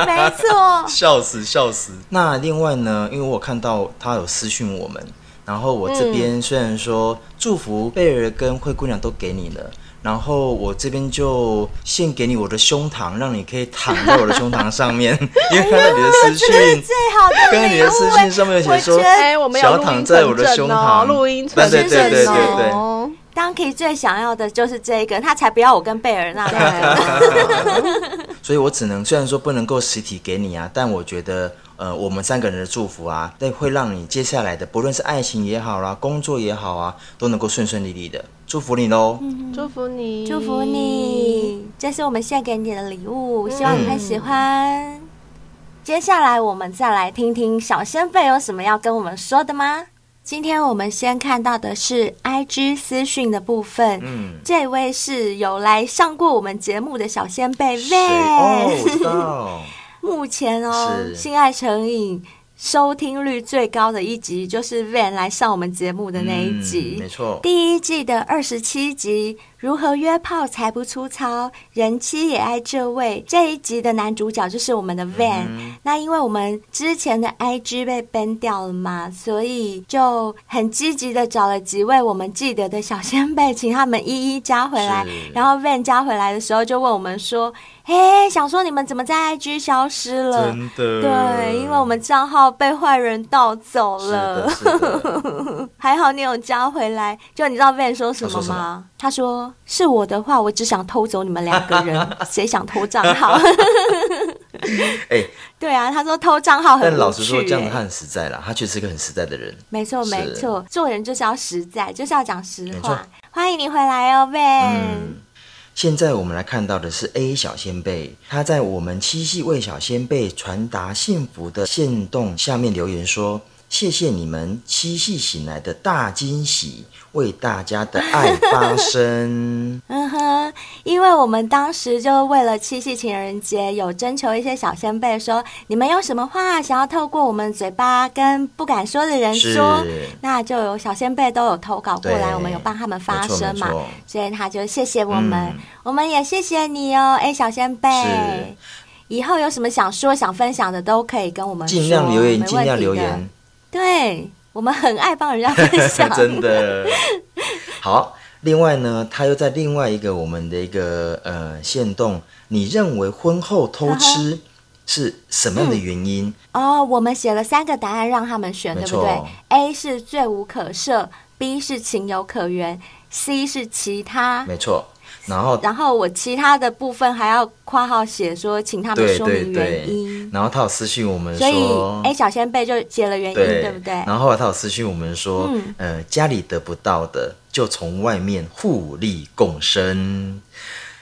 Speaker 1: 没错，
Speaker 5: 笑死笑死。那另外呢，因为我看到他有私讯我们，然后我这
Speaker 1: 嗯
Speaker 5: 边虽然说祝福贝尔跟灰姑娘都给你了。然后我这边就献给你我的胸膛，让你可以躺在我的胸膛上 面，因为看到你的私
Speaker 1: 这是
Speaker 5: 讯，
Speaker 1: 最好的
Speaker 5: 刚刚你
Speaker 1: 礼
Speaker 5: 的私讯
Speaker 1: 物。欸
Speaker 5: 上面有写
Speaker 1: 我
Speaker 5: 说
Speaker 1: 觉得
Speaker 3: 哎，我们有
Speaker 5: 小
Speaker 3: 录音
Speaker 5: 躺在我的
Speaker 3: 存
Speaker 5: 胸
Speaker 3: 证哦
Speaker 5: 膛，
Speaker 3: 录音
Speaker 5: 对
Speaker 3: 存
Speaker 5: 对对对对
Speaker 3: 证
Speaker 5: 对，
Speaker 3: 哦
Speaker 1: Donkey 最想要的就是这个，他才不要我跟贝尔那
Speaker 3: 对
Speaker 1: 样。
Speaker 5: 所以我只能虽然说不能够实体给你啊，但我觉得。呃，我们三个人的祝福啊，那会让你接下来的，不论是爱情也好啦，工作也好啊，都能够顺顺利利的。祝福你喽！
Speaker 3: 祝福你，
Speaker 1: 祝福。你，
Speaker 5: 嗯
Speaker 1: 这是我们献给你的礼物，希望你会喜欢。接下来我们再来听听小仙贝有什么要跟我们说的吗？今天我们先看到的是 IG 私讯的部分，
Speaker 5: 嗯，
Speaker 1: 这位是有来上过我们节目的小仙贝
Speaker 5: 谁？哦，我知道，
Speaker 1: 目前哦，
Speaker 5: 是
Speaker 1: 性爱成瘾收听率最高的一集就是 Van 来上我们节目的那一集，
Speaker 5: 嗯没错
Speaker 1: 第一季的二十七集《如何约炮才不粗糙，人妻也爱这位》这一集的男主角就是我们
Speaker 5: 嗯
Speaker 1: 的 Van、那因为我们之前的 IG 被 ban 掉了嘛，所以就很积极的找了几位我们记得的小先辈，请他们一一加回来。
Speaker 5: 是
Speaker 1: 然后 Van 加回来的时候就问我们说：“哎，想说你们怎么在 IG 消失了？”
Speaker 5: 真的，
Speaker 1: 对，因为我们账号被坏人盗走
Speaker 5: 是
Speaker 1: 了
Speaker 5: 的，，是的，
Speaker 1: 还好你有加回来。就你知道 Van 说什么
Speaker 5: 他说什
Speaker 1: 吗？他说：“是我的话，我只想偷走你们两个 人，谁想偷账号？”
Speaker 5: 哎，
Speaker 1: 对啊，他说偷账号很
Speaker 5: 但老
Speaker 1: 无
Speaker 5: 实
Speaker 1: 趣
Speaker 5: 说，这样子
Speaker 1: 欸
Speaker 5: 他很实在啦，他确实是个很实在的人。
Speaker 1: 没错，
Speaker 5: 是
Speaker 1: 没错，做人就是要实在，就是要讲实
Speaker 5: 没错
Speaker 1: 话。欢迎你回来哦
Speaker 5: 嗯
Speaker 1: ，Van。
Speaker 5: 现在我们来看到的是 A 小先辈，他在我们七夕为小先辈传达幸福的线动下面留言说：“谢谢你们七夕醒来的大惊喜，为大家的爱 发声。
Speaker 1: 嗯哼，因为我们当时就为了七夕情人节有征求一些小先辈说，你们有什么话想要透过我们嘴巴跟不敢说的人
Speaker 5: 是
Speaker 1: 说，那就有小先辈都有投稿过来，
Speaker 5: 对
Speaker 1: 我们有帮他们发声嘛
Speaker 5: 没错没错，
Speaker 1: 所以他就谢谢我们，
Speaker 5: 嗯
Speaker 1: 我们也谢谢你哦，哎，小先辈
Speaker 5: 是。
Speaker 1: 以后有什么想说、想分享的，都可以跟我们说
Speaker 5: 尽量留言，
Speaker 1: 没问题
Speaker 5: 尽量留
Speaker 1: 的
Speaker 5: 言，
Speaker 1: 对我们很爱帮人家分 享，
Speaker 5: 真的。好，另外呢，他又在另外一个我们的一个呃线动，你认为婚后偷 吃
Speaker 1: 嗯
Speaker 5: 是什么样的原因？
Speaker 1: 哦。我们写了三个答案让他们选，
Speaker 5: 没
Speaker 1: 对
Speaker 5: 错
Speaker 1: 不对？A 是罪无可赦，B 是情有可原，C 是其他。
Speaker 5: 没错。然后
Speaker 1: 然后我其他的部分还要括号写说，请他们
Speaker 5: 对
Speaker 1: 说
Speaker 5: 对
Speaker 1: 明原
Speaker 5: 对
Speaker 1: 因，。
Speaker 5: 然后他有私讯我们
Speaker 1: 所
Speaker 5: 说
Speaker 1: 以，哎，。小先辈就写了原因，对不对？
Speaker 5: 然后后来他有私讯我们说，
Speaker 1: 嗯
Speaker 5: 呃，家里得不到的就从外面互利共生。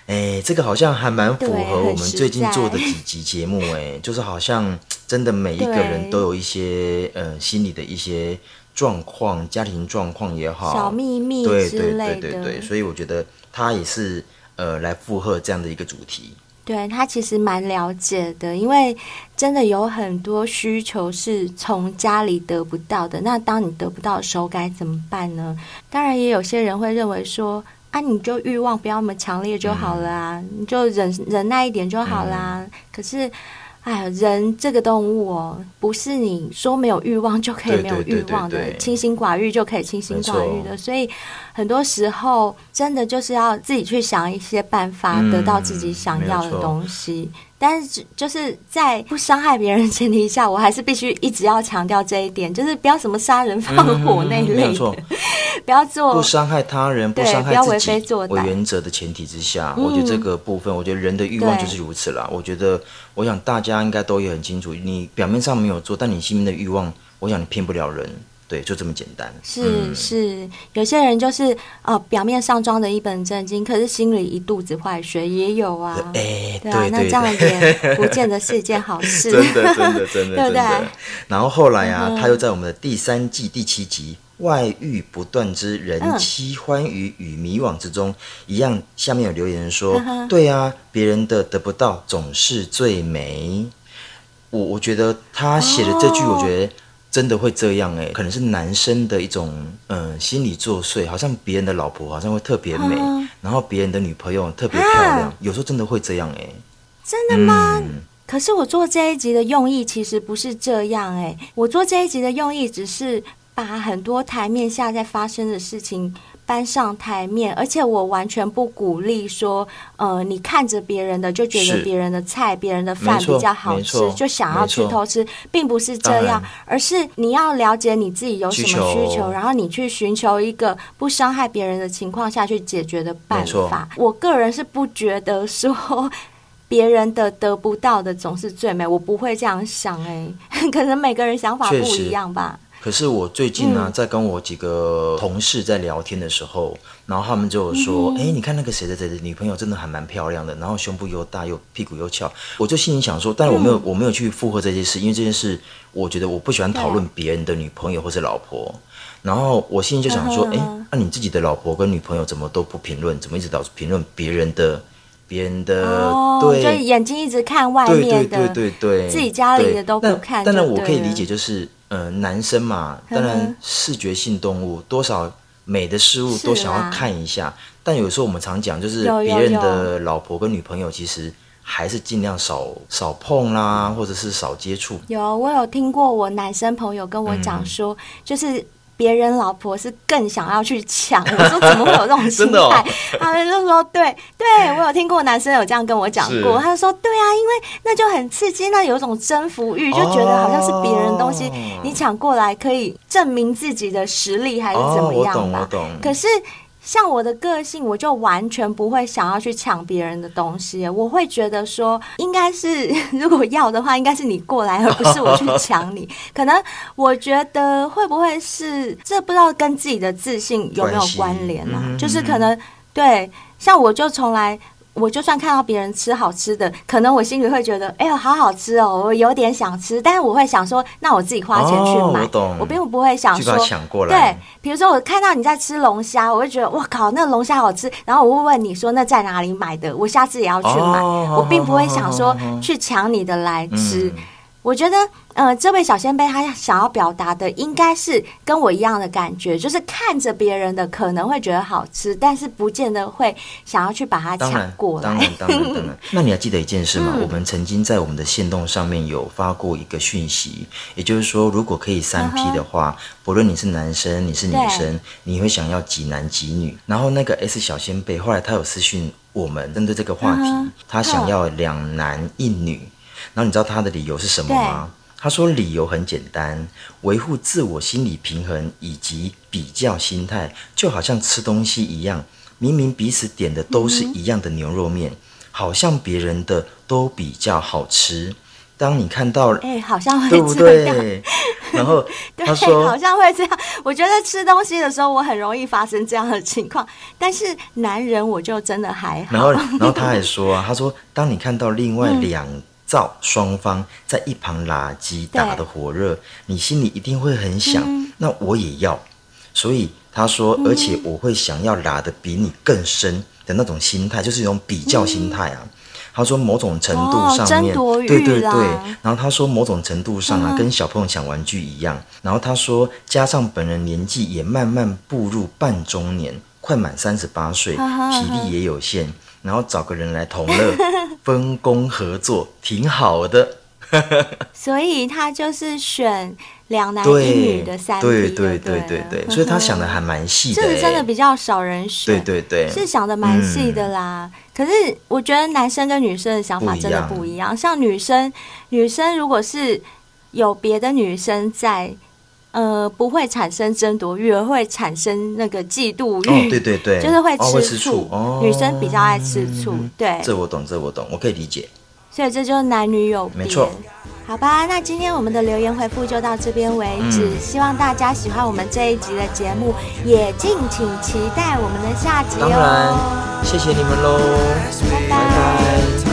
Speaker 5: 哎，这个好像还蛮符
Speaker 1: 对
Speaker 5: 合我
Speaker 1: 很
Speaker 5: 们
Speaker 1: 实
Speaker 5: 最近做的
Speaker 1: 在
Speaker 5: 几集节目，哎，就是好像真的每一个人
Speaker 1: 对
Speaker 5: 都有一些呃心理的一些状况，家庭状况也好，
Speaker 1: 小秘密
Speaker 5: 对
Speaker 1: 之
Speaker 5: 对
Speaker 1: 类
Speaker 5: 对
Speaker 1: 的，
Speaker 5: 对对，所以我觉得他也是呃来附和这样的一个主题，
Speaker 1: 对他其实蛮了解的，因为真的有很多需求是从家里得不到的。那当你得不到的时候该怎么办呢？当然，也有些人会认为说，啊，你就欲望不要那么强烈就好了啊，
Speaker 5: 嗯
Speaker 1: 你就忍忍耐一点就好啦。可是。哎呀，人这个动物哦，不是你说没有欲望就可以
Speaker 5: 对
Speaker 1: 没有
Speaker 5: 对对
Speaker 1: 欲望的，
Speaker 5: 对对
Speaker 1: 清心寡欲就可以清心寡欲
Speaker 5: 没错
Speaker 1: 的，所以很多时候真的就是要自己去想一些办法，
Speaker 5: 嗯
Speaker 1: 得到自己想要
Speaker 5: 没
Speaker 1: 的
Speaker 5: 有错
Speaker 1: 东西。但是就是在不伤害别人的前提下，我还是必须一直要强调这一点，就是不要什么杀人放火那一
Speaker 5: 嗯没
Speaker 1: 类
Speaker 5: 有
Speaker 1: 的，
Speaker 5: 错，
Speaker 1: 不要做
Speaker 5: 不伤害他人，不
Speaker 1: 对
Speaker 5: 伤害
Speaker 1: 不要为
Speaker 5: 自
Speaker 1: 非
Speaker 5: 己
Speaker 1: 作歹嗯
Speaker 5: 为原则的前提之下，我觉得这个部分，我觉得人的欲望
Speaker 1: 对
Speaker 5: 就是如此啦。我觉得，我想大家应该都也很清楚，你表面上没有做，但你心里面的欲望，我想你骗不了人，对，就这么简单。
Speaker 1: 是是，有些人就是呃，表面上装的一本正经，可是心里一肚子坏水也有啊。
Speaker 5: 哎、
Speaker 1: 对啊，
Speaker 5: 对
Speaker 1: 那
Speaker 5: 对
Speaker 1: 这样
Speaker 5: 对，
Speaker 1: 也不见得是一件好事。
Speaker 5: 真的 真的真的
Speaker 1: 对
Speaker 5: 真
Speaker 1: 不
Speaker 5: 的
Speaker 1: 对。嗯
Speaker 5: 然后后来啊，他又在我们的第三季第七集《外遇不断之人
Speaker 1: 嗯
Speaker 5: 妻欢愉与迷惘之中》一样，下面有留言
Speaker 1: 嗯
Speaker 5: 说：“对啊，别人的得不到总是最美。”我我觉得他写的这句，
Speaker 1: 哦
Speaker 5: 我觉得。真的会这样哎、可能是男生的一种嗯、呃心理作祟，好像别人的老婆好像会特别美，
Speaker 1: 嗯
Speaker 5: 然后别人的女朋友特别漂亮，
Speaker 1: 啊
Speaker 5: 有时候真的会这样哎、
Speaker 1: 真的吗？
Speaker 5: 嗯
Speaker 1: 可是我做这一集的用意其实不是这样哎、我做这一集的用意只是把很多台面下在发生的事情搬上台面，而且我完全不鼓励说，呃，你看着别人的就觉
Speaker 5: 是
Speaker 1: 得别人的菜、别人的饭
Speaker 5: 没错
Speaker 1: 比较好
Speaker 5: 没
Speaker 1: 吃
Speaker 5: 错，
Speaker 1: 就想要去
Speaker 5: 没错
Speaker 1: 偷吃，并不是这
Speaker 5: 当
Speaker 1: 样
Speaker 5: 然，
Speaker 1: 而是你要了解你自己有什么
Speaker 5: 需
Speaker 1: 需
Speaker 5: 求
Speaker 1: 求，然后你去寻求一个不伤害别人的情况下去解决的办
Speaker 5: 没错
Speaker 1: 法。我个人是不觉得说别人的得不到的总是最美，我不会这样想哎、 可能每个人想法不
Speaker 5: 确实
Speaker 1: 一样吧。
Speaker 5: 可是我最近呢、
Speaker 1: 嗯
Speaker 5: 在跟我几个同事在聊天的时候，然后他们就有
Speaker 1: 嗯
Speaker 5: 说：“哎、你看那个谁谁谁的女朋友真的还蛮漂亮的，然后胸部又大又屁股又翘。”我就心里想说，但是我
Speaker 1: 嗯
Speaker 5: 没有、我没有去附和这件事，因为这件事我觉得我不喜欢讨论别人的女朋友或是老婆。然后我心里就想说：“
Speaker 1: 嗯
Speaker 5: 哎、
Speaker 1: 哼
Speaker 5: 那、你自己的老婆跟女朋友怎么都不评论，怎么一直老是评论别人的别人的、
Speaker 1: 哦，
Speaker 5: 呃对
Speaker 1: 就是眼睛一直看外
Speaker 5: 对
Speaker 1: 面的，
Speaker 5: 对对对对，
Speaker 1: 自己家里的都不
Speaker 5: 对那
Speaker 1: 看
Speaker 5: 当然
Speaker 1: 就
Speaker 5: 我
Speaker 1: 对
Speaker 5: 可以理
Speaker 1: 了
Speaker 5: 解，就是呃，男生嘛，当
Speaker 1: 嗯
Speaker 5: 然
Speaker 1: 哼
Speaker 5: 视觉性动物多少美的事物
Speaker 1: 是
Speaker 5: 都想要
Speaker 1: 啦
Speaker 5: 看一下，但有时候我们常讲，就是
Speaker 1: 有有
Speaker 5: 别人
Speaker 1: 有
Speaker 5: 的老婆跟女朋友其实。还是尽量少少碰啦，或者是少接触。
Speaker 1: 有，我有听过我男生朋友跟我讲说，
Speaker 5: 嗯
Speaker 1: 就是。别人老婆是更想要去抢，我 说怎么会有这种心
Speaker 5: 真的哦
Speaker 1: 态？他们就说对对，我有听过男生有这样跟我讲
Speaker 5: 是
Speaker 1: 过，他就说对啊，因为那就很刺激，那有一种征服欲，就觉得好像是别人的东西，
Speaker 5: 哦
Speaker 1: 你抢过来可以证明自己的实力还是怎
Speaker 5: 哦，
Speaker 1: 么
Speaker 5: 我
Speaker 1: 样
Speaker 5: 懂，
Speaker 1: 吧。
Speaker 5: 我懂。
Speaker 1: 可是像我的个性，我就完全不会想要去抢别人的东西，我会觉得说，应该是 如果要的话，应该是你过来，而不是我去抢 你。可能我觉得会不会是这不知道跟自己的自信有没有关联啊？
Speaker 5: 关系嗯
Speaker 1: 就是可能对。像我就从来。我就算看到别人吃好吃的，可能我心里会觉得，哎呦，好好吃哦，我有点想吃，但是我会想说，那我自己花钱去
Speaker 5: 哦
Speaker 1: 买，
Speaker 5: 我懂
Speaker 1: 并不会想
Speaker 5: 就把它
Speaker 1: 说，
Speaker 5: 抢过来
Speaker 1: 对，，比如说我看到你在吃龙虾，我会觉得哇靠，那龙虾好吃，然后我会问你说那在哪里买的，我下次也要去买，
Speaker 5: 哦
Speaker 1: 我并不会想说
Speaker 5: 好好好好
Speaker 1: 去抢你的来吃。
Speaker 5: 嗯
Speaker 1: 我觉得，呃，这位小先辈他想要表达的应该是跟我一样的感觉，就是看着别人的可能会觉得好吃，但是不见得会想要去把它
Speaker 5: 当
Speaker 1: 抢
Speaker 5: 然，
Speaker 1: 过
Speaker 5: 当
Speaker 1: 来嗯
Speaker 5: 然，。当然，当 然。那你还记得一件事吗？我们曾经在我们的线动上面有发过一个讯息，也就是说，如果可以三
Speaker 1: 嗯
Speaker 5: P 的话，不论你是男生你是女生，你会想要几男几女。然后那个 S 小先辈后来他有私讯我们，针对这个话题，
Speaker 1: 嗯哼
Speaker 5: 他想要两男一女。然后你知道他的理由是什么吗？他说理由很简单，维护自我心理平衡以及比较心态，就好像吃东西一样，明明彼此点的都是一样的牛肉
Speaker 1: 嗯
Speaker 5: 面，好像别人的都比较好吃。当你看到，
Speaker 1: 哎、好像会
Speaker 5: 对不
Speaker 1: 这样。
Speaker 5: 对？然后他
Speaker 1: 对，
Speaker 5: 说
Speaker 1: 好，像会这样。我觉得吃东西的时候，我很容易发生这样的情况，但是男人我就真的还好。
Speaker 5: 然后，然后他还说啊，他说，当你看到另外两造双方在一旁垃圾打的火热，你心里一定会很想，
Speaker 1: 嗯
Speaker 5: 那我也要。所以他说，而且我会想要拉的比你更深的那种心态，就是一种比较心态啊。他说某种程度上
Speaker 1: 嗯哦争
Speaker 5: 面，
Speaker 1: 夺欲
Speaker 5: 对对
Speaker 1: 啦
Speaker 5: 对，然后他说某种程度上啊，
Speaker 1: 嗯
Speaker 5: 跟小朋友抢玩具一样。然后他说，加上本人年纪也慢慢步入半中年，快满三十八岁，
Speaker 1: 嗯
Speaker 5: 体力也有限，然后找个人来 同乐，分工合作，挺好的。
Speaker 1: 所以他就是选两男一
Speaker 5: 对
Speaker 1: 女的三 P，
Speaker 5: 对
Speaker 1: 对
Speaker 5: 对对对
Speaker 1: 了嗯
Speaker 5: 对，所以他想的还蛮细的
Speaker 1: 这
Speaker 5: 欸，
Speaker 1: 个真的比较少人选，
Speaker 5: 对对对，嗯
Speaker 1: 是想的蛮细的啦。可是我觉得男生跟女生的想法真的不一样，像女生，女生如果是有别的女生在。呃，不会产生争夺欲，而会产生那个嫉妒欲。
Speaker 5: 哦，对对对，
Speaker 1: 就是会
Speaker 5: 哦会
Speaker 1: 吃醋，
Speaker 5: 哦嗯
Speaker 1: 女生比较爱吃醋，对，
Speaker 5: 这我懂，这我懂，我可以理解。
Speaker 1: 所以这就是男女有别。
Speaker 5: 没错
Speaker 1: 好吧，那今天我们的留言回复就到这边为止，
Speaker 5: 嗯
Speaker 1: 希望大家喜欢我们这一集的节目，也敬请期待我们的下集
Speaker 5: 当
Speaker 1: 哦。
Speaker 5: 然，谢谢你们喽，
Speaker 1: 拜拜
Speaker 5: 拜拜